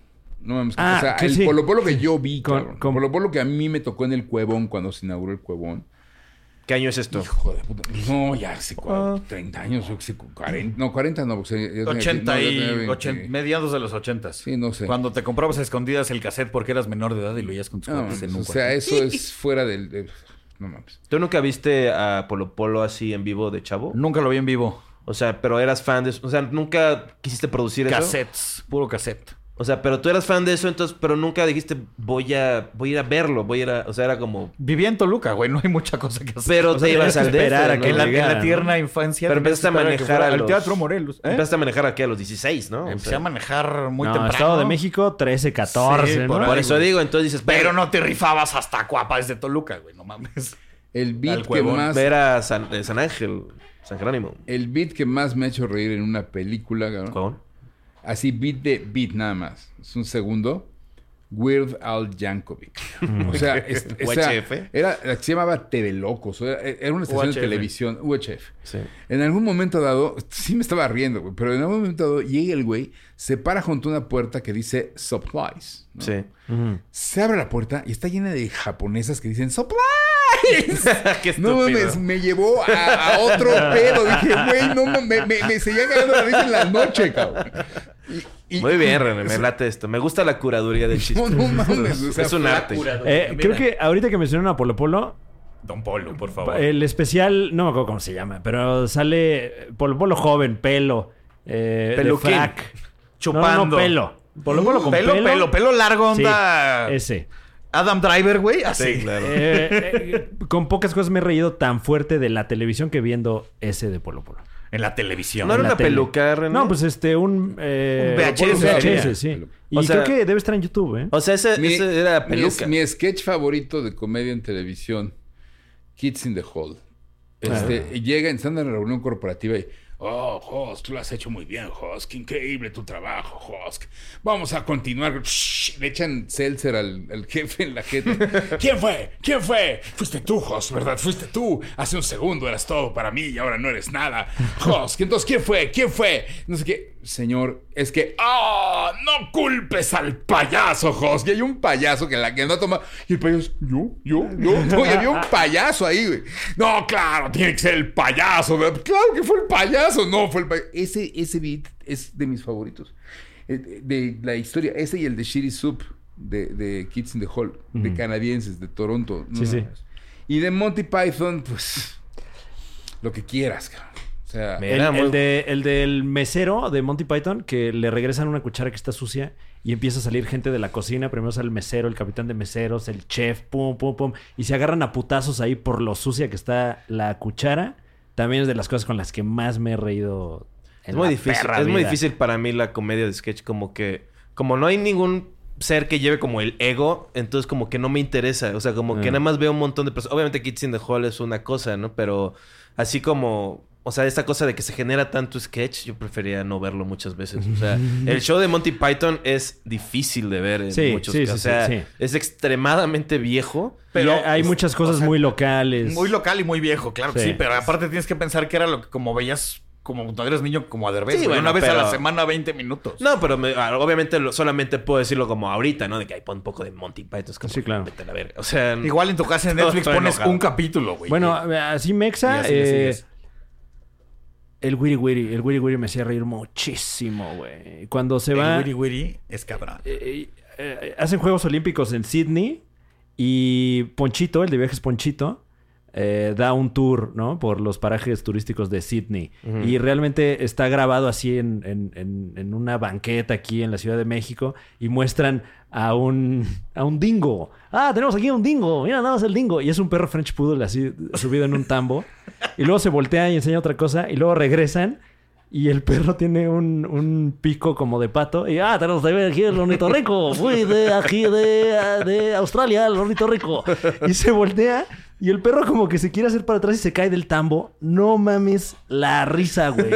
No mames,
Ah,
o sea,
que
el
sí.
Polo Polo que yo vi,
Con-
cabrón.
con-
Polo Polo que a mí me tocó en el Cuevón cuando se inauguró el Cuevón.
¿Qué año es esto?
Hijo de puta. No, ya hace cua-
Ah.
30 años, yo que sé, 40. No, 40 no, porque ya tenía- no,
80
ya
y...
tenía 20.
ochen- mediados de los 80.
Sí, no sé.
Cuando te comprabas a escondidas el cassette porque eras menor de edad y lo oías con tus
No,
cuates en un
mames, Ah, pues, o sea,
cuarto.
eso es fuera del. del- no mames.
¿Tú nunca viste a Polo Polo así en vivo de chavo?
Nunca lo vi en vivo.
O sea, pero eras fan de eso. O sea, nunca quisiste producir eso.
Cassettes, puro cassette.
O sea, pero tú eras fan de eso, entonces, pero nunca dijiste, voy a, voy a ir a verlo, voy a ir a... O sea, era como...
Vivía en Toluca, güey, no hay mucha cosa que hacer.
Pero te ibas al esperar
esperar a
en, la, en la
llegara, ¿no?
tierna infancia.
Pero
tenías
empezaste a
que esperar que
manejar
fuera
a
al
los-
Teatro Morelos. ¿eh?
Empezaste a manejar aquí a los 16, ¿no? O
Empecé
sea,
a manejar muy
No,
temprano.
Estado de México, 13, 14,
Sí, por
¿no?
Por
Ay,
eso
güey.
digo, entonces dices,
Pero no te rifabas hasta Cuapa desde Toluca, güey, no mames.
El beat
Al
que
Cuevón,
más.
Ver a San, eh, San Ángel, San Jerónimo.
El beat que más me ha hecho reír en una película, cabrón.
Cuevón.
Así, beat de beat nada más. Es un segundo. Weird Al Yankovic. O sea, es- o sea,
UHF.
era la que se llamaba TV Locos. o Era, era una estación de
UHF.
televisión, UHF.
Sí.
En algún momento dado, sí me estaba riendo, güey, pero en algún momento dado llega el güey, se para junto a una puerta que dice Supplies. ¿no?
Sí.
Se abre la puerta y está llena de japonesas que dicen Supplies.
Qué estúpido.
No mames, me llevó a, a otro pedo. Dije, güey, no mames, me, me, me seguía cagando la risa en la noche, cabrón. Y- y-
Muy bien, René, me late esto. Me gusta la curaduría del chiste.
No, no mames. o sea,
es un arte.
Eh, creo que ahorita que mencionaron a Polo Polo,
Don Polo, por favor.
el especial, no me acuerdo cómo se llama, pero sale Polo Polo joven, pelo, eh, de
Peluquín.
frac. No,
Chupando.
no, pelo. Polo Polo con
pelo,
pelo.
pelo, pelo largo,
Sí,
onda.
ese.
Adam Driver, güey, así.
Sí, claro.
Eh, eh, con pocas cosas me he reído tan fuerte de la televisión que viendo ese de Polo Polo.
En la televisión.
No era
la
una
tele.
peluca, René.
No, pues este, un... eh,
Un VHS, sería.
sí. Y
O sea-
creo que debe estar en YouTube, ¿eh?
O sea, ese,
mi-
ese era la
mi-
peluca.
Mi, sketch favorito de comedia en televisión, Kids in the Hall. Este, Llega, están en una reunión corporativa y... Oh, Hosk, tú lo has hecho muy bien, Hosk. Increíble tu trabajo, Hosk. Vamos a continuar. Shh, le echan seltzer al, al jefe en la jeta. ¿Quién fue? ¿Quién fue? Fuiste tú, Hosk, ¿verdad? Fuiste tú. Hace un segundo eras todo para mí y ahora no eres nada. Hosk, entonces, ¿quién fue? ¿Quién fue? No sé qué. Señor, es que... ¡Ah! no culpes al payaso, Hosk. Y hay un payaso que la que no toma... Y el payaso... Yo, yo, yo. No, y había un payaso ahí, güey. No, claro, tiene que ser el payaso. ¿verdad? Claro que fue el payaso. No, fue el payaso. Ese, ese beat es de mis favoritos. Eh, De la historia. Ese y el de Shitty Soup de, de Kids in the Hall. De canadienses, de Toronto. No,
Sí, sí.
no. Y de Monty Python, pues... Lo que quieras, cabrón. O sea...
Me-
El,
Era
el
muy-
de- el del mesero de Monty Python que le regresan una cuchara que está sucia y empieza a salir gente de la cocina. Primero sale el mesero, el capitán de meseros, el chef, pum, pum, pum. Y se agarran a putazos ahí por lo sucia que está la cuchara. También es de las cosas con las que más me he reído. en
Es muy
la
difícil.
perra
Es muy
vida.
difícil para mí la comedia de sketch. Como que... Como no hay ningún ser que lleve como el ego, entonces como que no me interesa. O sea, como que
Ah.
nada más veo un montón de personas. Obviamente Kids in the Hall es una cosa, ¿no? Pero así como... O sea, esta cosa de que se genera tanto sketch, yo prefería no verlo muchas veces. O sea, el show de Monty Python es difícil de ver en
Sí,
muchos
sí, sí,
casos.
sí,
o sea,
sí.
es extremadamente viejo.
Pero
Y hay-
pues,
hay muchas cosas muy locales.
Muy local y muy viejo, claro que
Sí.
sí. Pero aparte tienes que pensar que era lo que como veías como cuando eres niño, como a Derbez.
Sí,
güey,
bueno,
una vez
pero-
a la semana, 20 minutos.
No, pero me- ah, obviamente lo- solamente puedo decirlo como ahorita, ¿no? De que hay un poco de Monty Python. Es como,
Sí, claro.
vete a la verga. O sea,
Igual en tu casa en
No,
Netflix
estoy
pones
enojado.
un capítulo, güey.
Bueno, así Mexa.
Y así le
eh,
sigues.
el Wiri Wiri. El Wiri Wiri me hacía reír muchísimo, güey. Cuando se
el
va...
Wiri Wiri es cabrón.
eh, eh, hacen Juegos Olímpicos en Sydney y Ponchito, el de viajes Ponchito, eh, da un tour, ¿no? Por los parajes turísticos de Sydney. Y realmente está grabado así en, en- en- en una banqueta aquí en la Ciudad de México y muestran a un, a un dingo. Ah, tenemos aquí un dingo. Mira, nada más el dingo. Y es un perro French Poodle así subido en un tambo. Y luego se voltea y enseña otra cosa y luego regresan. Y el perro tiene un, un pico como de pato. Y ah, tenemos que ver aquí el ornitorrinco. Fui de aquí de, ah, de Australia, el ornitorrinco. Y se voltea. Y el perro como que se quiere hacer para atrás y se cae del tambo. No mames la risa, güey.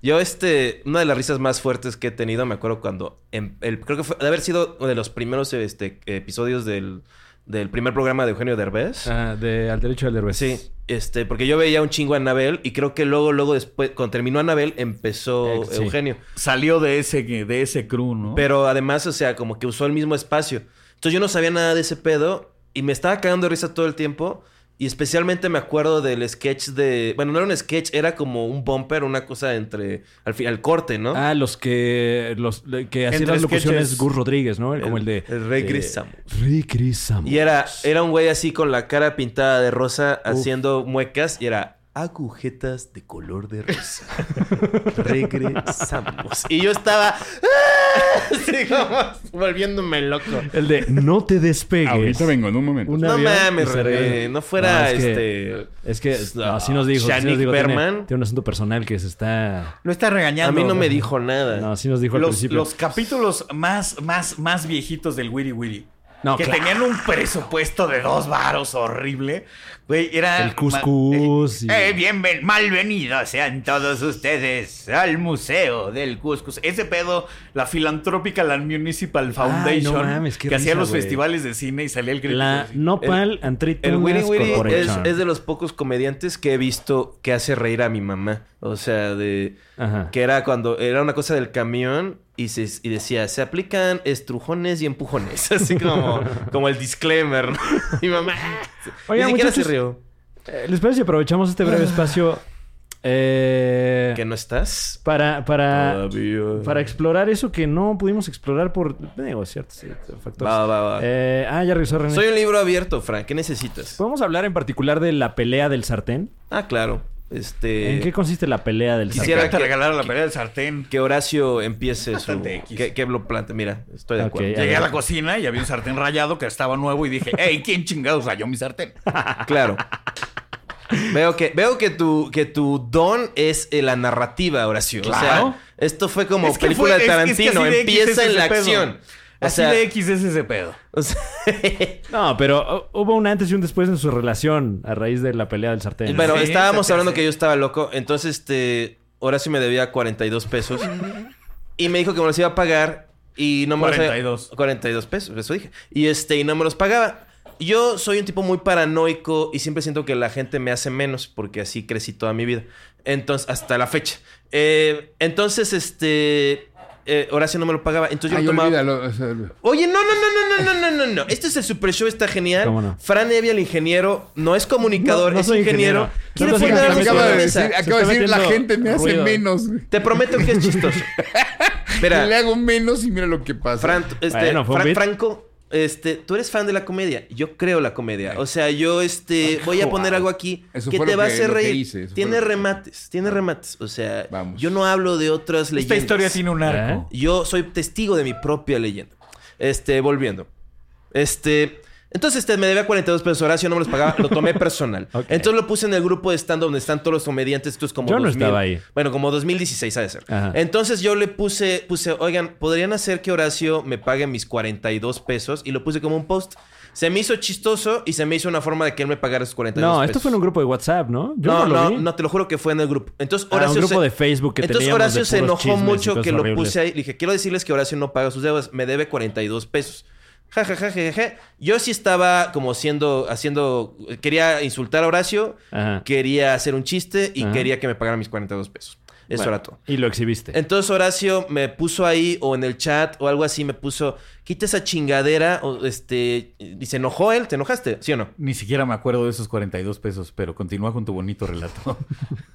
Yo, este, una de las risas más fuertes que he em, tenido, me acuerdo cuando, en- el, creo que fue, de haber sido uno de los primeros este, episodios del, del primer programa de Eugenio Derbez.
Ah, de Al Derecho al Derbez.
Sí, este, porque yo veía un chingo a Anabel y creo que luego, luego después, cuando terminó Anabel, empezó
Eh, sí.
Eugenio.
Salió de ese, de ese crew, ¿no?
Pero además, o sea, como que usó el mismo espacio. Entonces yo no sabía nada de ese pedo y me estaba cagando de risa todo el tiempo. Y especialmente me acuerdo del sketch de. Bueno, no era un sketch, era como un bumper, una cosa entre. Al, fi- al corte, ¿no?
Ah, los que, los, le- que hacían
Entre
las locuciones
sketches.
Gus Rodríguez, ¿no? Como el de...
el Rey
de-
Chris Samuels.
Rey Chris Samuels.
Y era, era un güey así con la cara pintada de rosa haciendo muecas y era agujetas de color de rosa. Regresamos. Y yo estaba ¡ah! así como volviéndome loco.
El de No te despegues.
Ahorita vengo en un momento.
Un
No
avión
mames,
y se regresa.
René, no fuera,
es
este,
Que, es que
s-
así nos dijo. Así
Shanique
nos dijo tiene,
Berman.
tiene un asunto personal que se está...
Lo está
A
regañando.
mí no me dijo nada.
No, así nos dijo al
Los,
principio.
los capítulos más, más, más viejitos del Wiri Wiri.
No,
que
claro.
tenían un presupuesto de dos varos horrible. Güey, era.
El Cuscus y-
Ma- Eh, eh, bienven- malvenidos sean todos ustedes al Museo del Cuscus. Ese pedo, la filantrópica, la Municipal Foundation.
no mames, qué
que hacía
risa,
los
güey.
festivales de cine y salía el grito.
La
así.
Nopal and Three
El
Tunas
Wiri Wiri es,
Corporation.
es de los pocos comediantes que he visto que hace reír a mi mamá. O sea, de
Ajá.
que era cuando era una cosa del camión y, se, y decía, se aplican estrujones y empujones. Así como, como el disclaimer. ¿no? mi mamá.
Oigan,
ni siquiera se
muchachos.
rió.
Eh, ¿Les parece si aprovechamos este breve espacio eh,
Ah. ¿Que no estás?
para, para,
Todavía.
Ah, para explorar eso que no pudimos explorar por digo, ciertos ciertos factores?
Va, va, va.
Eh, ah, ya regresó René.
Soy un libro abierto, Frank. ¿Qué necesitas?
¿Podemos hablar en particular de la pelea del sartén?
Ah, claro. Este.
¿En qué consiste la pelea del
Quisiera
Te
que-
regalaron la pelea del sartén.
que Horacio empiece su.
Bastante X.
Que, que lo plante. Mira, estoy de
Ok,
acuerdo.
ya.
Llegué a la cocina y había un sartén rayado que estaba nuevo y dije, hey, ¿quién chingados rayó mi sartén?
Claro. Veo que, veo que tu, que tu don es eh, la narrativa, Horacio. O
Claro.
sea, esto fue como
Es que
película
fue-
de
es- es que así
Tarantino.
de X es
Empieza en
ese
la
pedo.
acción. O
Así
sea,
de X es ese pedo.
o sea,
No, pero uh, hubo un antes y un después en su relación a raíz de la pelea del sartén.
bueno,
Sí,
estábamos
se te
hablando
hace.
que yo estaba loco. Entonces, este, Horacio me debía 42 pesos. y me dijo que me los iba a pagar. Y no me los había-
42.
42 pesos, eso dije. Y este, y no me los pagaba. Yo soy un tipo muy paranoico y siempre siento que la gente me hace menos porque así crecí toda mi vida. Entonces, hasta la fecha. Eh, entonces, este. eh, Horacio no me lo pagaba. Entonces yo
Ay,
lo tomaba.
olvídalo. o sea,
Oye, no, no, no, no, no, no, no, no, no. Este es el Super Show, está genial.
¿Cómo no?
Fran Evia, el ingeniero, no es comunicador,
No, no
es
soy
ingeniero.
ingeniero.
¿Quién
No,
fue
no,
la
no,
vez que
acaba de
hizo
decir,
esa?
acaba de
está
decir, la
metiendo
gente me hace
ruido.
menos. güey.
Te prometo que es chistoso. Espera,
Le hago menos y mira lo que pasa.
Fran, este,
Bueno, fue un
Fran-
beat.
Franco, este, tú eres fan de la comedia. Yo creo la comedia. O sea, yo este, voy a poner algo aquí
Ah, Eso
que
fue
te
lo
va a
que-
hacer
lo que
reír.
hice, eso
tiene
fue lo que-
remates, tiene remates. O sea,
Vamos.
yo no hablo de otras leyendas.
Esta historia tiene un arco.
¿Eh?
Yo soy testigo de mi propia leyenda. Este, volviendo. Este. Entonces este, me debía 42 pesos, Horacio no me los pagaba, lo tomé personal.
Ok.
Entonces lo puse en el grupo de stand donde están todos los comediantes, esto es como
Yo no
2000.
estaba ahí.
Bueno, como 2016 ha de ser.
Ajá.
Entonces yo le puse, puse, oigan, ¿podrían hacer que Horacio me pague mis 42 pesos? Y lo puse como un post. Se me hizo chistoso y se me hizo una forma de que él me pagara esos 42
No,
pesos.
esto fue en un grupo de WhatsApp, ¿no? Yo
No,
no, lo
no,
vi.
no, te lo juro que fue en el grupo. Entonces
Ah, un
Horacio
grupo
se-
de Facebook que
Entonces
teníamos
Horacio
de
se
puros
enojó
chismes y
mucho
cosas
que lo
horribles.
puse ahí. Le dije, quiero decirles que Horacio no paga sus deudas. Me debe 42 pesos. Ja, ja, ja, ja, ja, ja. Yo sí estaba como siendo, haciendo... Quería insultar a Horacio.
Ajá.
Quería hacer un chiste. Y
Ajá.
quería que me pagaran mis 42 pesos. Eso
Bueno,
era todo.
Y lo exhibiste.
Entonces Horacio me puso ahí o en el chat o algo así me puso, quita esa chingadera o este y se enojó él, ¿te enojaste? ¿Sí o no?
Ni siquiera me acuerdo de esos 42 pesos, pero continúa con tu bonito relato.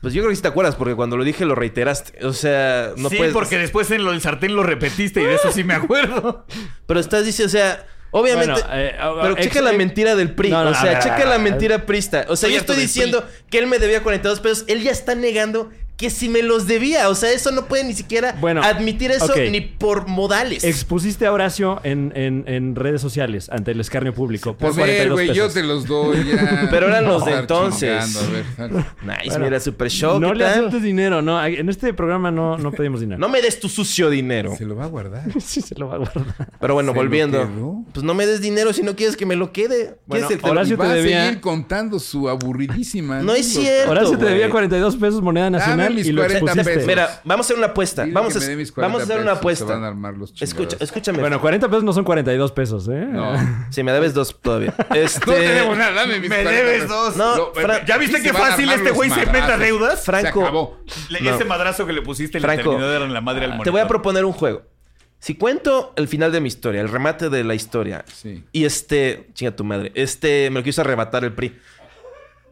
Pues yo creo que sí te acuerdas porque cuando lo dije lo reiteraste, o sea, no
sí,
puedes
porque después en lo del sartén lo repetiste y de eso sí me acuerdo.
Pero estás diciendo, o sea, obviamente.
Bueno, eh, ah,
pero
ex-
checa la
eh,
mentira del PRI.
no, no,
o
a
sea,
ver, a
checa
ver, a
la
ver.
mentira prista. O sea,
Estoy
yo
harto
estoy
del
diciendo que él me debía 42 pesos. Él ya está negando que si me los debía. O sea, eso no puede ni siquiera
Bueno,
admitir eso
ok.
ni por modales.
Expusiste a Horacio en, en, en redes sociales ante el escarnio público
A
por
ver,
42
güey,
pesos.
yo te los doy ya.
Pero eran los de
Estar
entonces.
chingando, a ver, sal.
nice,
Bueno,
mira, super show.
no
¿qué
le
tal?
aceptes dinero, no. En este programa no, no pedimos dinero.
No me des tu sucio dinero.
Se lo va a guardar.
Sí, se lo va a guardar.
Pero bueno,
¿Se lo
volviendo.
quedó?
Pues no me des dinero si no quieres que me lo quede. ¿Quieres
Bueno,
que te lo-
Horacio-
Y
te
va a
debía-
seguir contando su aburridísima.
No es
anécdota.
cierto.
Horacio te
güey.
debía 42 pesos moneda
Ah,
nacional. canal
mis
y lo
40
expusiste.
pesos.
Pues este, Mira, vamos a hacer una apuesta.
Dile
Vamos
que
a,
me dé mis
vamos a
40
hacer una
pesos, se
apuesta.
van a armar los
Escucha,
chingados.
escúchame.
Bueno, 40 pesos no son 42 pesos, ¿eh?
No.
si me debes dos todavía. Este,
No te debo nada, dame mis
Me
40
debes
pesos.
dos.
No,
Lo-
Fran-
¿Ya viste
sí
qué
se van a
fácil
armar
este
los
güey se mete a
madrazos.
deudas?
Franco.
Se acabó.
Le-
No.
Ese madrazo que le pusiste le
Franco,
terminó de dar en la madre al
Te
monitor.
voy a proponer un juego. Si cuento el final de mi historia, el remate de la historia,
Sí.
y este, chinga tu madre, este me lo quiso arrebatar el PRI.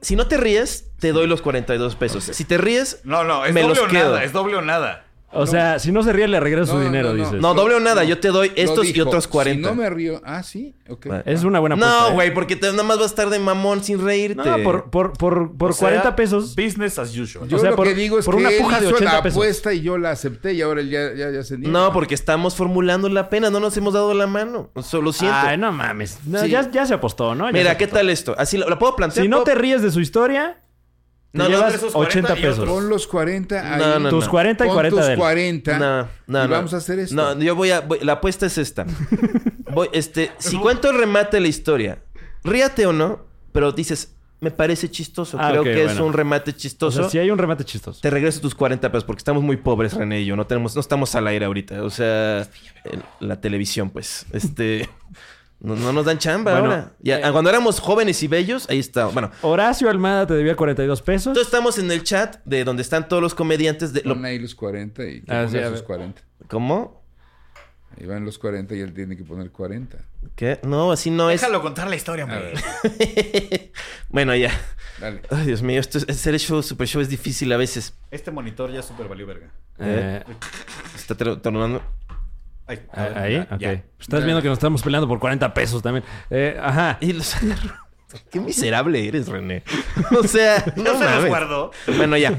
Si no te ríes, te doy los 42 pesos. Si te ríes,
No, no, es
me
doble
los
o
quedo.
nada, es doble o nada.
O sea, si no se ríe, le regreso
No,
su
no,
dinero,
no, no.
dices.
No, doble o nada, yo te doy
Lo
estos y
dijo,
otros
Si
40.
no me río. Ah, sí. Ok.
Vale.
Es una buena apuesta.
No,
¿eh?
güey, porque te, nada más vas a estar de mamón sin reírte.
No, por, por, por, por
O sea,
40 pesos.
Business as usual.
Yo
O sea,
lo
por-
que digo es
por
que
una
él
puja de
hizo
80
la
pesos.
apuesta y yo la acepté y ahora él ya, ya, ya se niega.
No, porque estamos formulando la pena, no nos hemos dado la mano. O sea, lo siento.
Ay, Ah, no mames. No,
Sí.
ya, ya se apostó, ¿no? Ya se
Mira, ¿qué
apostó.
tal esto? Así lo, lo puedo plantear.
Si no te
¿Puedo-
ríes de su historia, te
No, no,
llevas
de esos
80
40 y
pesos.
otros.
Pon los 40 ahí.
No, no,
Tus 40 y
Pon
40
tus
de él.
40.
No, no,
y
no.
vamos a hacer esto.
No, yo voy a. voy- la apuesta es esta. Voy, este, si cuento el remate de la historia, ríate o no, pero dices, me parece chistoso.
Ah,
Creo
ok,
que es
bueno.
un remate
O
chistoso.
sea, si hay un remate chistoso.
Te regreso tus 40 pesos porque estamos muy pobres, René y yo. No, tenemos, no estamos al aire ahorita. O sea, el- la televisión, pues. Este. No, no nos dan chamba
Bueno,
ahora. Ya, cuando éramos jóvenes y bellos, ahí está. Bueno,
Horacio Almada te debía 42 pesos.
entonces estamos en el chat de donde están todos los comediantes. De, lo-
Pon ahí los 40 y que
Ah,
ponga
sí, a
sus
ver.
40.
¿Cómo?
Ahí van los 40 y él tiene que poner 40.
¿Qué? No, así no es.
Déjalo contar la
A
historia, hombre.
ver,
bueno, ya.
dale.
Ay, Dios mío, esto es, hacer show, super show es difícil a veces.
Este monitor ya super valió verga.
Eh,
Se Está tro- tornando.
Ay, a ver,
ahí,
ya,
ok.
ya.
Estás viendo que nos estamos peleando por 40 pesos también. Eh, ajá.
Y los agarró. Qué miserable eres, René. O sea, no
No se los
mames.
guardó.
Bueno, ya.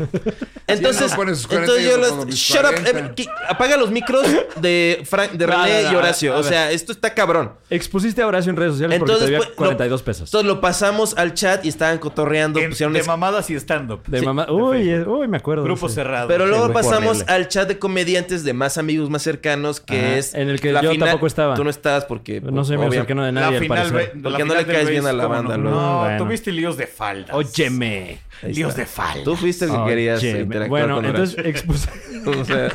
Entonces,
no pone sus 40,
entonces
yo
yo
me
los-
pongo mis
Shut up.
40.
eh, qui- apaga los micros de, Frank, de
No,
René
no, no,
y Horacio.
a
O
ver.
sea, esto está cabrón.
Expusiste a Horacio en redes sociales porque
Entonces,
te debía
pues, lo-
42 pesos.
Entonces lo pasamos al chat y estaban cotorreando.
En-
pusieron
de
es-
mamadas y stand-up.
De mamá. Uy, eh, uy, me acuerdo. de
Grupo
ese.
cerrado.
Pero luego
güey,
pasamos
horrible.
al chat de comediantes de más amigos, más cercanos, que
Ajá,
es...
en el que yo tampoco estaba.
Tú no estabas porque...
No sé, me
obvia-
acerqué no de
la
nadie al
final,
parecer.
Porque
ve- la
no
final
le
del
caes bien a la
¿cómo
banda,
No,
luego.
no
Bueno.
tuviste líos de faldas.
Óyeme.
Ahí
Líos
está.
de faldas.
Tú fuiste el que querías
Óyeme.
interactuar
Bueno,
con
entonces expuse.
Horacio. O sea,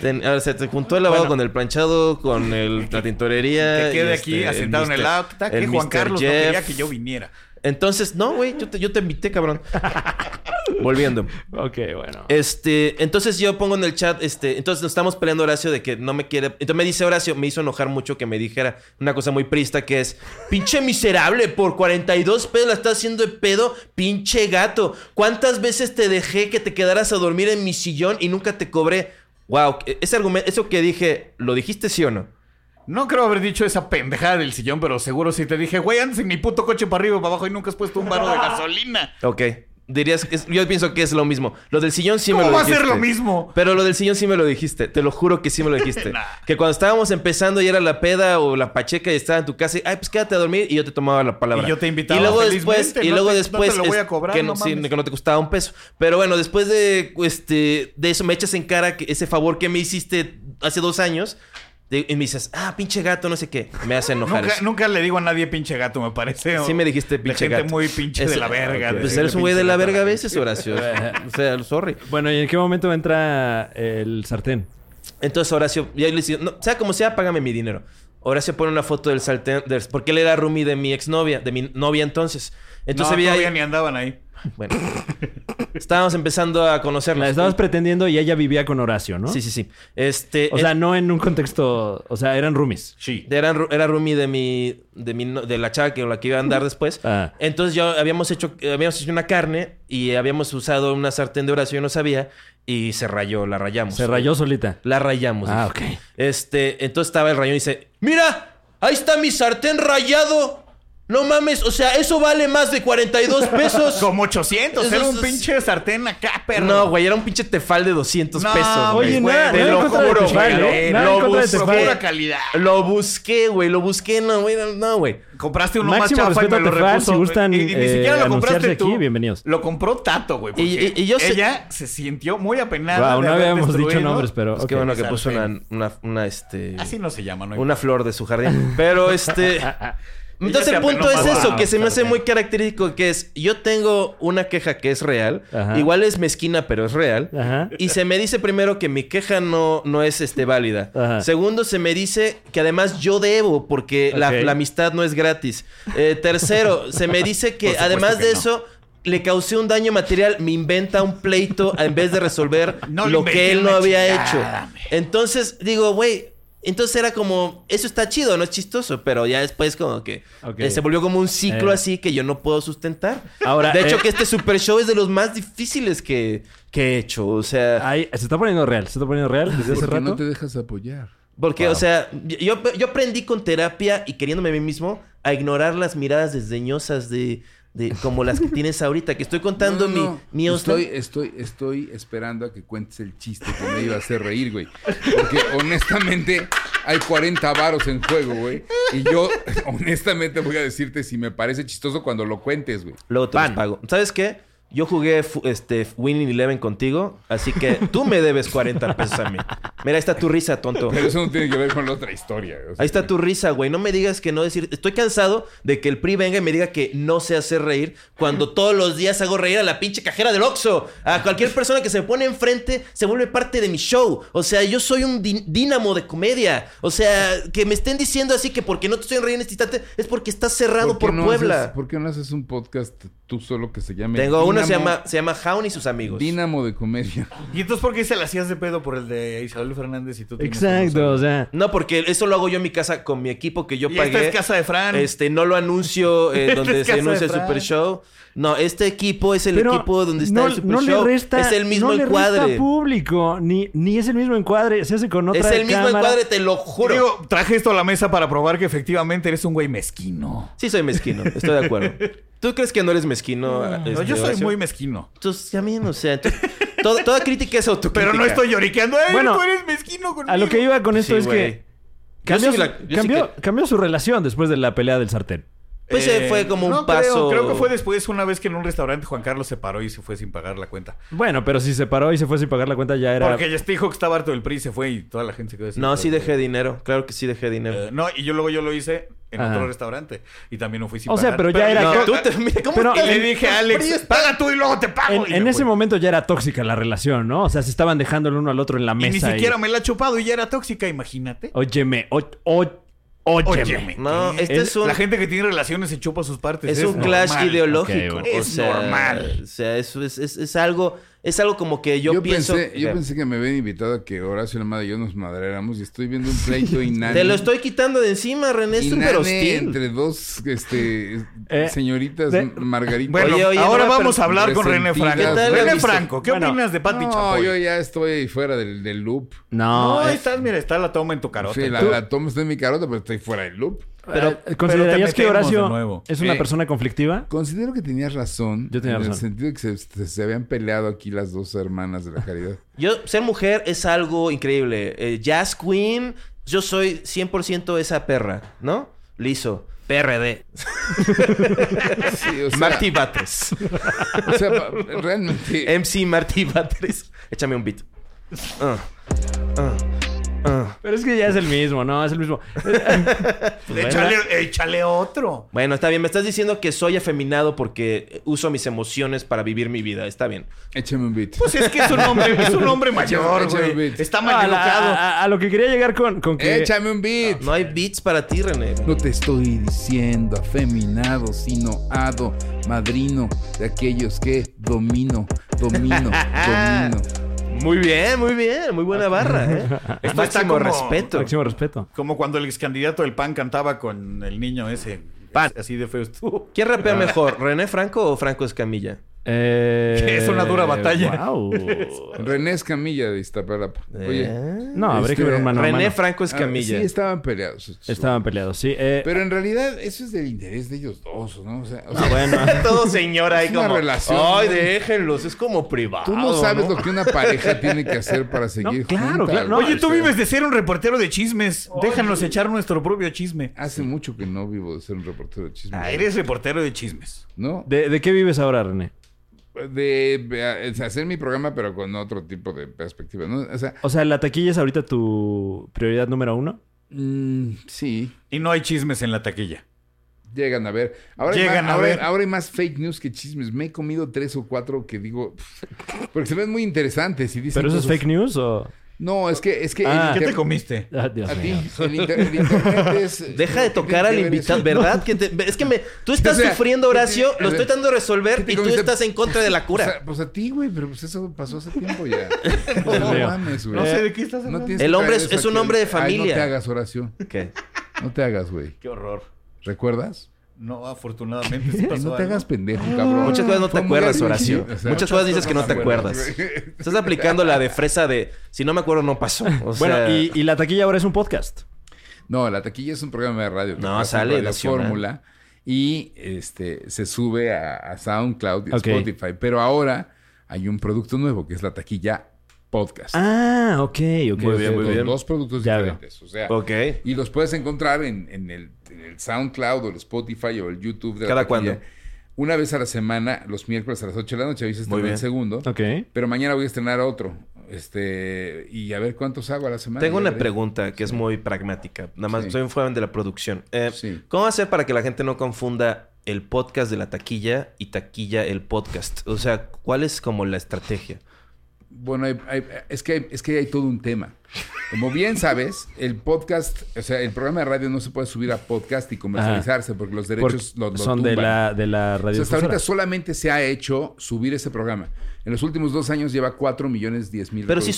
ten- ahora se te juntó el lavado
Bueno.
con el planchado, con el, la tintorería.
Que quede
y,
aquí
este,
asentado en el
Mr.
acta que
el
Juan
Mr.
Carlos no
Jeff.
quería que yo viniera.
Entonces, no, güey, yo te, yo te invité, cabrón. Volviendo.
ok, bueno.
Este, entonces yo pongo en el chat, este, entonces nos estamos peleando Horacio de que no me quiere. Entonces me dice Horacio, me hizo enojar mucho que me dijera una cosa muy prista que es, pinche miserable, por 42 pedos la estás haciendo de pedo, pinche gato. ¿Cuántas veces te dejé que te quedaras a dormir en mi sillón y nunca te cobré? Wow, ese argumento, eso que dije, ¿lo dijiste sí o no?
No creo haber dicho esa pendejada del sillón, pero seguro si te dije, güey, andas en mi puto coche para arriba y para abajo y nunca has puesto un barro de gasolina.
Ok. Dirías que es- yo pienso que es lo mismo. Lo del sillón sí me
¿Cómo
lo
va a
dijiste.
ser lo mismo?
Pero lo del sillón sí me lo dijiste. Te lo juro que sí me lo dijiste.
Nah.
Que cuando estábamos empezando y era la peda o la pacheca y estaba en tu casa y, ay, pues quédate a dormir y yo te tomaba la palabra.
Y yo te invitaba,
Y luego
felizmente,
después, y
no
luego
te- no
después.
te lo voy
es-
a cobrar,
que
no
sí,
mames.
que no te costaba un peso. Pero bueno, después de, este, de eso me echas en cara que ese favor que me hiciste hace dos años. de- y me dices, ah, pinche gato, no sé qué. Me hace enojar.
Nunca,
eso.
nunca le digo a nadie pinche gato, me parece.
Sí me dijiste
De
pinche
gente
gato.
muy pinche de
Eso-
la verga.
Ok.
de
Pues
decirle
eres un güey
pinche
de la
gato a
verga a
gente.
veces, Horacio. o sea, sorry.
Bueno, ¿y en qué momento entra el sartén?
Entonces Horacio, ya le dice, no, sea como sea, págame mi dinero. Horacio pone una foto del sartén, del- porque él era roomie de mi exnovia, de mi novia entonces. Entonces
no,
había-
todavía ni andaban ahí.
Bueno, estábamos empezando a conocernos.
La estabas pretendiendo y ella vivía con Horacio, ¿no?
Sí, sí, sí. Este,
O sea, no en un contexto. O sea, eran roomies.
Sí.
Era, ru- era roomie de mi, de mi no- de la chava que, la que iba a andar después.
Ah.
Entonces yo habíamos hecho, eh, habíamos hecho una carne y habíamos usado una sartén de Horacio, yo no sabía, y se rayó, la rayamos.
Se rayó solita.
La rayamos.
Ah,
dije.
ok.
Este, entonces estaba el rayón y dice, mira, ahí está mi sartén rayado. No mames, o sea, eso vale más de 42 pesos.
Como 800.
Eso
Era un
es-
pinche sartén acá, perro.
No, güey, era un pinche tefal de 200
No,
pesos. Güey.
Oye, no, nada-
Te
nada en
lo
contra de
juro,
Tefal,
güey.
¿eh?
Lo
Nada en
contra de
busqué.
Tefal.
Pura calidad.
Lo busqué, güey, lo busqué, no, güey, no, no, güey.
Compraste uno
Máximo
más chafa y
respeto
me
a
lo
Tefal,
repuso.
si gustan,
y, y ni
eh,
siquiera lo compraste
anunciarse
tú.
aquí, bienvenidos.
Lo compró Tato, güey.
Y- y-
porque
y yo sé-
ella se sintió muy apenada.
Wow,
de
no
haber
habíamos dicho
destruido.
nombres, pero.
Pues
ok.
qué bueno que
Sartén.
puso una, una, una, este...
Así no se llama, ¿no?
Una flor de su jardín. Pero este... Entonces
se
el punto
apenó
es
más.
eso,
Ah,
que se me hace
claro.
muy característico, que es, yo tengo una queja que es real,
Ajá.
igual es mezquina, pero es real.
Ajá.
Y se me dice primero que mi queja no, no es este, válida.
Ajá.
Segundo, se me dice que además yo debo porque la,
Ok.
la amistad no es gratis. Eh, tercero, se me dice que además de eso... Le causé un daño material, me inventa un pleito en vez de resolver
No lo
lo que
inventé,
él no
una
había
chingada,
hecho. Entonces, digo, güey, entonces era como, eso está chido, no es chistoso, pero ya después como que
Ok.
eh, se volvió como un ciclo
Eh.
así que yo no puedo sustentar.
Ahora,
Ah,
de hecho,
eh.
que este super show es de los más difíciles que, que he hecho, o
Ah,
sea...
eh, Ahí- se está poniendo real, se está poniendo real desde hace
Porque
rato.
no te dejas apoyar.
Porque, o sea, yo, yo aprendí con terapia y queriéndome a mí mismo a ignorar las miradas desdeñosas de, de como las que tienes ahorita, que estoy contando
No, no, no.
mi, mi Austin.
estoy, estoy, estoy esperando a que cuentes el chiste que me iba a hacer reír, güey. Porque honestamente hay 40 varos en juego, güey. Y yo honestamente voy a decirte si me parece chistoso cuando lo cuentes, güey.
Luego te los pago. ¿Sabes qué? Yo jugué fu- este, Winning Eleven contigo, así que tú me debes 40 pesos a mí. Mira, ahí está tu risa, tonto.
Pero eso no tiene que ver con la otra historia. o sea,
Ahí está tu risa, güey. No me digas que no decir... Estoy cansado de que el PRI venga y me diga que no sé hacer reír cuando todos los días hago reír a la pinche cajera del Oxxo. A cualquier persona que se me pone enfrente se vuelve parte de mi show. O sea, yo soy un din- dínamo de comedia. O sea, que me estén diciendo así que porque no te estoy riendo en este instante es porque estás cerrado por,
qué no
Puebla.
haces- ¿Por qué no haces un podcast tú solo que se llame
Tengo uno que se
Dínamo-
llama, se llama Jaun y sus amigos.
Dínamo de comedia.
¿Y entonces por qué se la hacías de pedo por el de Isabel Fernández y tú tienes uno
Exacto,
solo?
o sea.
No, porque eso lo hago yo en mi casa con mi equipo que yo
Y
pagué.
esta es casa de Fran.
Este, no lo anuncio eh,
Esta
donde
es
se
casa de
anuncia el
Fran.
Super Show. No, este equipo es el
pero
equipo donde está
no,
el Super
no
Show.
Le resta,
es el mismo
no le resta
encuadre.
público, ni, ni es el mismo encuadre, se hace con otra
Es el mismo
cámara.
encuadre, te lo juro.
Digo, traje esto a la mesa para probar que efectivamente eres un güey mezquino.
Sí soy mezquino, estoy de acuerdo. ¿Tú crees que no eres mezquino? este,
No, yo soy muy mezquino.
Entonces, también, o sea, entonces, toda, toda crítica es autocrítica.
Pero no estoy lloriqueando. ¡Ay,
Bueno,
tú eres mezquino conmigo!
A lo que iba con esto
Sí,
es
güey.
que
Yo
cambió,
sí
su-
la- yo sí
cambió-
que-
cambió su relación después de la pelea del sartén.
Pues eh,
Eh,
fue como
no
un
creo,
paso.
Creo, que fue después una vez que en un restaurante Juan Carlos se paró y se fue sin pagar la cuenta.
Bueno, pero si se paró y se fue sin pagar la cuenta ya era...
Porque ya este dijo que estaba harto del PRI y se fue y toda la gente se quedó así.
No, sí dejé dinero. Claro que sí dejé dinero.
Eh, no, y yo luego yo lo hice en
Ajá.
otro restaurante y también no fui sin
O sea,
pagar.
pero ya era-
yo-
No,
pero-
tú te... mira, ¿Cómo
pero-
ah, Y
te-
le dije a
Pero
Alex,
está-
paga tú y luego te pago.
En,
Y
en
me
ese
fui.
momento ya era tóxica la relación, ¿no? O sea, se estaban dejando el uno al otro en la
Y
mesa.
ni
y-
siquiera me la ha chupado y ya era tóxica, imagínate.
Óyeme, o- o- óyeme.
Óyeme.
No,
¿qué?
este es un-
La gente que tiene relaciones se chupa sus partes.
Es, un clash
normal.
ideológico.
Ok,
bueno. Es normal.
O sea, eso es, es- es algo. Es algo como que yo, pienso.
pensé, yo pensé que me habían invitado a que Horacio Almada y yo nos madreáramos y estoy viendo un pleito inane.
Te lo estoy quitando de encima, René. Es súper
inane
hostil.
¿eh? entre dos este,
Eh,
señoritas
de-
m- margaritas.
Bueno,
Oye, oye,
ahora
no, pero-
vamos a hablar con René Franco.
resentidas. ¿Qué tal,
René
Luis?
Franco, ¿qué
Bueno,
opinas de Patti
no,
Chapoy?
yo ya estoy fuera del, del loop.
No,
No, ahí
eh,
estás, mira, está la toma en tu carota.
Sí, la,
Tú-
la tomo está en mi carota, pero estoy fuera del loop.
pero
pero
¿considerarías que
te metemos de
Horacio
nuevo.
es una
Eh,
persona conflictiva?
Considero que tenías razón.
Yo tenía
en el
razón.
sentido de que se, se- se habían peleado aquí las dos hermanas de la caridad.
Yo, ser mujer es algo increíble. Eh, jazz Queen, yo soy 100% esa perra, ¿no? Liso. PRD.
Sí, o sea,
Martí Batres.
o sea, pa- realmente.
MC Martí Batres. Échame un beat. Ah, ah, ah.
Pero es que ya es el mismo, ¿no? Es el mismo.
Échale, échale otro.
Bueno, está bien. Me estás diciendo que soy afeminado porque uso mis emociones para vivir mi vida. Está bien.
Échame un beat.
Pues es que es un hombre, es un hombre mayor,
Échale un
güey.
beat.
Está mal
a, la-
educado.
ah,
a- a lo que quería llegar con, con que...
Échame un beat.
No hay beats para ti, René.
No te estoy diciendo afeminado, sino hado, madrino de aquellos que domino, domino, domino.
Muy bien, muy bien. Muy buena barra, ¿eh?
Esto está
Máximo
como-
respeto.
Máximo respeto.
Como cuando el ex candidato del PAN cantaba con el niño ese. Así de feo estuvo.
Uh, ¿Quién rapea mejor, René Franco o Franco Escamilla?
Eh,
Que es una dura batalla. Este,
guau.
René Escamilla de Iztapalapa. Oye.
Eh,
No, habría que ver un mano a
René
mano.
Franco
ah,
Escamilla.
sí, estaban peleados.
Estaban peleados, sí. eh,
Pero en realidad, eso es del interés de ellos dos, ¿no? O sea, o sea,
bueno.
Todo señora ahí
Es una
como.
relación,
Ay,
¿no?
déjenlos, es como privado.
tú no sabes
¿no?
lo que una pareja tiene que hacer para seguir
No, claro,
juntas,
claro, no.
güey.
Oye, tú
O sea,
vives de ser un reportero de chismes. Déjanos echar nuestro propio chisme.
Hace mucho que no vivo de ser un reportero de chismes.
Ah, eres reportero de chismes.
¿No?
¿De, de qué vives ahora, René?
De, de, eh, hacer mi programa, pero con otro tipo de perspectiva, ¿no? O sea,
O sea, ¿la taquilla es ahorita tu prioridad número uno?
mm, sí.
Y no hay chismes en la taquilla.
Llegan a ver. Ahora, hay
Llegan
más-
a
ahora-
ver.
ahora hay más fake news que chismes. Me he comido tres o cuatro que digo. pff, Porque se ven muy interesantes y dicen.
¿Pero eso es
cosas-
fake news o...?
No, es que. Es que el
Ah.
¿Qué
inter-
te comiste?
Ah, Dios
A ti,
mío.
el, inter- el internet es.
Deja de
¿qué
tocar
tiene
al
que ver
invitado,
eso?
¿verdad? Que te- es que me, tú estás
O sea,
sufriendo, Horacio,
¿qué-
lo estoy tratando de
¿Qué
resolver
te
y tú
comiste?
estás en contra de la
O
cura.
sea, pues a ti, güey, pero pues eso pasó hace tiempo ya.
Dios
no
mío.
mames, güey.
No sé de qué estás
No
hablando.
tienes
El
que
hombre
traer
es-
eso
es un
aquí.
hombre de
Ay, no
familia.
te hagas, oración.
¿Qué?
No te hagas, güey.
Qué horror.
¿Recuerdas?
No, afortunadamente sí
Ay,
pasó
no te
algo.
hagas pendejo, cabrón.
Muchas cosas no te
Fue muy
acuerdas,
difícil,
Horacio.
o sea,
muchas cosas dices que no te
te acuerdas,
acuerdas. Estás aplicando la de fresa de si no me acuerdo, no pasó. O sea,
Bueno, y, y la taquilla ahora es un podcast.
No, La Taquilla es un programa de radio. que
No,
pasa en
sale
Radio
nacional.
Fórmula. Y este, se sube a, a SoundCloud y a
Ok.
Spotify. Pero ahora hay un producto nuevo que es La Taquilla Podcast.
Ah, ok, ok.
Muy bien,
ok.
muy
Son
bien.
Dos productos
Ya
diferentes. O sea,
Ok.
Y los puedes encontrar en, en el, en el SoundCloud o el Spotify o el YouTube. De la
¿Cada
Taquilla.
cuándo?
Una vez a la semana, los miércoles a las 8 de la noche. Hoy se estrenó
Muy bien.
el segundo.
Ok.
Pero mañana voy a estrenar otro. Este, y a ver cuántos hago a la semana.
Tengo
Ya
una
veré.
pregunta que es muy pragmática. Nada más
Sí.
soy un fan de la producción. Eh,
Sí.
¿Cómo hacer para que la gente no confunda el podcast de la taquilla y taquilla el podcast? O sea, ¿cuál es como la estrategia?
Bueno, hay- hay- es, que hay, es que hay todo un tema. Como bien sabes, el podcast, o sea, el programa de radio no se puede subir a podcast y comercializarse porque los derechos
Porque
lo- lo
son de
tumban.
la, de la
O sea,
radio.
hasta ahorita solamente se ha hecho subir ese programa. En los últimos dos años lleva 4 millones 10 mil.
Pero si
reproducciones.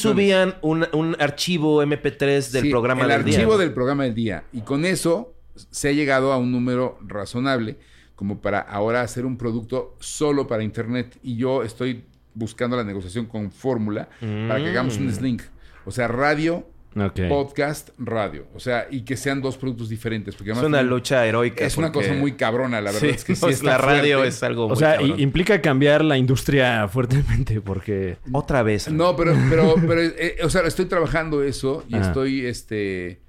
subían un, un archivo MP3 del
Sí,
programa
el
del día,
archivo
¿no?
del programa del día. Y con eso se ha llegado a un número razonable como para ahora hacer un producto solo para internet. Y yo estoy buscando la negociación con Fórmula para que hagamos
Mm.
un slink. O sea, radio,
Ok.
podcast, radio. O sea, y que sean dos productos diferentes. Porque
Es
además
una
tiene-
lucha heroica.
Es una
porque-
cosa muy cabrona, la verdad.
Sí,
es que sí
no,
está
la radio
fuerte.
es algo
O
muy
sea, i-
cabrón.
implica cambiar la industria fuertemente porque...
Otra vez. ¿no?
No, pero, pero, pero, eh, o sea, estoy trabajando eso y
Ajá.
estoy, este,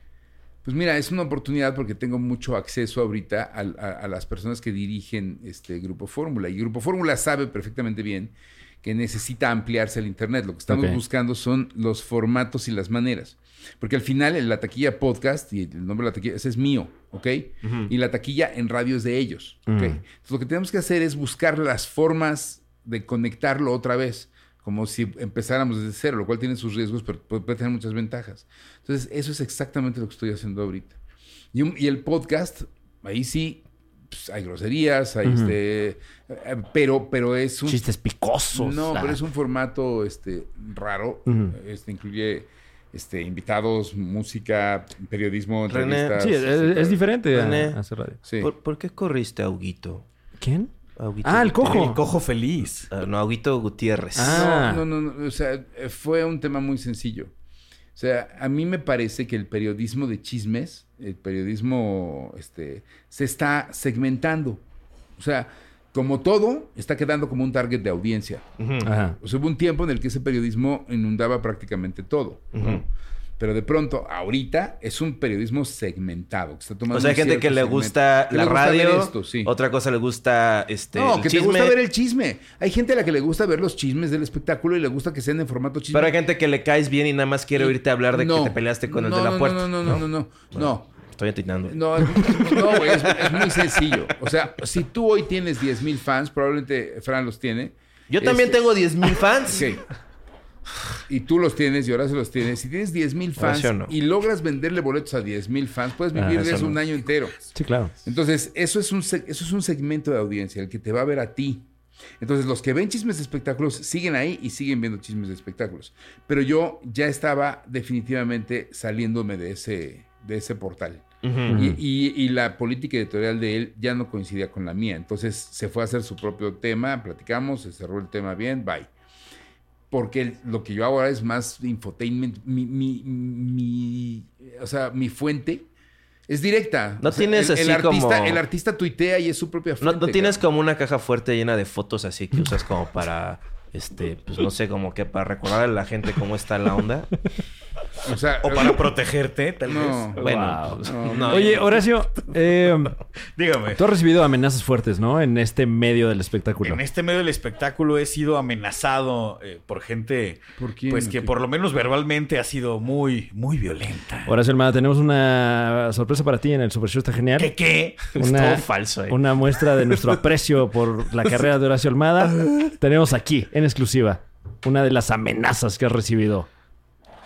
pues mira, es una oportunidad porque tengo mucho acceso ahorita al- a, a las personas que dirigen este Grupo Fórmula. Y Grupo Fórmula sabe perfectamente bien que necesita ampliarse el Internet. Lo que estamos
Ok.
buscando son los formatos y las maneras. Porque al final en la taquilla podcast y el nombre de la taquilla, ese es mío, ¿ok? Y la taquilla en radio es de ellos, ¿ok?
Mm.
Entonces lo que tenemos que hacer es buscar las formas de conectarlo otra vez, como si empezáramos desde cero, lo cual tiene sus riesgos, pero pu- puede tener muchas ventajas. Entonces eso es exactamente lo que estoy haciendo ahorita. Y, un- y el podcast, ahí sí, pues, hay groserías, hay
Ujú.
este, eh, eh, pero, pero es un
Chistes picosos.
no,
Ah.
pero es un formato este, raro.
Ujú.
Este incluye este, invitados, música, periodismo,
René,
entrevistas.
Sí, es, es- es diferente a-
René.
a hacer radio.
Sí.
¿Por, por qué corriste a Huguito?
¿Quién?
A Huguito
Ah, el
Gutiérrez.
cojo.
El cojo feliz.
Ah, no, a Huguito Gutiérrez.
Ah.
No, no, no, no, O sea, eh, fue un tema muy sencillo. O sea, a mí me parece que el periodismo de chismes, el periodismo, este, se está segmentando. O sea, como todo, está quedando como un target de audiencia.
Ujú.
Ajá.
O sea, hubo un tiempo en el que ese periodismo inundaba prácticamente todo. ¿no? Pero de pronto, ahorita es un periodismo segmentado. Que está tomando
O sea, hay
un
gente que
cierto
le
segmento.
gusta
Que
la
le gusta ver
radio,
esto, sí.
otra cosa le gusta este
no,
el
que
chisme,
te gusta ver el chisme. Hay gente a la que le gusta ver los chismes del espectáculo y le gusta que sean en formato chisme.
pero hay gente que le caes bien y nada más quiere oírte hablar de
No.
que te peleaste con
No,
el de
no,
la puerta.
No, no, no, no, no. No, no.
Estoy atinando.
No, no, güey, es, es muy sencillo. O sea, si tú hoy tienes 10 mil fans, probablemente Fran los tiene.
Yo también
Este,
tengo 10 mil fans.
Sí. Y tú los tienes y ahora se los tienes. Si tienes 10 mil fans
Horacio no.
y logras venderle boletos a 10 mil fans, puedes
Ah,
vivir de
eso
eso un
no.
año entero.
Sí, claro.
Entonces, eso es, un, se- eso es un segmento de audiencia, el que te va a ver a ti. Entonces, los que ven chismes de espectáculos siguen ahí y siguen viendo chismes de espectáculos. Pero yo ya estaba definitivamente saliéndome de ese, de ese portal.
Ujú.
Y, y- y la política editorial de él ya no coincidía con la mía. Entonces se fue a hacer su propio tema, platicamos, se cerró el tema bien, bye. Porque el- lo que yo hago ahora es más infotainment. Mi, mi, mi- o sea, mi fuente es directa.
No
O sea,
tienes
el, el
así
artista,
como-
El artista tuitea y es su propia
No,
fuente.
no tienes
cabrón.
como una caja fuerte llena de fotos así que usas como para este, pues no sé, como que para recordar a la gente cómo está la onda.
O sea,
O para protegerte, tal vez.
No.
Bueno, pues, no,
Oye, Horacio, eh,
Dígame.
tú has recibido amenazas fuertes, ¿no? En este medio del espectáculo.
En este medio del espectáculo he sido amenazado eh, por gente
¿Por quién?
pues que
¿Qué?
por lo menos verbalmente ha sido muy, muy violenta.
Horacio Almada, tenemos una sorpresa para ti en el Super Show. Está genial.
¿Qué qué?
Una,
todo falso ahí.
una muestra de nuestro aprecio por la carrera de Horacio Almada. Tenemos aquí, en exclusiva, una de las amenazas que has recibido.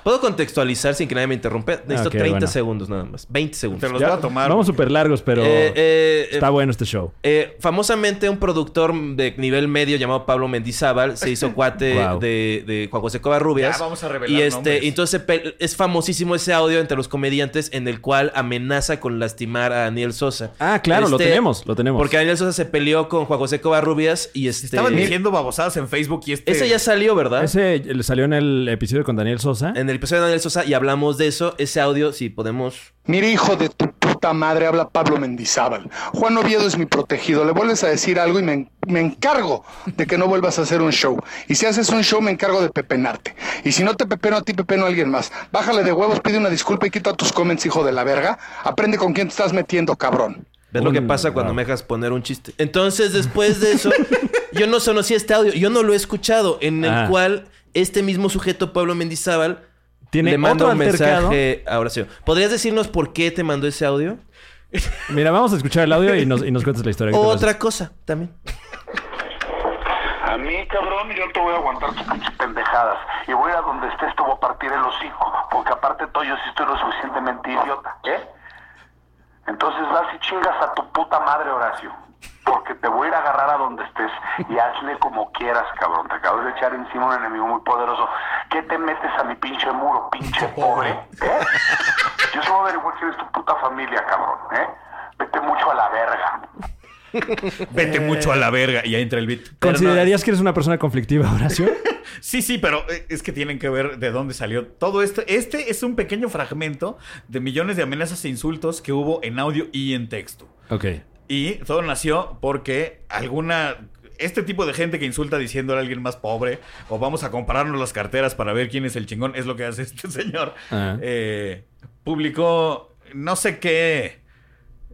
¿Puedo contextualizar sin que nadie me interrumpa? Necesito
ok,
30
bueno.
segundos nada más. 20 segundos.
Te los
Ya,
voy a tomar.
Vamos súper largos, pero
Eh, eh, eh,
está bueno este show.
eh, famosamente un productor de nivel medio llamado Pablo Mendizábal se hizo cuate
Wow.
de, de Juan José Covarrubias.
Ya vamos a revelar
Y este,
nombres.
y entonces pe- es famosísimo ese audio entre los comediantes en el cual amenaza con lastimar a Daniel Sosa.
Ah, claro, lo
Este,
tenemos, lo tenemos.
Porque Daniel Sosa se peleó con Juan José Covarrubias y este.
Estaban diciendo babosadas en Facebook y este.
Ese ya salió, ¿verdad?
Ese eh, salió en el episodio con Daniel Sosa.
En el episodio de Daniel Sosa y hablamos de eso. Ese audio, si podemos.
Mira, hijo de tu puta madre, habla Pablo Mendizábal. Juan Oviedo es mi protegido. Le vuelves a decir algo y me, en- me encargo de que no vuelvas a hacer un show. Y si haces un show, me encargo de pepenarte. Y si no te pepeno a ti, pepeno a alguien más. Bájale de huevos, pide una disculpa y quita tus comments, hijo de la verga. Aprende con quién te estás metiendo, cabrón.
¿Ves lo que
Un-
pasa cuando
wow.
me dejas poner un chiste? Entonces, después de eso, yo no conocí este audio. Yo no lo he escuchado. En el
Ah.
cual este mismo sujeto, Pablo Mendizábal,
Tiene
le manda
otro
un
altercado.
mensaje a Horacio. ¿Podrías decirnos por qué te mandó ese audio?
Mira, vamos a escuchar el audio y nos, y nos cuentas la historia. ¿Qué te parece?
Otra cosa también.
A mí, cabrón, yo te voy a aguantar tus pinches pendejadas. Y voy a donde estés, te voy a partir el hocico. Porque aparte todo, yo sí estoy lo suficientemente idiota. ¿Qué? Entonces vas y chingas a tu puta madre, Horacio. Porque te voy a ir a agarrar a donde estés y hazle como quieras, cabrón. Te acabas de echar encima un enemigo muy poderoso. ¿Qué te metes a mi pinche muro, pinche pobre? ¿Eh? Yo solo averiguar quién es tu puta familia, cabrón, ¿eh? Vete mucho a la verga.
Vete mucho a la verga. Y ahí entra el beat. Pero no,
¿Considerarías que eres una persona conflictiva, Horacio?
Sí, sí, pero eh, es que tienen que ver de dónde salió todo esto. Este es un pequeño fragmento de millones de amenazas e insultos que hubo en audio y en texto.
ok.
Y todo nació porque alguna... Este tipo de gente que insulta diciendo a alguien más pobre o vamos a compararnos las carteras para ver quién es el chingón, es lo que hace este señor.
Ah.
Eh, publicó no sé qué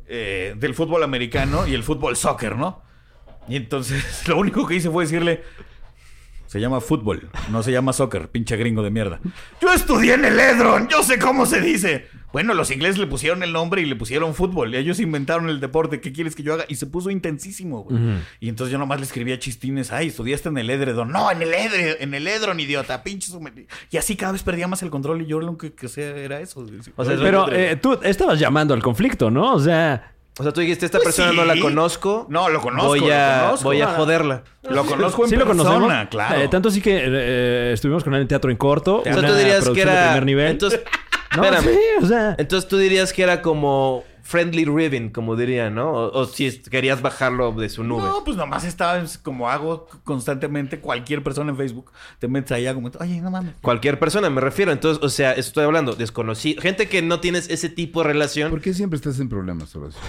eh, del fútbol americano y el fútbol soccer, ¿no? Y entonces lo único que hice fue decirle, se llama fútbol, no se llama soccer, pinche gringo de mierda. Yo estudié en el Edron, yo sé cómo se dice. Bueno, los ingleses le pusieron el nombre y le pusieron fútbol. Y ellos inventaron el deporte, ¿qué quieres que yo haga? Y se puso intensísimo, güey. Y entonces yo nomás le escribía chistines, ay, estudiaste en el Edredon. No, en el Edredon, en el Edron, idiota, pinche su madre". Y así cada vez perdía más el control y yo lo que, que sea era eso. güey.
O sea,
Pero
eh,
eh, tú estabas llamando al conflicto, ¿no? O sea,
o sea, tú dijiste, esta
Pues
persona no
sí.
la conozco.
No, lo conozco,
Voy
lo
a,
conozco.
voy a
Ah.
joderla.
lo conozco en
sí lo
persona,
conocemos.
claro.
Eh, tanto así que eh, estuvimos con él en teatro en corto.
O sea,
una
tú dirías que
producción de
era...
primer nivel.
Entonces,
no,
espérame.
sí, o sea,
Entonces tú dirías que era como friendly ribbon, como dirían, ¿no? O, o si es- querías bajarlo de su nube.
No, pues nomás estaba es como hago constantemente cualquier persona en Facebook. Te metes ahí a comentar, oye, no mames.
Cualquier persona, me refiero. Entonces, o sea, estoy hablando desconocido. Gente que no tienes ese tipo de relación.
¿Por qué siempre estás en problemas, Horacio?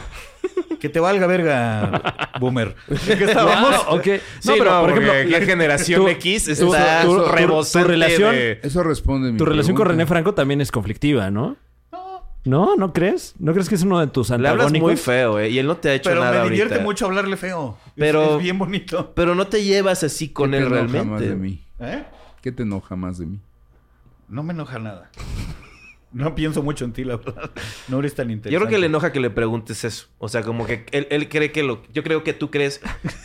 Que te valga verga, boomer. ¿De qué estábamos?
no, ok.
Sí, no, porque la generación X está
tu- tu- tu
rebosante
relación-
de-
Eso responde mi
Tu relación con René
pregunta.
Franco también es conflictiva, ¿no? No, ¿no crees? ¿No crees que es uno de tus
Le
antagónicos?
hablas muy feo, ¿eh? Y él no te ha hecho
Pero
nada
me divierte
ahorita.
mucho hablarle feo. Es- Es,
Pero-
bien bonito.
Pero no te llevas así con
¿Qué
él
te enoja más de
realmente.
mí?
¿Eh?
¿Qué te enoja más de mí?
No me enoja nada. No pienso mucho en ti, la verdad. No eres tan interesante.
Yo creo que le enoja que le preguntes eso. O sea, como que él, él cree que lo... Yo creo que tú crees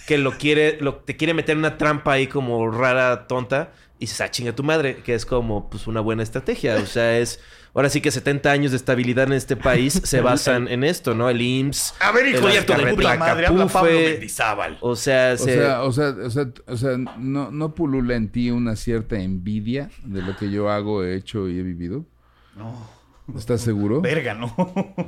que lo quiere... Lo, te quiere meter una trampa ahí como rara, tonta. Y dices, ah, chinga tu madre. Que es como, pues, una buena estrategia. O sea, es... Ahora sí que 70 años de estabilidad en este país se basan en esto, ¿no? El IMSS.
A ver, hijo
el
de tu
Azcarre-
puta madre, habla
Placapufe.
Pablo Mendizábal.
O sea,
O
se-
sea, o sea, o sea, o sea, no, no pulula en ti una cierta envidia de lo que yo hago, he hecho y he vivido. ¿Estás seguro?
Verga, ¿no?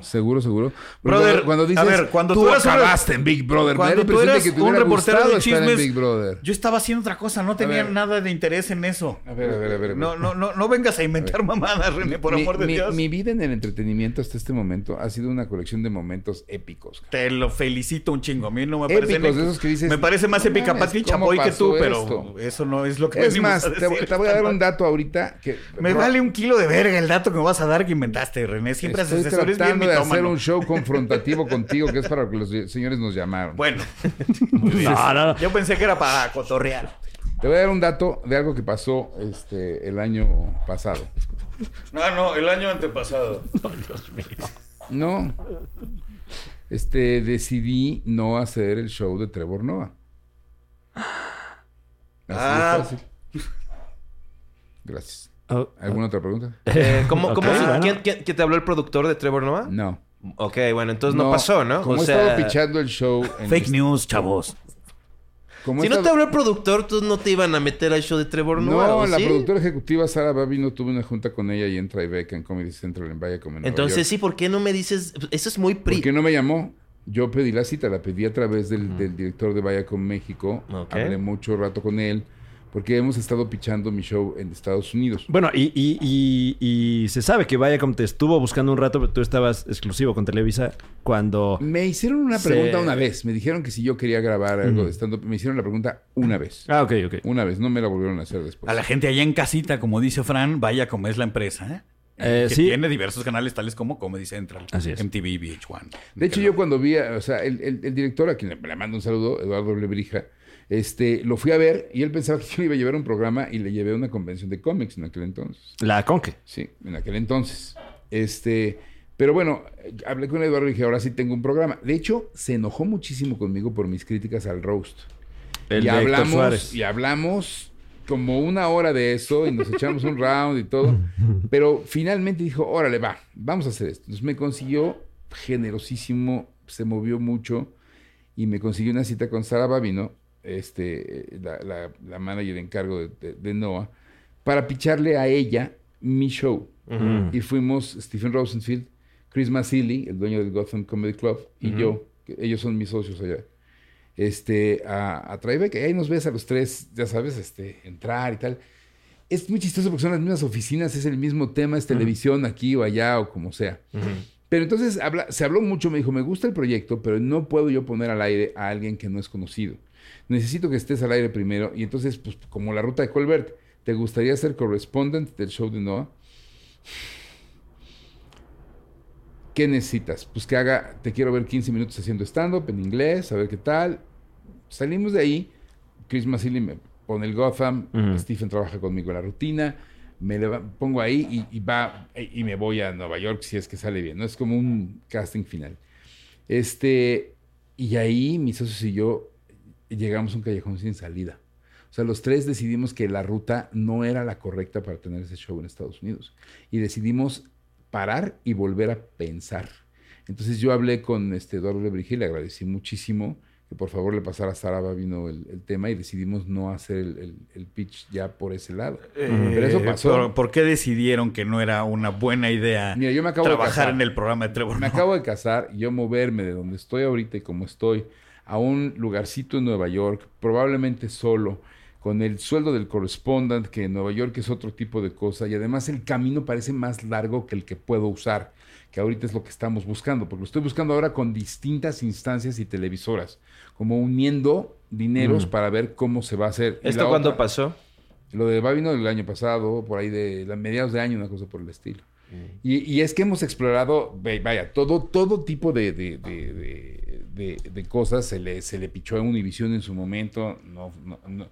Seguro, seguro. Pero
Brother,
cuando, cuando
a
dices,
ver, cuando tú eras un-
acabaste en Big Brother. me da la
Cuando tú
impresión de
eras
que te
un
hubiera
reportero
gustado
de
estar en
chismes,
Big Brother.
yo estaba haciendo otra cosa, no tenía
ver.
nada de interés en eso.
A ver, a ver, a ver. a ver.
No, no, no, no vengas a inventar mamadas, René, por
mi,
amor de
mi-
Dios.
mi vida en el entretenimiento hasta este momento ha sido una colección de momentos épicos. cara.
Te lo felicito un chingo. A mí no me
Épicos,
parece.
de esos que dices,
me parece más
"No
épica
mames,
Pati
¿cómo
Chapoy que tú,
pasó
pero
esto?
eso no es lo que
Es
venimos
más,
a
te, voy-
decir.
te voy a dar un dato ahorita que...
Me vale un kilo de verga el dato que me vas a dar que inventaste, René. Siempre
Estoy
haces eso. Eres bien
tratando de hacer
mitómano.
un show confrontativo contigo, que es para lo que los señores nos llamaron.
Bueno,
No, no, no.
yo pensé que era para cotorrear.
Te voy a dar un dato de algo que pasó este, el año pasado.
No, Ah, no, el año antepasado.
No. Este, decidí no hacer el show de Trevor Noah. Así de
Ah.
fácil. Gracias.
Oh,
¿Alguna otra pregunta?
Eh, ¿cómo,
Ok,
cómo se-
bueno.
¿quién, quién- quién te habló el productor de Trevor Noah?
No.
Ok, bueno, entonces no, pasó, ¿no?
Mm. Como
O
he
sea,
estado pichando el show. en- este-
Fake news, chavos.
como he
si no te
estado-
habló el productor, tú no te iban a meter al show de Trevor Noah.
No,
¿o
la
sí?
productora ejecutiva Sara Babino tuve una junta con ella y en Tribeca en Comedy Central en Valle como en Nueva
Entonces,
York.
sí, ¿por qué no me dices? Eso es muy pri.
Porque no me llamó. Yo pedí la cita, la pedí a través del, del director de Viacom México.
Ok.
Hablé mucho rato con él, porque hemos estado pichando mi show en Estados Unidos.
Bueno, y, y- y- y se sabe que Viacom te estuvo buscando un rato, pero tú estabas exclusivo con Televisa cuando...
Me hicieron una
Se-
pregunta una vez. Me dijeron que si yo quería grabar algo de stand-up. Me hicieron la pregunta una vez.
Ah, ok, ok.
Una vez, no me la volvieron a hacer después.
A la gente allá en casita, como dice Fran, vaya como es la empresa. ¿eh?
Eh,
que
sí.
tiene diversos canales tales como Comedy Central,
Así es.
MTV, VH1.
De hecho, yo cuando vi, a- o sea, el, el- el director, a quien le- le mando un saludo, Eduardo Lebrija, este, lo fui a ver y él pensaba que yo le iba a llevar un programa y le llevé a una convención de cómics en aquel entonces.
La Conque.
Sí, en aquel entonces. Este, pero bueno, eh, hablé con Eduardo y dije, ahora sí tengo un programa. De hecho, se enojó muchísimo conmigo por mis críticas al roast.
El
y
de Héctor
hablamos,
Suárez.
y hablamos como una hora de eso y nos echamos un round y todo. Pero finalmente dijo, órale, va, vamos a hacer esto. Entonces me consiguió generosísimo, se movió mucho y me consiguió una cita con Sara Babino, este, eh, la, la, la manager en cargo de, de- de Noah, para picharle a ella mi show. Y fuimos Stephen Rosenfield, Chris Masili, el dueño del Gotham Comedy Club, y yo, que ellos son mis socios allá, este, a, a Tribeca. Y ahí nos ves a los tres, ya sabes, este, entrar y tal. Es muy chistoso porque son las mismas oficinas, es el mismo tema, es televisión aquí o allá o como sea. Pero entonces habla- se habló mucho, me dijo, me gusta el proyecto, pero no puedo yo poner al aire a alguien que no es conocido. Necesito que estés al aire primero. Y entonces, pues como la ruta de Colbert, ¿te gustaría ser correspondent del show de Noah? ¿Qué necesitas? Pues que haga, te quiero ver 15 minutos haciendo stand-up en inglés, a ver qué tal. Salimos de ahí, Chris Masili me pone el Gotham,
Ujú.
Stephen trabaja conmigo en la rutina, me leva- pongo ahí y, y va y y me voy a Nueva York si es que sale bien, ¿no? Es como un casting final. Este, y ahí mis socios y yo llegamos a un callejón sin salida. O sea, los tres decidimos que la ruta no era la correcta para tener ese show en Estados Unidos. Y decidimos parar y volver a pensar. Entonces yo hablé con este Eduardo Lebrigi, le agradecí muchísimo que por favor le pasara a Sara Babino el, el tema y decidimos no hacer el, el- el pitch ya por ese lado. Pero eso
Eh,
pasó.
¿por, por qué decidieron que no era una buena idea
Mira, yo me acabo de
trabajar
casar.
en el programa de Trevor?
Me
Noah?
acabo de casar y yo moverme de donde estoy ahorita y como estoy a un lugarcito en Nueva York, probablemente solo, con el sueldo del correspondent, que en Nueva York es otro tipo de cosa, y además el camino parece más largo que el que puedo usar, que ahorita es lo que estamos buscando, porque lo estoy buscando ahora con distintas instancias y televisoras, como uniendo dineros para ver cómo se va a hacer. Y
Mm. ¿Esto
la
cuándo
otra-
pasó?
lo de Babino del año pasado, por ahí de la- mediados de año, una cosa por el estilo. Y, y es que hemos explorado, ve- vaya, todo, todo tipo de, de- de- de- de- de cosas. Se le, se le pichó a Univision en su momento. No, no- no-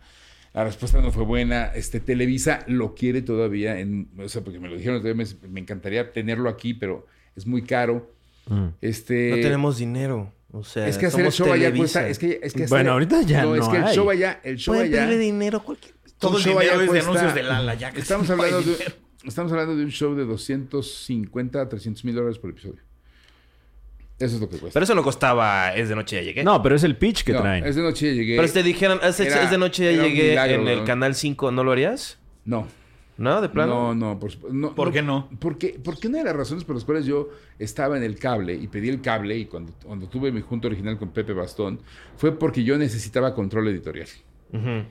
La respuesta no fue buena. Este, Televisa lo quiere todavía. en- o sea, porque me lo dijeron, me, me encantaría tenerlo aquí, pero es muy caro. Este,
no tenemos dinero. O sea,
Es que hacer el
somos
show allá
Televisa.
cuesta. Es que, es que hacer-
Bueno, ahorita ya
es
no
que el
hay.
show allá. El show
Pueden
allá
pedirle dinero cualquier...
Todo el
show
dinero
allá
es de
cuesta-
anuncios de Lala, ya casi
Estamos
no hay
hablando, de,
dinero.
estamos hablando de un show de 250 a 300 mil dólares por episodio. Eso es lo que cuesta.
Pero eso no costaba, es de noche ya llegué.
No, pero es el pitch que
No,
traen.
Es de noche ya
este
llegué.
Pero si te dijeran, "Ah, "Haz-
Era-
es de noche ya
era un
llegué
milagro,
en el
¿no?
canal 5, ¿no lo harías?
No.
¿No? De plano.
No, no, por, supu- no.
¿Por qué no?
Porque, porque una de las razones por las cuales yo estaba en el cable y pedí el cable y cuando, cuando tuve mi junta original con Pepe Bastón fue porque yo necesitaba control editorial.
Ujú.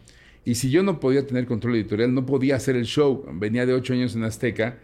Y si yo no podía tener control editorial, no podía hacer el show. Venía de ocho años en Azteca.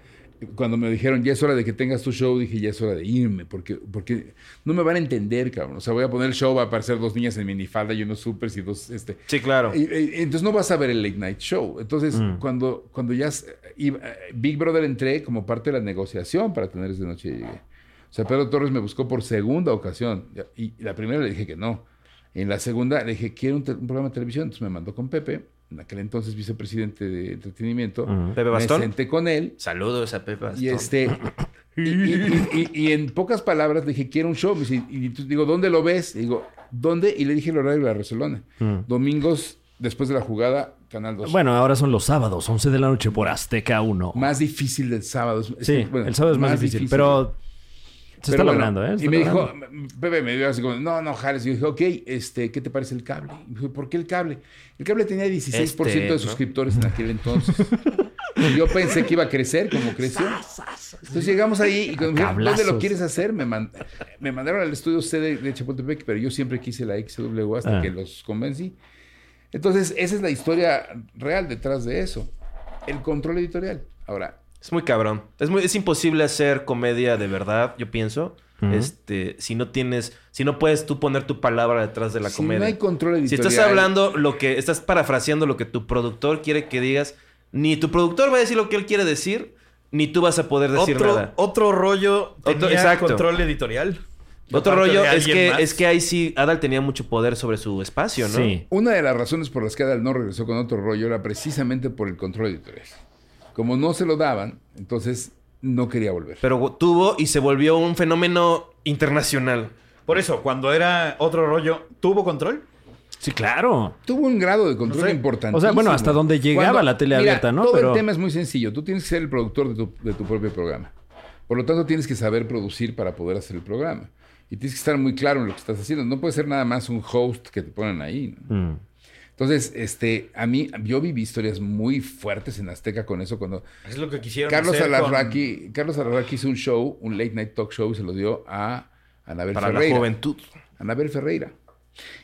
Cuando me dijeron, ya es hora de que tengas tu show, dije, ya es hora de irme, porque, porque no me van a entender, cabrón. O sea, voy a poner el show, va a aparecer dos niñas en minifalda y unos supers y dos, este,
Sí, claro. Mm.
y- y- Entonces no vas a ver el late night show. Entonces, cuando, cuando ya s- iba- Big Brother entré como parte de la negociación para tener esa noche llegué. O sea, Pedro Torres me buscó por segunda ocasión. Ya- Y la primera le dije que no. En la segunda le dije, quiero un, te- un programa de televisión. Entonces me mandó con Pepe, en aquel entonces vicepresidente de entretenimiento.
Ujú.
Pepe
Me
Mm. Bastón.
senté con él
Saludos a Pepe Bastón.
y este. Y, y- y- y- y en pocas palabras le dije, quiero un show. Me dice, y tú- digo, ¿dónde lo ves? Y digo, ¿dónde? Y le dije el horario de la Barcelona. Domingos, después de la jugada, Canal 2.
Mm. Bueno, ahora son los sábados, 11 de la noche por Azteca 1.
Más difícil del sábado. Es- es-
sí,
bueno,
el sábado es más, difícil, pero se
Pero
está
bueno,
logrando, ¿eh? Se
Y me
está
dijo,
logrando.
Pepe me dio así como, no, no, Jares. Y yo dije, ok, este, ¿qué te parece el cable? Y me dijo, ¿por qué el cable? El cable tenía 16%
Este,
de
¿no?
suscriptores en aquel entonces. y yo pensé que iba a crecer como creció. Entonces llegamos ahí y cuando me dijeron, ¿dónde lo
Cablazos.
quieres hacer? Me, man- me mandaron al estudio C de, de Chapultepec, pero yo siempre quise la XW hasta
Ah.
que los convencí. Entonces, esa es la historia real detrás de eso. El control editorial. Ahora,
Es muy cabrón. Es, muy, es imposible hacer comedia de verdad, yo pienso.
Ujú.
Este, si no tienes, si no puedes tú poner tu palabra detrás de la
si
comedia.
no hay control
si
editorial...
estás hablando lo que, estás parafraseando lo que tu productor quiere que digas, ni tu productor va a decir lo que él quiere decir, ni tú vas a poder decir
otro,
nada.
otro rollo tenía
Otro- exacto.
control editorial.
Otro
Aparte
rollo
de
es
alguien
que,
más.
es que ahí sí Adal tenía mucho poder sobre su espacio, ¿no?
Sí.
Una de las razones por las que Adal no regresó con otro rollo era precisamente por el control editorial. Como no se lo daban, entonces no quería volver.
Pero tuvo y se volvió un fenómeno internacional.
Por eso, cuando era otro rollo, ¿tuvo control?
Sí, claro.
Tuvo un grado de control
No sé.
importante.
O sea, bueno, hasta donde llegaba la tele abierta, ¿no?
Todo
Pero-
el tema es muy sencillo. Tú tienes que ser el productor de tu, de tu propio programa. Por lo tanto, tienes que saber producir para poder hacer el programa. Y tienes que estar muy claro en lo que estás haciendo. No puede ser nada más un host que te ponen ahí. ¿no?
Mm.
Entonces, este, a mí, yo viví historias muy fuertes en Azteca con eso. Cuando
Es lo que quisieron
Carlos
hacer con-
Alarraqui, Carlos Alarraqui hizo un show, un late night talk show, y se lo dio a Anabel
Para
Ferreira.
la juventud.
Anabel Ferreira.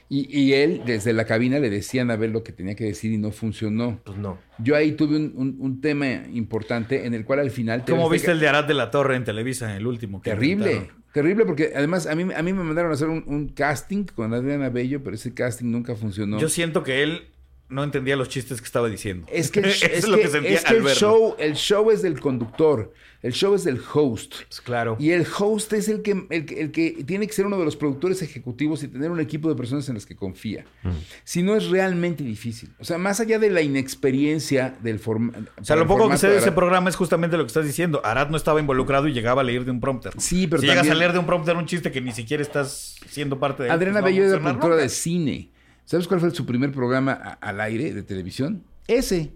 Y, y él, desde la cabina, le decía a Anabel lo que tenía que decir y no funcionó.
Pues no.
Yo ahí tuve un, un- un tema importante en el cual al final...
¿Cómo
TV
viste
Azteca-
el de Arad de la Torre en Televisa, el último? que
Terrible,
inventaron?
terrible, porque además a mí, a mí me mandaron a hacer un, un casting con Adriana Bello, pero ese casting nunca funcionó.
Yo siento que él no entendía los chistes que estaba diciendo.
Es que, el,
Eso
es
es lo que
que-
sentía
es que
al
el
verlo.
show, el show es del conductor, el show es del host.
Pues claro.
Y el host es el que, el, que- el que tiene que ser uno de los productores ejecutivos y tener un equipo de personas en las que confía.
Mm.
Si no es realmente difícil. O sea, más allá de la inexperiencia del formato.
O sea, lo poco que sé de ese programa es justamente lo que estás diciendo. Arad no estaba involucrado y llegaba a leer de un prompter.
Sí, pero
si llegas
también-
a leer de un prompter un chiste que ni siquiera estás siendo parte de él,
Adriana
pues no
Bello
va a
era
funcionar
productora
nunca.
de cine. ¿Sabes cuál fue su primer programa a- al aire de televisión? Ese.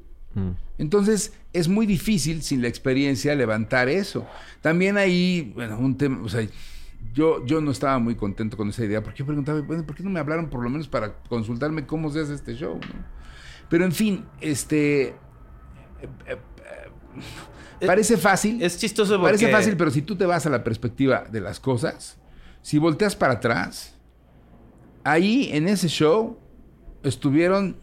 Entonces, es muy difícil sin la experiencia levantar eso. También ahí, bueno, un tema, o sea, yo, yo no estaba muy contento con esa idea porque yo preguntaba, bueno, ¿por qué no me hablaron por lo menos para consultarme cómo se hace este show? no? Pero en fin, este... eh, eh, eh, Parece fácil.
Es chistoso porque...
Parece fácil, pero si tú te vas a la perspectiva de las cosas, si volteas para atrás, ahí en ese show estuvieron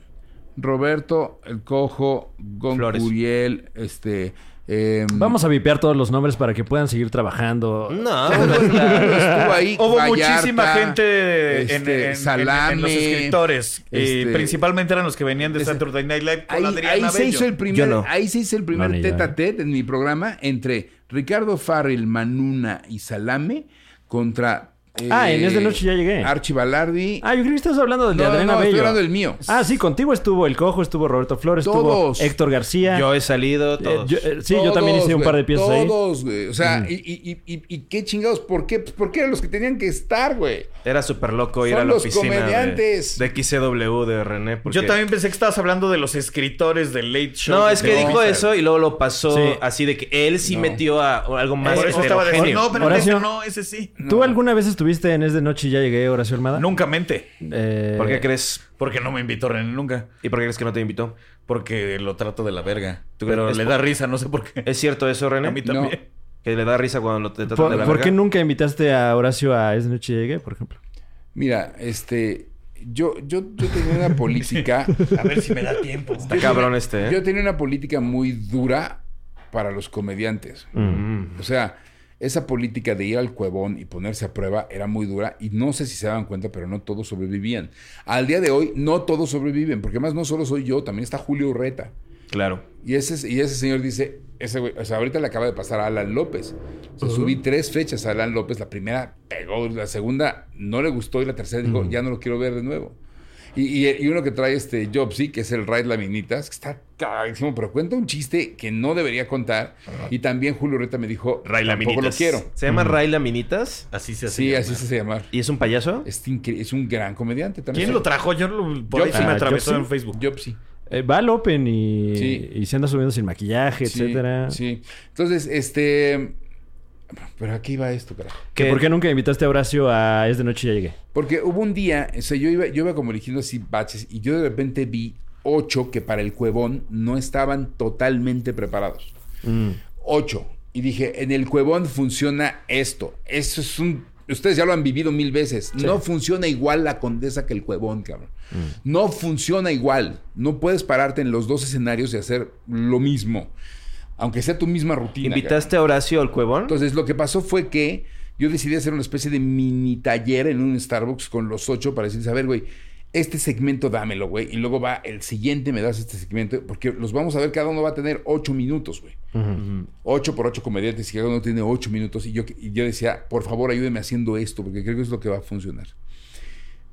Roberto, el Cojo, Gon
Flores.
Curiel, este. em,
Vamos a vipear todos los nombres para que puedan seguir trabajando.
No,
todo el
pues,
mundo
claro.
estuvo ahí,
Hubo
Vallarta,
muchísima gente en-
este,
en, en- en-
Salame,
en los escritores. Y
este-
principalmente eran los que venían de
este-
Saturday Night Live con
Ahí,
Adriana
ahí se
Bello.
hizo el primer,
Yo no.
ahí se hizo el primer
No, ni yo,
tete
eh.
a tete en mi programa entre Ricardo Farrell, Manuna y Salame contra. eh,
Ah, en Es de Noche ya llegué.
Archie Balardi.
Ah, yo creo que estás hablando del de
No, no,
Adriana
no, estoy
Bello.
hablando del mío.
Ah, sí, contigo estuvo El Cojo, estuvo Roberto Flores,
Todos.
estuvo Héctor García.
Yo he salido
Eh,
todos.
yo- eh, sí, yo también hice un
Todos, güey,
par de piezas ahí. Mm.
Todos, güey. O sea, y, y- y- y- y qué chingados. ¿Por qué? Pues porque eran los que tenían que estar, güey.
Era súper loco ir
Son
a la
los
oficina
comediantes.
De, de XCW de René. porque-
Yo también pensé que estabas hablando de los escritores del Late Show.
No,
de
es que dijo
Televisa.
eso y luego lo pasó
Sí.
así de que él sí
No.
metió a algo más este,
Por eso estaba diciendo,
heterogéneo.
no, pero
Horacio.
ese no, ese sí.
¿Tú alguna vez estuviste en Es de Noche y ya llegué, Horacio Almada?
Nunca mente.
Eh,
¿Por qué crees?
Porque no me invitó René nunca.
¿Y por qué crees que no te invitó?
Porque lo trato de la verga.
¿Tú
Pero
crees?
le da risa, no sé por qué.
¿Es cierto eso, René?
a mí también.
Que le da risa cuando te tratan de
¿Por,
la
por
verga.
qué nunca invitaste a Horacio a Es de Noche y ya llegué, por ejemplo?
Mira, este. Yo, yo, yo tenía una política.
A ver si me da tiempo.
Está cabrón este, ¿eh?
Yo tenía una política muy dura para los comediantes.
Mm.
O sea, esa política de ir al cuevón y ponerse a prueba era muy dura y no sé si se daban cuenta, pero no todos sobrevivían. Al día de hoy, no todos sobreviven, porque además no solo soy yo, también está Julio Urreta.
Claro.
Y ese, y ese señor dice, ese güey, o sea, ahorita le acaba de pasar a Alan López. O sea, subí tres fechas a Alan López, la primera pegó, la segunda no le gustó y la tercera dijo, ya no lo quiero ver de nuevo. Y, y- y uno que trae este Jobsy, que es el Raid Laminitas, que está cagadísimo, pero cuenta un chiste que no debería contar. Y también Julio Urreta me dijo,
Ray
tampoco lo
Laminitas".
quiero.
¿Se llama Raila Minitas?
Así se hace.
Sí, así se hace llamar.
¿Y es un payaso?
Es, incre- es un gran comediante también.
¿Quién lo trajo? Yo lo- por ahí
Yo-
se me
Ah,
atravesó
yo sí.
en Facebook.
Jobsy.
Eh, va al Open y,
Sí.
y se anda subiendo sin maquillaje,
Sí,
etcétera.
Sí. Entonces, este... Pero aquí va esto, carajo.
¿Que ¿Por qué nunca invitaste a Horacio a Es de Noche y ya llegué?
Porque hubo un día, o sea, yo iba, yo iba como eligiendo así baches y yo de repente vi ocho que para el cuevón no estaban totalmente preparados. Ocho. Y dije, en el cuevón funciona esto. Eso es un... Ustedes ya lo han vivido mil veces. No funciona igual la condesa que el cuevón, cabrón. No funciona igual. No puedes pararte en los dos escenarios y hacer lo mismo. Aunque sea tu misma rutina. cabrón.
¿Invitaste a Horacio al cuevón?
Entonces, lo que pasó fue que yo decidí hacer una especie de mini taller en un Starbucks con los ocho para decirles, a ver, güey, este segmento dámelo, güey. Y luego va el siguiente, me das este segmento, porque los vamos a ver, cada uno va a tener ocho minutos, güey. Ocho por ocho comediantes y cada uno tiene ocho minutos. Y yo, y yo decía, por favor, ayúdeme haciendo esto, porque creo que es lo que va a funcionar.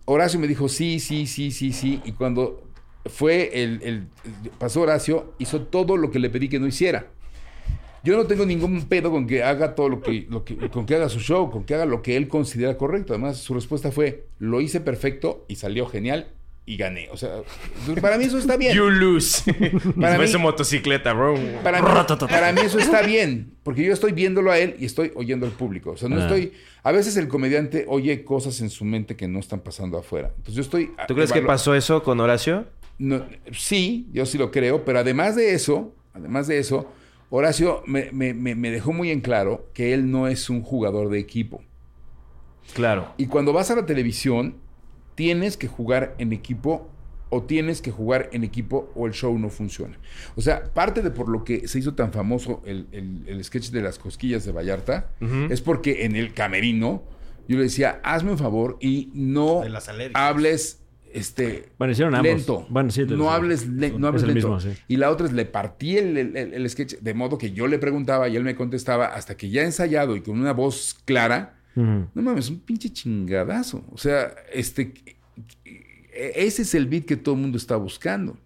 Horacio me dijo, sí, sí, sí, sí, sí. Y cuando fue el, el- pasó Horacio, hizo todo lo que le pedí que no hiciera. Yo no tengo ningún pedo con que haga todo lo que, lo que- con que haga su show, con que haga lo que él considera correcto. Además, su respuesta fue, lo hice perfecto y salió genial y gané. O sea, para mí eso está bien.
You lose.
Para
Para
mí-
motocicleta, bro.
Para mí, para mí eso está bien, porque yo estoy viéndolo a él y estoy oyendo al público. O sea, no
Ah.
estoy... A veces el comediante oye cosas en su mente que no están pasando afuera. Entonces yo estoy...
¿Tú crees que
evalu-
pasó eso con Horacio?
No, sí, yo sí lo creo, pero además de eso, además de eso, Horacio me, me- me- me dejó muy en claro que él no es un jugador de equipo.
Claro.
Y cuando vas a la televisión, tienes que jugar en equipo o tienes que jugar en equipo o el show no funciona. O sea, parte de por lo que se hizo tan famoso el, el- el sketch de las cosquillas de Vallarta es porque en el camerino yo le decía, hazme un favor y no
De las alérgicas.
hables este
Bueno, hicieron ambos.
lento.
Bueno, sí, de los-
no hables, le- no hables
el
lento.
mismo, sí.
Y la otra es le partí el, el- el- el sketch de modo que yo le preguntaba y él me contestaba hasta que ya ensayado y con una voz clara.
Ujú.
No mames, un pinche chingadazo. O sea, este, e- ese es el beat que todo el mundo está buscando.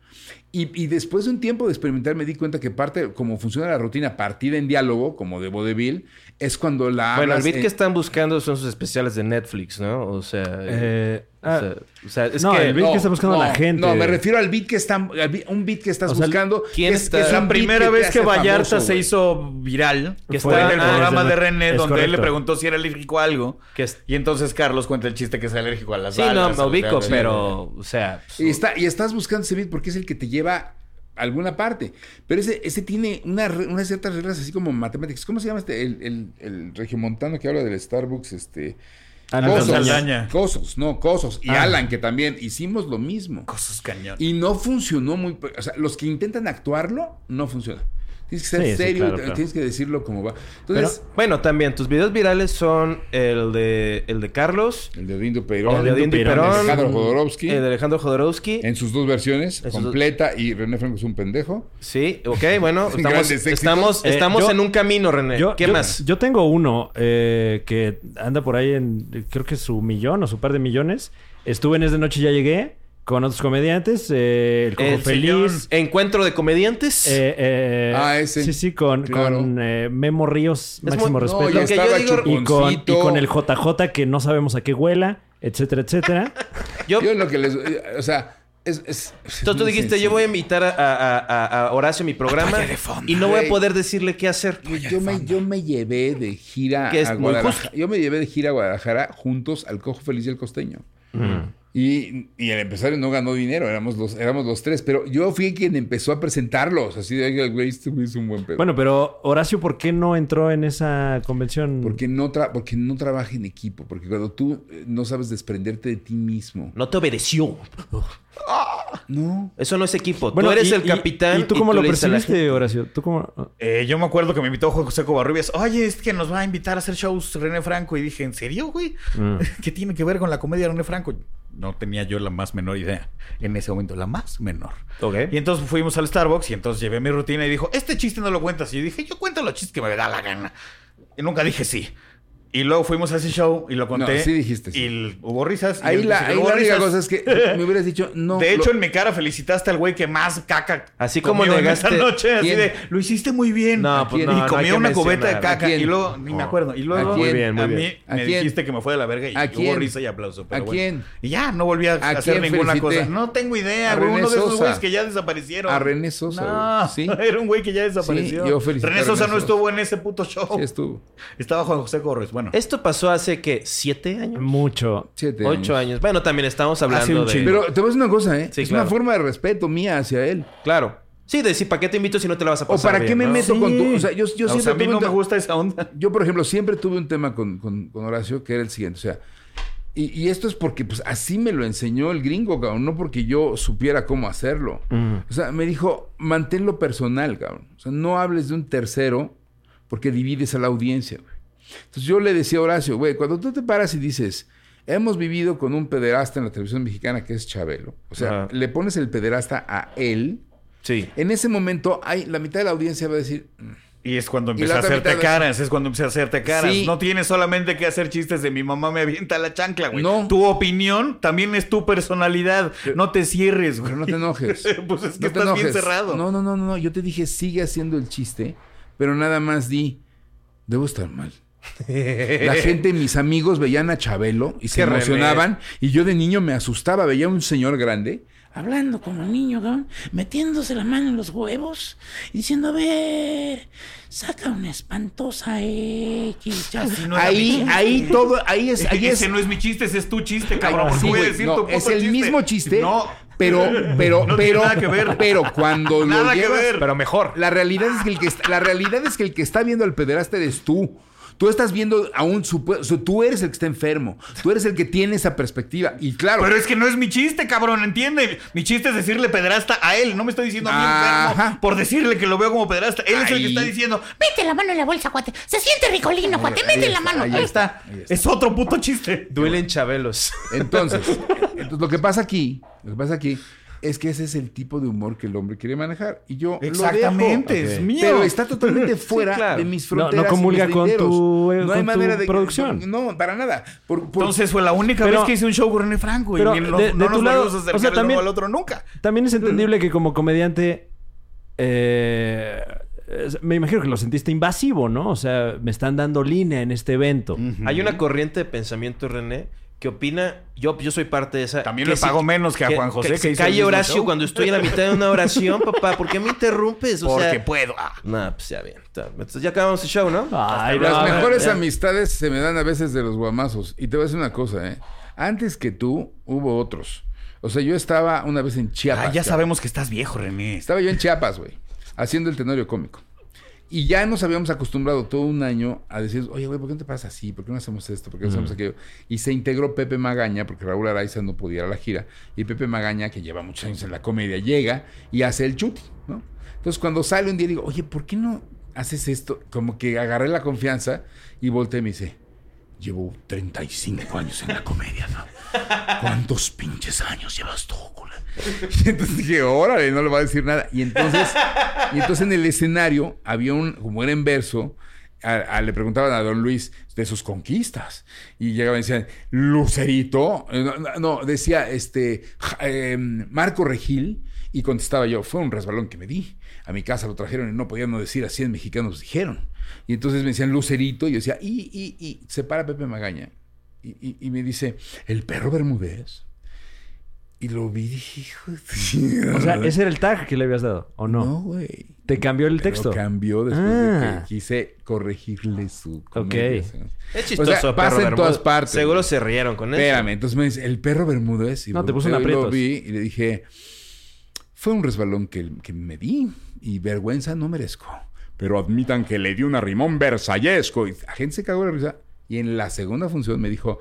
Y, y después de un tiempo de experimentar me di cuenta que parte, como funciona la rutina partida en diálogo, como de vodevil, es cuando la
Bueno, el
hablas
beat
en-
que están buscando son sus especiales de Netflix, ¿no? O sea...
Eh,
o
ah,
sea- o sea, es
no,
que...
el beat- que está buscando la gente.
No, me refiero al beat que están, al bi- un beat que estás
sea,
buscando.
¿quién
que es,
está-
que es
La
un beat
primera
te
vez que
hace
Vallarta
famoso,
se
güey.
hizo viral, que
Fue
está en el
en el
programa
programa.
de René,
Es
donde él le
correcto.
preguntó si era alérgico a algo.
Que es-
Y entonces Carlos cuenta el chiste que es alérgico a las
Sí, no,
balas.
me
o sea,
ubico,
sí.
pero... O sea... pues,
Y, está, y estás buscando ese beat porque es el que te lleva a alguna parte. Pero ese, ese tiene una re- unas ciertas reglas así como matemáticas. ¿Cómo se llama este? El, el, el regiomontano que habla del Starbucks, este.
Alan
Cosos.
Saldaña.
Cosos, no, Cosos. Y
Ah.
Alan, que también hicimos lo mismo.
Cosas cañón.
Y no funcionó muy. O sea, los que intentan actuarlo, no funciona. Tienes que ser
Sí, sí,
serio,
claro,
y t-
claro.
tienes que decirlo como va. Entonces,
Bueno, también, tus videos virales son el de, el de Carlos,
el de Odindo
el
Peirón,
de Odín
Perón,
Perón,
Alejandro Jodorowsky.
el de Alejandro Jodorowsky.
en sus dos versiones,
En sus dos-
completa y René Franco es un pendejo.
Sí, ok, bueno, estamos,
Grandes éxitos.
estamos,
Eh,
estamos
yo-
en un camino, René.
Yo,
¿Qué
yo-
más?
Yo tengo uno eh, que anda por ahí en, creo que su millón o su par de millones. Estuve en Es de Noche y ya llegué con otros comediantes. eh, el Cojo
El
Feliz.
Encuentro de comediantes.
eh, eh,
Ah, ese.
Sí, sí, con,
Claro.
con, eh, Memo Ríos,
Es
máximo
muy- no,
respeto.
ya
Lo que yo
estaba
digo-
y, con, y
chuponcito.
con el JJ que no sabemos a qué huela, etcétera, etcétera.
yo,
Yo lo que les. eh, O sea, Es, es-
Entonces tú
muy
dijiste,
sencillo.
yo voy a invitar a, a- a- a Horacio a mi programa
Oye, de fondo.
y no voy a
Güey.
poder decirle qué hacer.
Yo, yo me, yo me llevé de gira
Que es
a
muy
Guadalajara.
justo.
Yo me llevé de gira a Guadalajara juntos al Cojo Feliz y al Costeño.
Mm.
Y, y el empresario no ganó dinero, éramos los, éramos los tres, pero yo fui quien empezó a presentarlos. Así de, "Oiga, güey, este güey es un buen pedo.
Bueno, pero Horacio, ¿por qué no entró en esa convención?
porque no, tra- porque no trabaja en equipo, porque cuando tú eh, no sabes desprenderte de ti mismo.
No te obedeció.
No.
Eso no es equipo.
Bueno,
tú eres
y-
el
y-
capitán.
¿Y, tú cómo
le
lo
dices a la gente-
percibiste, Horacio? ¿Tú cómo?
Eh, yo me acuerdo que me invitó José Covarrubias. Oye, es que nos va a invitar a hacer shows René Franco. Y dije, ¿en serio, güey?
Mm.
¿Qué tiene que ver con la comedia de René Franco? No tenía yo la más menor idea en ese momento, la más menor.
¿Eh?
Y entonces fuimos al Starbucks y entonces llevé mi rutina y dijo, este chiste no lo cuentas. Y yo dije, yo cuento los chistes que me da la gana. Y nunca dije sí. Y luego fuimos a ese show y lo conté.
No, sí dijiste sí.
Y el- hubo risas. y
Ahí
él
la,
dice,
ahí
hubo
la única
risas.
cosa es que me hubieras dicho, no.
De hecho,
lo-
en mi cara felicitaste al güey que más caca.
Así como
comió en
negaste-
esa noche, así
¿Quién?
de, lo hiciste muy bien.
No, pues
quién?
no,
Y
no hay
y comió
que
una cubeta de
mencionar.
caca.
¿A quién?
Y luego, ni me acuerdo. Y luego,
¿A quién? Muy bien,
muy
a mí
bien.
¿A
me
quién?
dijiste que me fue de la verga y
¿A
hubo
quién?
risa y aplauso. pero
¿A
bueno.
quién?
Y ya, no volví a,
¿A
hacer
quién
ninguna
felicité?
cosa. No tengo idea,
A
güey.
René
Uno de esos
Sosa.
güeyes que ya desaparecieron.
A René Sosa,
No,
güey. Sí.
era un güey que ya desapareció.
Sí, yo felicité
René
a René
Sosa no
Sosa.
estuvo en ese puto show.
Sí, estuvo.
Estaba Juan José Corres. Bueno,
Esto pasó hace, ¿qué? ¿Siete años?
Mucho.
Siete
¿Ocho años? Bueno, también estamos
Hace
hablando
un
de...
chingo.
Pero te voy a decir una cosa, ¿eh?
Sí,
es
claro.
una forma de respeto mía hacia él.
Claro. Sí, de decir, ¿para qué te invito si no te la vas a
O
pasar
para qué
bien,
me
no?
meto
Sí.
con tu. O sea, yo, yo
o
siempre
sea, a mí
tuve
no
un
me
te-
gusta esa onda.
Yo, por ejemplo, siempre tuve un tema con, con- con Horacio que era el siguiente. O sea, y, y esto es porque pues, así me lo enseñó el gringo, cabrón. No porque yo supiera cómo hacerlo. O sea, me dijo, manténlo personal, cabrón. O sea, no hables de un tercero porque divides a la audiencia, güey. Entonces yo le decía a Horacio, güey, cuando tú te paras y dices, hemos vivido con un pederasta en la televisión mexicana que es Chabelo. O sea,
Ajá.
le pones el pederasta a él.
Sí.
En ese momento, hay, la mitad de la audiencia va a decir,
Y es cuando
Y
empecé
la
a
otra
hacerte
mitad-
caras, es cuando empecé a hacerte caras.
Sí.
No tienes solamente que hacer chistes de mi mamá me avienta la chancla, güey.
No.
Tu opinión también es tu personalidad. No te cierres, güey.
Pero no te
pues
enojes.
es que
No te
estás bien
enojes.
cerrado.
No, no, no, no. no. Yo te dije, sigue haciendo el chiste, pero nada más di, debo estar mal.
Eh.
La gente, mis amigos veían a Chabelo y se
Qué rebelde.
emocionaban. Y yo de niño me asustaba. Veía a un señor grande hablando como niño, cabrón, metiéndose la mano en los huevos y diciendo, a ver, saca una espantosa X. ya".
Así no era mi
ahí,
chiste.
ahí todo, ahí es, ahí es.
Ese no es mi chiste, ese es tu chiste, cabrón.
Ay,
¿Por qué
sí,
voy a
güey,
decir
no,
tu puto
es el mismo chiste.
No.
Pero, pero,
No tiene
pero,
nada que ver.
pero cuando
Nada
lo
que
llevas,
ver.
Pero mejor.
la realidad es que el que est- la realidad es que el que está viendo al pederasta eres tú. Tú estás viendo a un supue- su- tú eres el que está enfermo. Tú eres el que tiene esa perspectiva. Y claro,
Pero es que no es mi chiste, cabrón, ¿entiende? Mi chiste es decirle pedrasta a él. No me estoy diciendo a mí enfermo
Ajá.
por decirle que lo veo como pedrasta. Él es el que
Ahí.
está diciendo,
Mete la mano en la bolsa, cuate. Se siente ricolino, cuate. Mete la mano.
ahí está. Es otro puto chiste.
Duelen chabelos.
entonces, entonces lo que pasa aquí, lo que pasa aquí es que ese es el tipo de humor que el hombre quiere manejar y yo
Exactamente,
lo dejo.
es mío.
Pero está totalmente fuera
claro.
de mis
No- no
fronteras. y
comulga
mis
con
linderos.
tu, eh,
no
con
hay
tu
manera de
producción.
No, para nada. Por- por-
Entonces fue la única
Pero-
vez que hice un show con René Franco y
pero
ni lo-
de-
no
de tu
nos
lado,
volvimos a
o sea,
acercar el uno
también-
al otro nunca.
También es entendible que como comediante... eh, es- me imagino que lo sentiste invasivo, ¿no? O sea, me están dando línea en este evento.
Hay una corriente de pensamiento, René, que opina... Yo, yo soy parte de esa...
También
que
le
se-
pago menos que a Juan José que,
se
hizo el
calle
mismo
Horacio
show.
cuando estoy en la mitad de una oración, papá. ¿Por qué me interrumpes? O
Porque
sea...
puedo. Ah.
Nah, pues ya bien. Está- Entonces ya acabamos el show, ¿no?
Ay, no, eh,
Las
a ver,
mejores
ya.
amistades se me dan a veces de los guamazos. Y te voy a decir una cosa, ¿eh? Antes que tú, hubo otros. O sea, yo estaba una vez en Chiapas.
Ah, ya
cabrón.
sabemos que estás viejo, René.
Estaba yo en Chiapas, güey, haciendo el tenorio cómico. Y ya nos habíamos acostumbrado todo un año a decir, oye, güey, ¿por qué no te pasa así? ¿Por qué no hacemos esto? ¿Por qué no hacemos aquello? Y se integró Pepe Magaña, porque Raúl Araiza no podía ir a la gira. Y Pepe Magaña, que lleva muchos años en la comedia, llega y hace el chuti, ¿no? Entonces, cuando sale un día, digo, oye, ¿por qué no haces esto? Como que agarré la confianza y volteé y me dice, llevo 35 años en la comedia, ¿no? ¿Cuántos pinches años llevas tú, culero? Y entonces dije, órale, no le va a decir nada. Y entonces, y entonces en el escenario había un, como era en verso, a- a- le preguntaban a don Luis de sus conquistas. Y llegaban y decían, Lucerito. Eh, No, no, no, decía este ja- em, Marco Regil. Y contestaba yo, fue un resbalón que me di. A mi casa lo trajeron y no podían no decir, así en mexicanos dijeron. Y entonces me decían Lucerito. Y yo decía, y, y, y. Se para Pepe Magaña. Y, y- y me dice, el perro Bermúdez. Y lo vi, dije, hijo
O sea, ese era el tag que le habías dado, ¿o no?
No, güey.
Te cambió el
Pero
texto.
cambió después de
Ah.
que quise corregirle su comedia. O sea,
Es chistoso,
O sea,
perro
pasa en
Bermúdez.
todas partes.
Seguro se rieron con eso.
Espérame, entonces me dice, el perro Bermúdez. Y
No, te puso
volteo
en
y Lo
aprietos.
vi y le dije, fue un resbalón que, que me di y vergüenza no merezco. Pero admitan que le di un arrimón versallesco. Y la gente se cagó de risa. Y en la segunda función me dijo,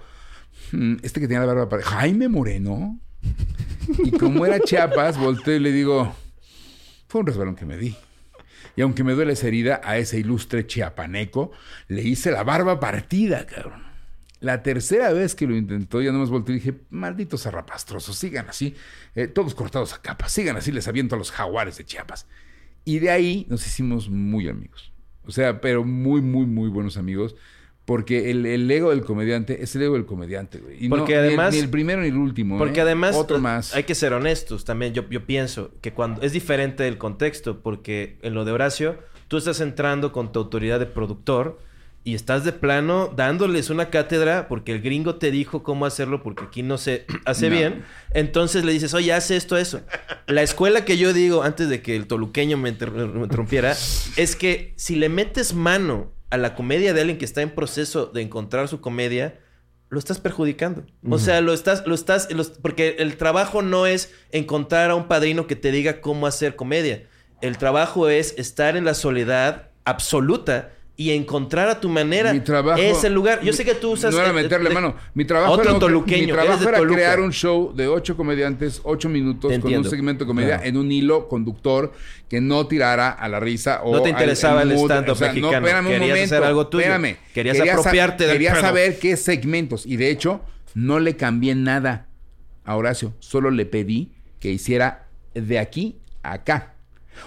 "Mm, este que tenía la barba para... Jaime Moreno. Y como era Chiapas, volteo y le digo, fue un resbalón que me di. Y aunque me duele esa herida, a ese ilustre chiapaneco le hice la barba partida, cabrón. La tercera vez que lo intentó, ya nomás volteé y dije, malditos arrapastrosos, sigan así, eh, todos cortados a capa, sigan así, les aviento a los jaguares de Chiapas. Y de ahí nos hicimos muy amigos. O sea, pero muy, muy, muy buenos amigos. Porque el, el ego del comediante es el ego del comediante, güey. Y no,
Porque
ni el-
además-
Ni el, primero ni el último.
Porque
¿eh?
además,
Otro más.
hay que ser honestos también. Yo, yo pienso que cuando es diferente el contexto, porque en lo de Horacio, tú estás entrando con tu autoridad de productor y estás de plano dándoles una cátedra porque el gringo te dijo cómo hacerlo porque aquí no se hace
No.
bien. Entonces le dices, oye, haz esto, eso. La escuela que yo digo antes de que el toluqueño me, inter- me interrumpiera es que si le metes mano a la comedia de alguien que está en proceso de encontrar su comedia, lo estás perjudicando. O sea, lo estás, lo estás, los- porque el trabajo no es encontrar a un padrino que te diga cómo hacer comedia. El trabajo es estar en la soledad absoluta y encontrar a tu manera
Mi trabajo-
ese lugar. Yo
mi-
sé que tú usas...
No era
eh, eh,
meterle
de-
mano. Mi trabajo
Otro
era,
toluqueño,
mi
eres
trabajo
de
era
Toluca.
crear un show de ocho comediantes, ocho minutos,
Te
con
entiendo.
un segmento de comedia en un hilo conductor que no tirara a la risa o
No te
al-
interesaba
al
el
mood.
stand-up
O sea, no,
mexicano.
espérame un
Querías
momento,
hacer algo tuyo.
espérame.
Querías
sa-
apropiarte del
Quería
pedo.
saber qué segmentos. Y de hecho, no le cambié nada a Horacio. Solo le pedí que hiciera de aquí a acá.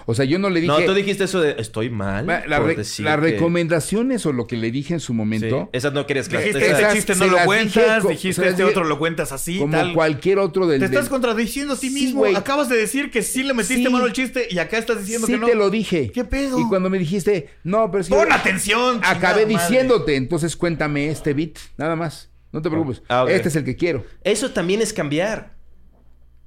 O sea, yo no le dije...
No, tú dijiste eso de estoy mal.
Ma- la
por
re-
decir
las
que-
recomendaciones o lo que le dije en su
Sí,
momento...
Esas no querías que...
Dijiste,
esas-
este
Esas
chiste no
se
lo
las dije
cuentas,
co- se
dijiste
las
este
dije
otro lo cuentas así,
como
tal.
cualquier otro del...
Te estás
del-
contradiciendo a ti
Sí,
mismo.
güey.
Acabas de decir que sí le metiste
Sí.
mano al chiste y acá estás diciendo
sí
que no.
te lo dije.
¿Qué pedo?
Y cuando me dijiste, no, pero es que
Pon
yo
atención.
acabé
chingada madre.
diciéndote, entonces cuéntame este beat, nada más. No te preocupes.
Ah, ok.
Este es el que quiero.
Eso también es cambiar.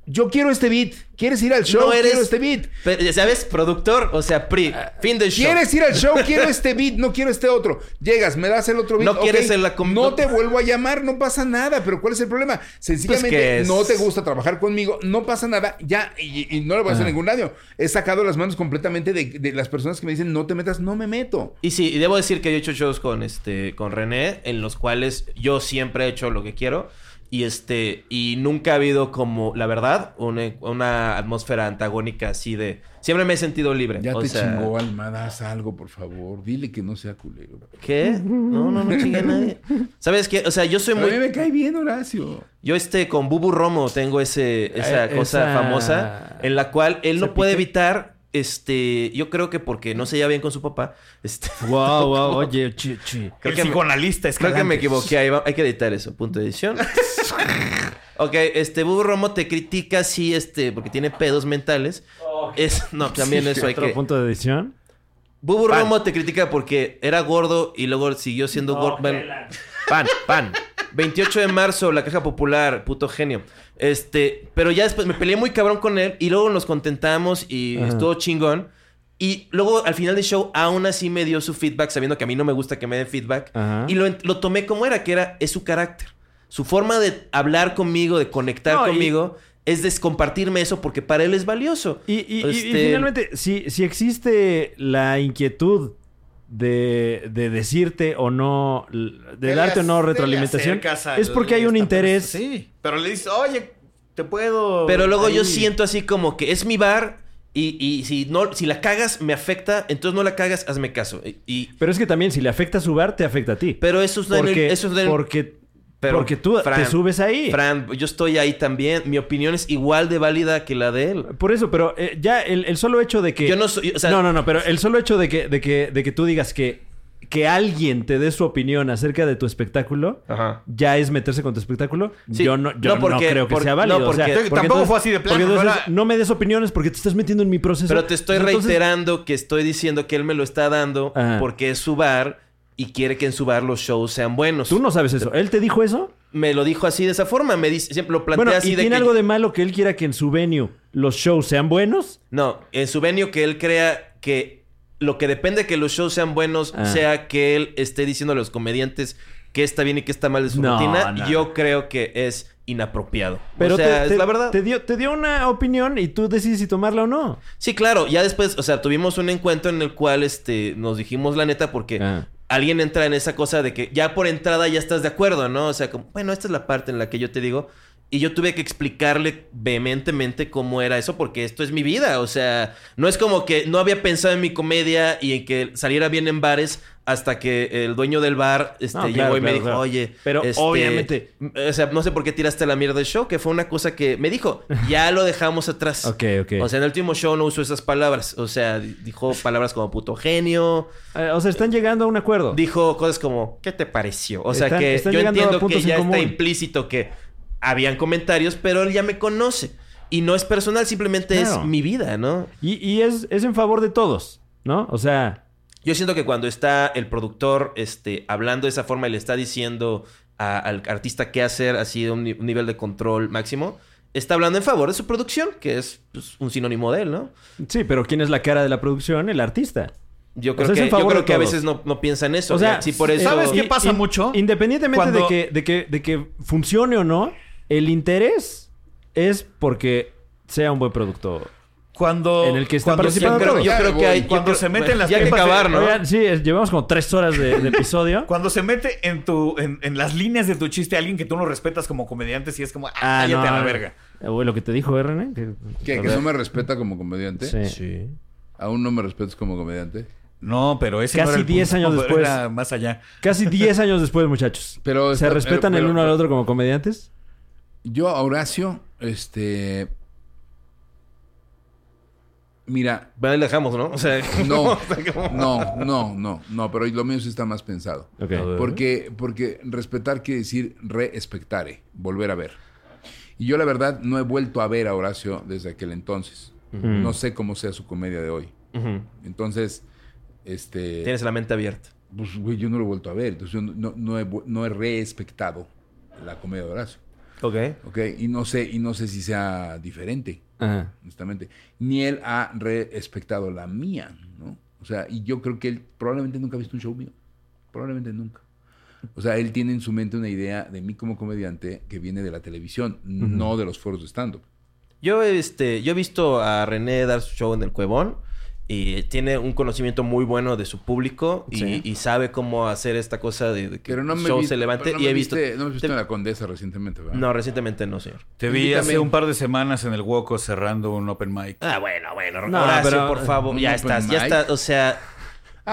Yo quiero este beat. ¿Quieres ir al show?
no eres...
Quiero este beat. Ah,
Pero, ya ¿Sabes? Productor, o sea, PRI. Fin del show.
¿Quieres ir al show? Quiero este beat, no quiero este otro. Llegas, me das el otro beat.
No
ok,
quieres el acom-
No te vuelvo a llamar, no pasa nada. Pero ¿cuál es el problema? Sencillamente
Pues que es-
no te gusta trabajar conmigo, no pasa nada, ya, y, y no le voy a hacer ningún daño. He sacado las manos completamente de, de las personas que me dicen no te metas, no me meto.
Y sí, y debo decir que yo he hecho shows con este con René en los cuales yo siempre he hecho lo que quiero y este y nunca ha habido como la verdad una, una atmósfera antagónica así de siempre me he sentido libre.
Ya
o
te
sea,
chingó, Almada, haz algo, por favor. Dile que no sea culero.
¿Qué? No, no, no chingue a nadie. ¿Sabes qué? O sea, yo soy
A mí me
muy
cae bien, Horacio.
yo este con Bubu Romo tengo ese esa
Eh,
cosa
esa-
famosa en la cual él
¿Ese
no puede
pique?
evitar este yo creo que porque no se lleva bien con su papá, este
Wow, Oh, wow, oye, chi, chi.
creo
El
que-
psicoanalista
Creo que me
Escalante.
equivoqué. Ahí va- Hay que editar eso. Punto de edición. ok, este Bubu Romo te critica, sí, este, porque tiene pedos mentales. Es, no, pues, también eso hay
Otro
que.
punto de edición.
Bubu Romo te critica porque era gordo y luego siguió siendo gordo. bueno, pan, pan. 28 de marzo, la caja popular, puto genio. Este, pero ya después me peleé muy cabrón con él y luego nos contentamos y
Ajá.
estuvo chingón. Y luego al final del show, aún así me dio su feedback, sabiendo que a mí no me gusta que me den feedback.
Ajá.
Y lo, ent- lo tomé como era, que era, es su carácter. Su forma de hablar conmigo, de conectar
No, y-
conmigo, es descompartirme eso porque para él es valioso.
Y, y- y- y
Este-
finalmente, si, si existe la inquietud de, de decirte o no, l- de
Te
darte
le
o no
ac- te le
retroalimentación,
acercas al-
es porque hay un
esta
interés.
persona. Sí, pero le dices, oye, te puedo.
Pero luego yo
ahí".
siento así como que es mi bar y, y si, no, si la cagas me afecta, entonces no la cagas, hazme caso. Y, y-
Pero es que también, si le afecta a su bar, te afecta a ti.
pero eso es una-
porque,
eso es una-
porque,
pero,
porque tú
Fran,
te subes ahí.
Fran, yo estoy ahí también. Mi opinión es igual de válida que la de él.
Por eso, pero eh, ya el, el solo hecho de que...
Yo no soy... O sea,
no, no, no, pero el solo hecho de que, de que, de que tú digas que, que alguien te dé su opinión acerca de tu espectáculo,
Ajá.
ya es meterse con tu espectáculo.
Sí.
Yo no, yo
No,
no,
porque-
creo que
por-
sea
no,
válido. o sea,
porque-
porque
Tampoco fue así de plano,
porque
no
entonces,
era-
no me des opiniones porque te estás metiendo en mi proceso.
Pero te estoy
Entonces,
reiterando que estoy diciendo que él me lo está dando
Ajá.
porque es su bar y quiere que en su bar los shows sean buenos.
Tú no sabes eso. ¿Él te dijo eso?
me lo dijo así de esa forma. Me dice, siempre lo plantea
Bueno,
así
¿y
de
tiene
que-
algo de malo que él quiera que en su venue los shows sean buenos?
No, en su venio que él crea que lo que depende que los shows sean buenos
Ah.
sea que él esté diciendo a los comediantes que está bien y que está mal de su
No,
rutina.
no.
Yo creo que es inapropiado.
Pero
o sea,
te-
es
te-
la verdad.
Te dio, te dio una opinión y tú decides si tomarla o no.
Sí, claro. Ya después, o sea, tuvimos un encuentro en el cual este, nos dijimos la neta porque
Ah.
alguien entra en esa cosa de que ya por entrada ya estás de acuerdo, ¿no? O sea, como, bueno, esta es la parte en la que yo te digo. Y yo tuve que explicarle vehementemente cómo era eso, porque esto es mi vida. O sea, no es como que no había pensado en mi comedia y en que saliera bien en bares hasta que el dueño del bar este,
No, claro,
llegó y me
claro,
dijo,
claro.
oye,
Pero
este,
obviamente-
m- O sea, no sé por qué tiraste la mierda del show, que fue una cosa que me dijo, ya lo dejamos atrás.
Ok, ok.
O sea, en el último show no usó esas palabras. O sea, di- dijo palabras como puto genio.
Eh, o sea, están llegando a un acuerdo.
Dijo cosas como, ¿qué te pareció? O sea,
Están-
que
están
yo
llegando a
entiendo que
puntos en
ya está
común.
implícito que habían comentarios, pero él ya me conoce. Y no es personal, simplemente
Claro.
es mi vida, ¿no?
Y, y es, es en favor de todos, ¿no? O sea,
Yo siento que cuando está el productor este, hablando de esa forma y le está diciendo a- al artista qué hacer, así de un, ni- un nivel de control máximo, está hablando en favor de su producción, que es pues, un sinónimo de él, ¿no?
sí, pero ¿quién es la cara de la producción? El artista.
Yo creo
sea, es
que,
en
yo
favor
creo
de
que a
todos.
veces no, no piensan eso.
O sea,
sí, por eso.
¿sabes qué
Y-
pasa
in-
mucho?
Independientemente de
Cuando-
que, de, que, de que funcione o no, el interés es porque sea un buen producto.
Cuando.
En el que están
cuando
Yo creo,
participando
yo
todos.
creo
Claro,
que hay.
voy.
yo
Cuando
creo-
se meten las
Ya hay que
tripas de-
acabar, ¿no?
Oigan, sí, es- llevamos como tres horas de, de episodio.
Cuando se mete en tu en, en las líneas de tu chiste alguien que tú no respetas como comediante, sí es como, ah, cállate
no.
a la verga.
Eh, güey, lo que te dijo, RN. que-
¿Qué, ¿Que no me respeta como comediante?
Sí.
¿Aún no me respetas como comediante?
No, pero ese no
Casi
era el
10
punto,
años
pero
después.
era más allá.
Casi 10 años después, muchachos.
Pero
¿Se
está-
respetan
pero-
el
pero-
uno al otro como comediantes?
Yo a Horacio, este... Mira,
Bueno, ahí lo dejamos, ¿no? O sea,
no,
o sea, como-
no, no, no, no, pero lo mío sí está más pensado.
Ok.
Porque, porque respetar quiere decir respetare, volver a ver. Y yo la verdad no he vuelto a ver a Horacio desde aquel entonces.
Mm.
No sé cómo sea su comedia de hoy.
Ujú.
Entonces, este...
Tienes la mente abierta.
Pues, güey, yo no lo he vuelto a ver. Entonces, yo no, no- no he, vu- no he respectado la comedia de Horacio.
Ok.
¿Ok? Y no sé, y no sé si sea diferente,
Ajá.
honestamente. Ni él ha respectado la mía, ¿no? O sea, y yo creo que él probablemente nunca ha visto un show mío. Probablemente nunca. O sea, él tiene en su mente una idea de mí como comediante que viene de la televisión, no de los foros de stand-up.
Yo, este, yo he visto a René dar su show en el Cuevón y tiene un conocimiento muy bueno de su público y-
Sí.
y, sabe cómo hacer esta cosa de, de que
Pero no
el
me
show
vi-
se levante
pero no
y
me
he visto...
viste- no me has visto
te-
en La Condesa recientemente, ¿verdad?
No, recientemente no, señor.
Te vi
Invítame.
hace un par de semanas en el Woco cerrando un open mic.
Ah, bueno, bueno.
No,
Horacio,
pero-
por favor.
Un
Ya
open
estás, ya
mic.
estás. O sea,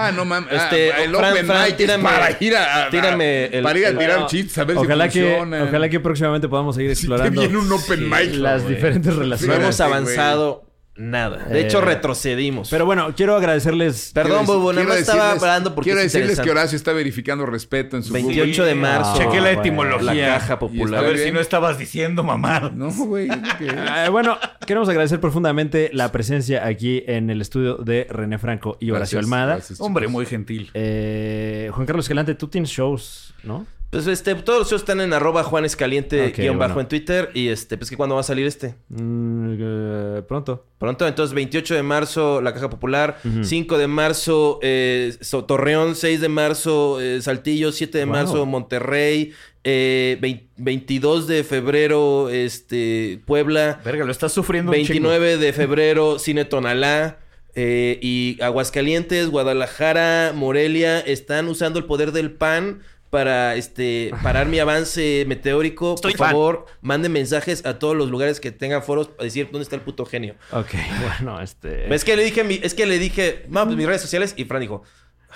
Ah, no mames. Ah,
Este,
el
Fran,
Open
Fran,
mic es
tírame-
para ir a, a-
tírame el-
para ir a
el-
tirar
Bueno,
chistes, a ver
ojalá
si funciona.
Que, ojalá que próximamente podamos seguir
Si te
explorando
viene un open mic.
las
güey.
diferentes
no
relaciones.
hemos
Espérate,
avanzado nada. De
Eh,
hecho, retrocedimos.
Pero bueno, quiero agradecerles.
Quiero
Perdón,
decir-
Bobo, no
quiero
estaba
decirles-
hablando porque
Quiero
es
decirles que
interesante.
Horacio está verificando respeto en su
28 de marzo.
Chequé
Ah,
la
bueno,
la
etimología.
caja
Y
A
popular.
está
ver
bien.
si no estabas diciendo, mamá.
No, güey. es que-
Eh, bueno, queremos agradecer profundamente la presencia aquí en el estudio de René Franco y Horacio
Gracias,
Almada.
gracias,
Hombre,
chicos.
muy gentil.
Eh, Juan Carlos Escalante, tú tienes shows, ¿no?
Pues este, todos los shows están en arroba juanescaliente
Ok,
guión bajo
bueno.
en Twitter. Y este, pues que cuando va a salir este.
Mm, eh, pronto.
Pronto, entonces 28 de marzo La Caja Popular,
Ujú.
5 de marzo eh, So- Torreón, 6 de marzo eh, Saltillo, 7 de
Wow.
marzo Monterrey, eh, vein- 22 de febrero este, Puebla,
Verga, lo estás sufriendo un
29 de febrero Cine Tonalá eh, y Aguascalientes, Guadalajara, Morelia están usando el poder del PAN para este parar mi avance meteórico.
Estoy
Por
fan.
favor, manden mensajes a todos los lugares que tengan foros para decir dónde está el puto genio.
Ok, bueno, este.
Es que le dije, mi- es que le dije, "Ma, pues mis redes sociales y Fran dijo,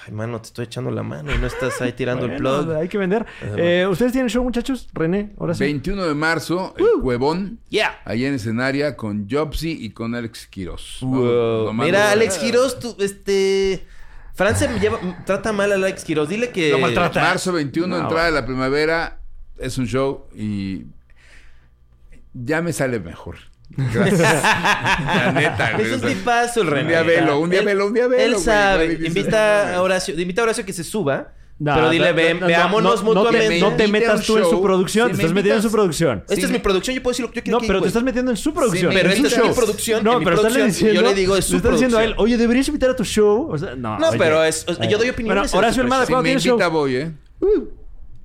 ay, mano, te estoy echando la mano y no estás ahí tirando el
Bueno,
plug.
Hay que vender. Eh, ¿Ustedes tienen show, muchachos? René, ahora sí.
21 de marzo, el Cuevón.
Yeah.
Allá en escenaria con Jobsy y con Alex Quiroz.
Wow.
Lo mando-
Mira, Alex Quiroz, tú, este, Fran se lleva, trata mal a Alex Quiroz, dile que
Lo maltrata.
Marzo 21, entrada de la primavera. Es un show y ya me sale mejor. Gracias. la neta, güey.
es
o
un
sea,
tipazo el René.
día velo, un día
Él-
velo, un día velo,
Él
güey,
sabe.
no hay difícil,
invita
no,
a Horacio, invita a Horacio que se suba
No,
Pero dile,
no,
ve-
no, no,
veámonos
no, no te-
mutuamente.
No te
Me invita a
metas
un
tú en su
show,
producción.
sí,
Te
me
estás metiendo en
invitas-
su producción.
Esta
Sí.
es mi producción, yo puedo decir lo que yo quiero
No,
aquí,
pero te
güey.
estás metiendo en su producción.
me
Pero esta
invitas-
es mi producción.
No,
en mi
pero estás
producción,
diciendo,
Yo le digo, es su
le estás diciendo a él,
producción.
oye, deberías invitar a tu show. O sea, no,
No,
oye.
pero es- o sea, yo doy opiniones en
Bueno, Horacio
su
Almada,
Si
¿cuándo
me
tienes show?
invita, voy, ¿eh?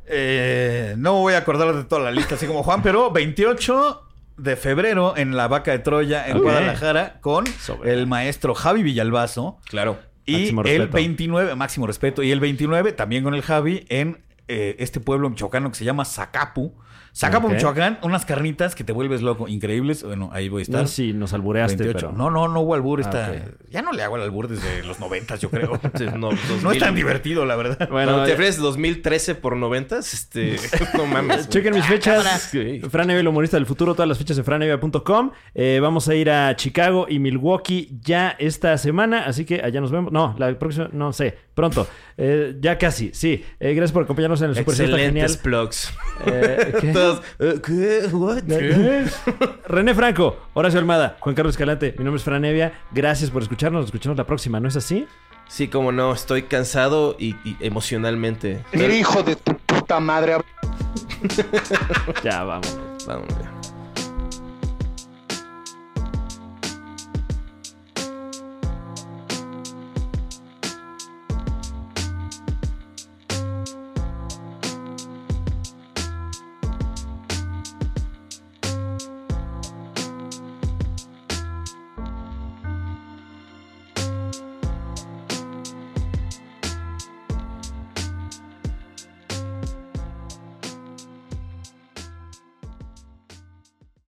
Eh, no me voy a acordar de toda la lista, así como Juan, pero 28 de febrero en la Vaca de Troya, en
Ok.
Guadalajara, con
Sobre.
el maestro Javi Villalbazo.
Claro.
Y
Máximo
el
respeto.
29, máximo respeto, y el 29 también con el Javi en eh, este pueblo michoacano que se llama Zacapu. Zacapu,
Ok.
Michoacán, unas carnitas que te vuelves loco, increíbles. Bueno, ahí voy a estar.
No, sí, nos albureaste,
28.
pero...
No, no, no hubo albur.
Ah,
está-
ok.
Ya no le hago el albur desde los 90, yo creo.
No,
no es tan divertido, la verdad.
Bueno,
te
eh,
ofreces 2013 por 90, este, no mames. güey.
Chequen mis fechas. Fran Evia, el humorista del futuro. Todas las fechas en franevia.com. Eh, vamos a ir a Chicago y Milwaukee ya esta semana. Así que allá nos vemos. No, la próxima, no sé. Pronto. Eh, ya casi, sí. Eh, gracias por acompañarnos en el Super Siesta Genial.
Excelentes plugs.
Eh, ¿qué?
Todos, eh, ¿qué? What?
René Franco, Horacio Almada, Juan Carlos Escalante. Mi nombre es Fran Evia. Gracias por escucharnos. Nos escuchamos la próxima, ¿no es así?
Sí, como no, estoy cansado y, y emocionalmente.
Mira, hijo de tu puta madre.
Ya, vamos.
Vamos, ya.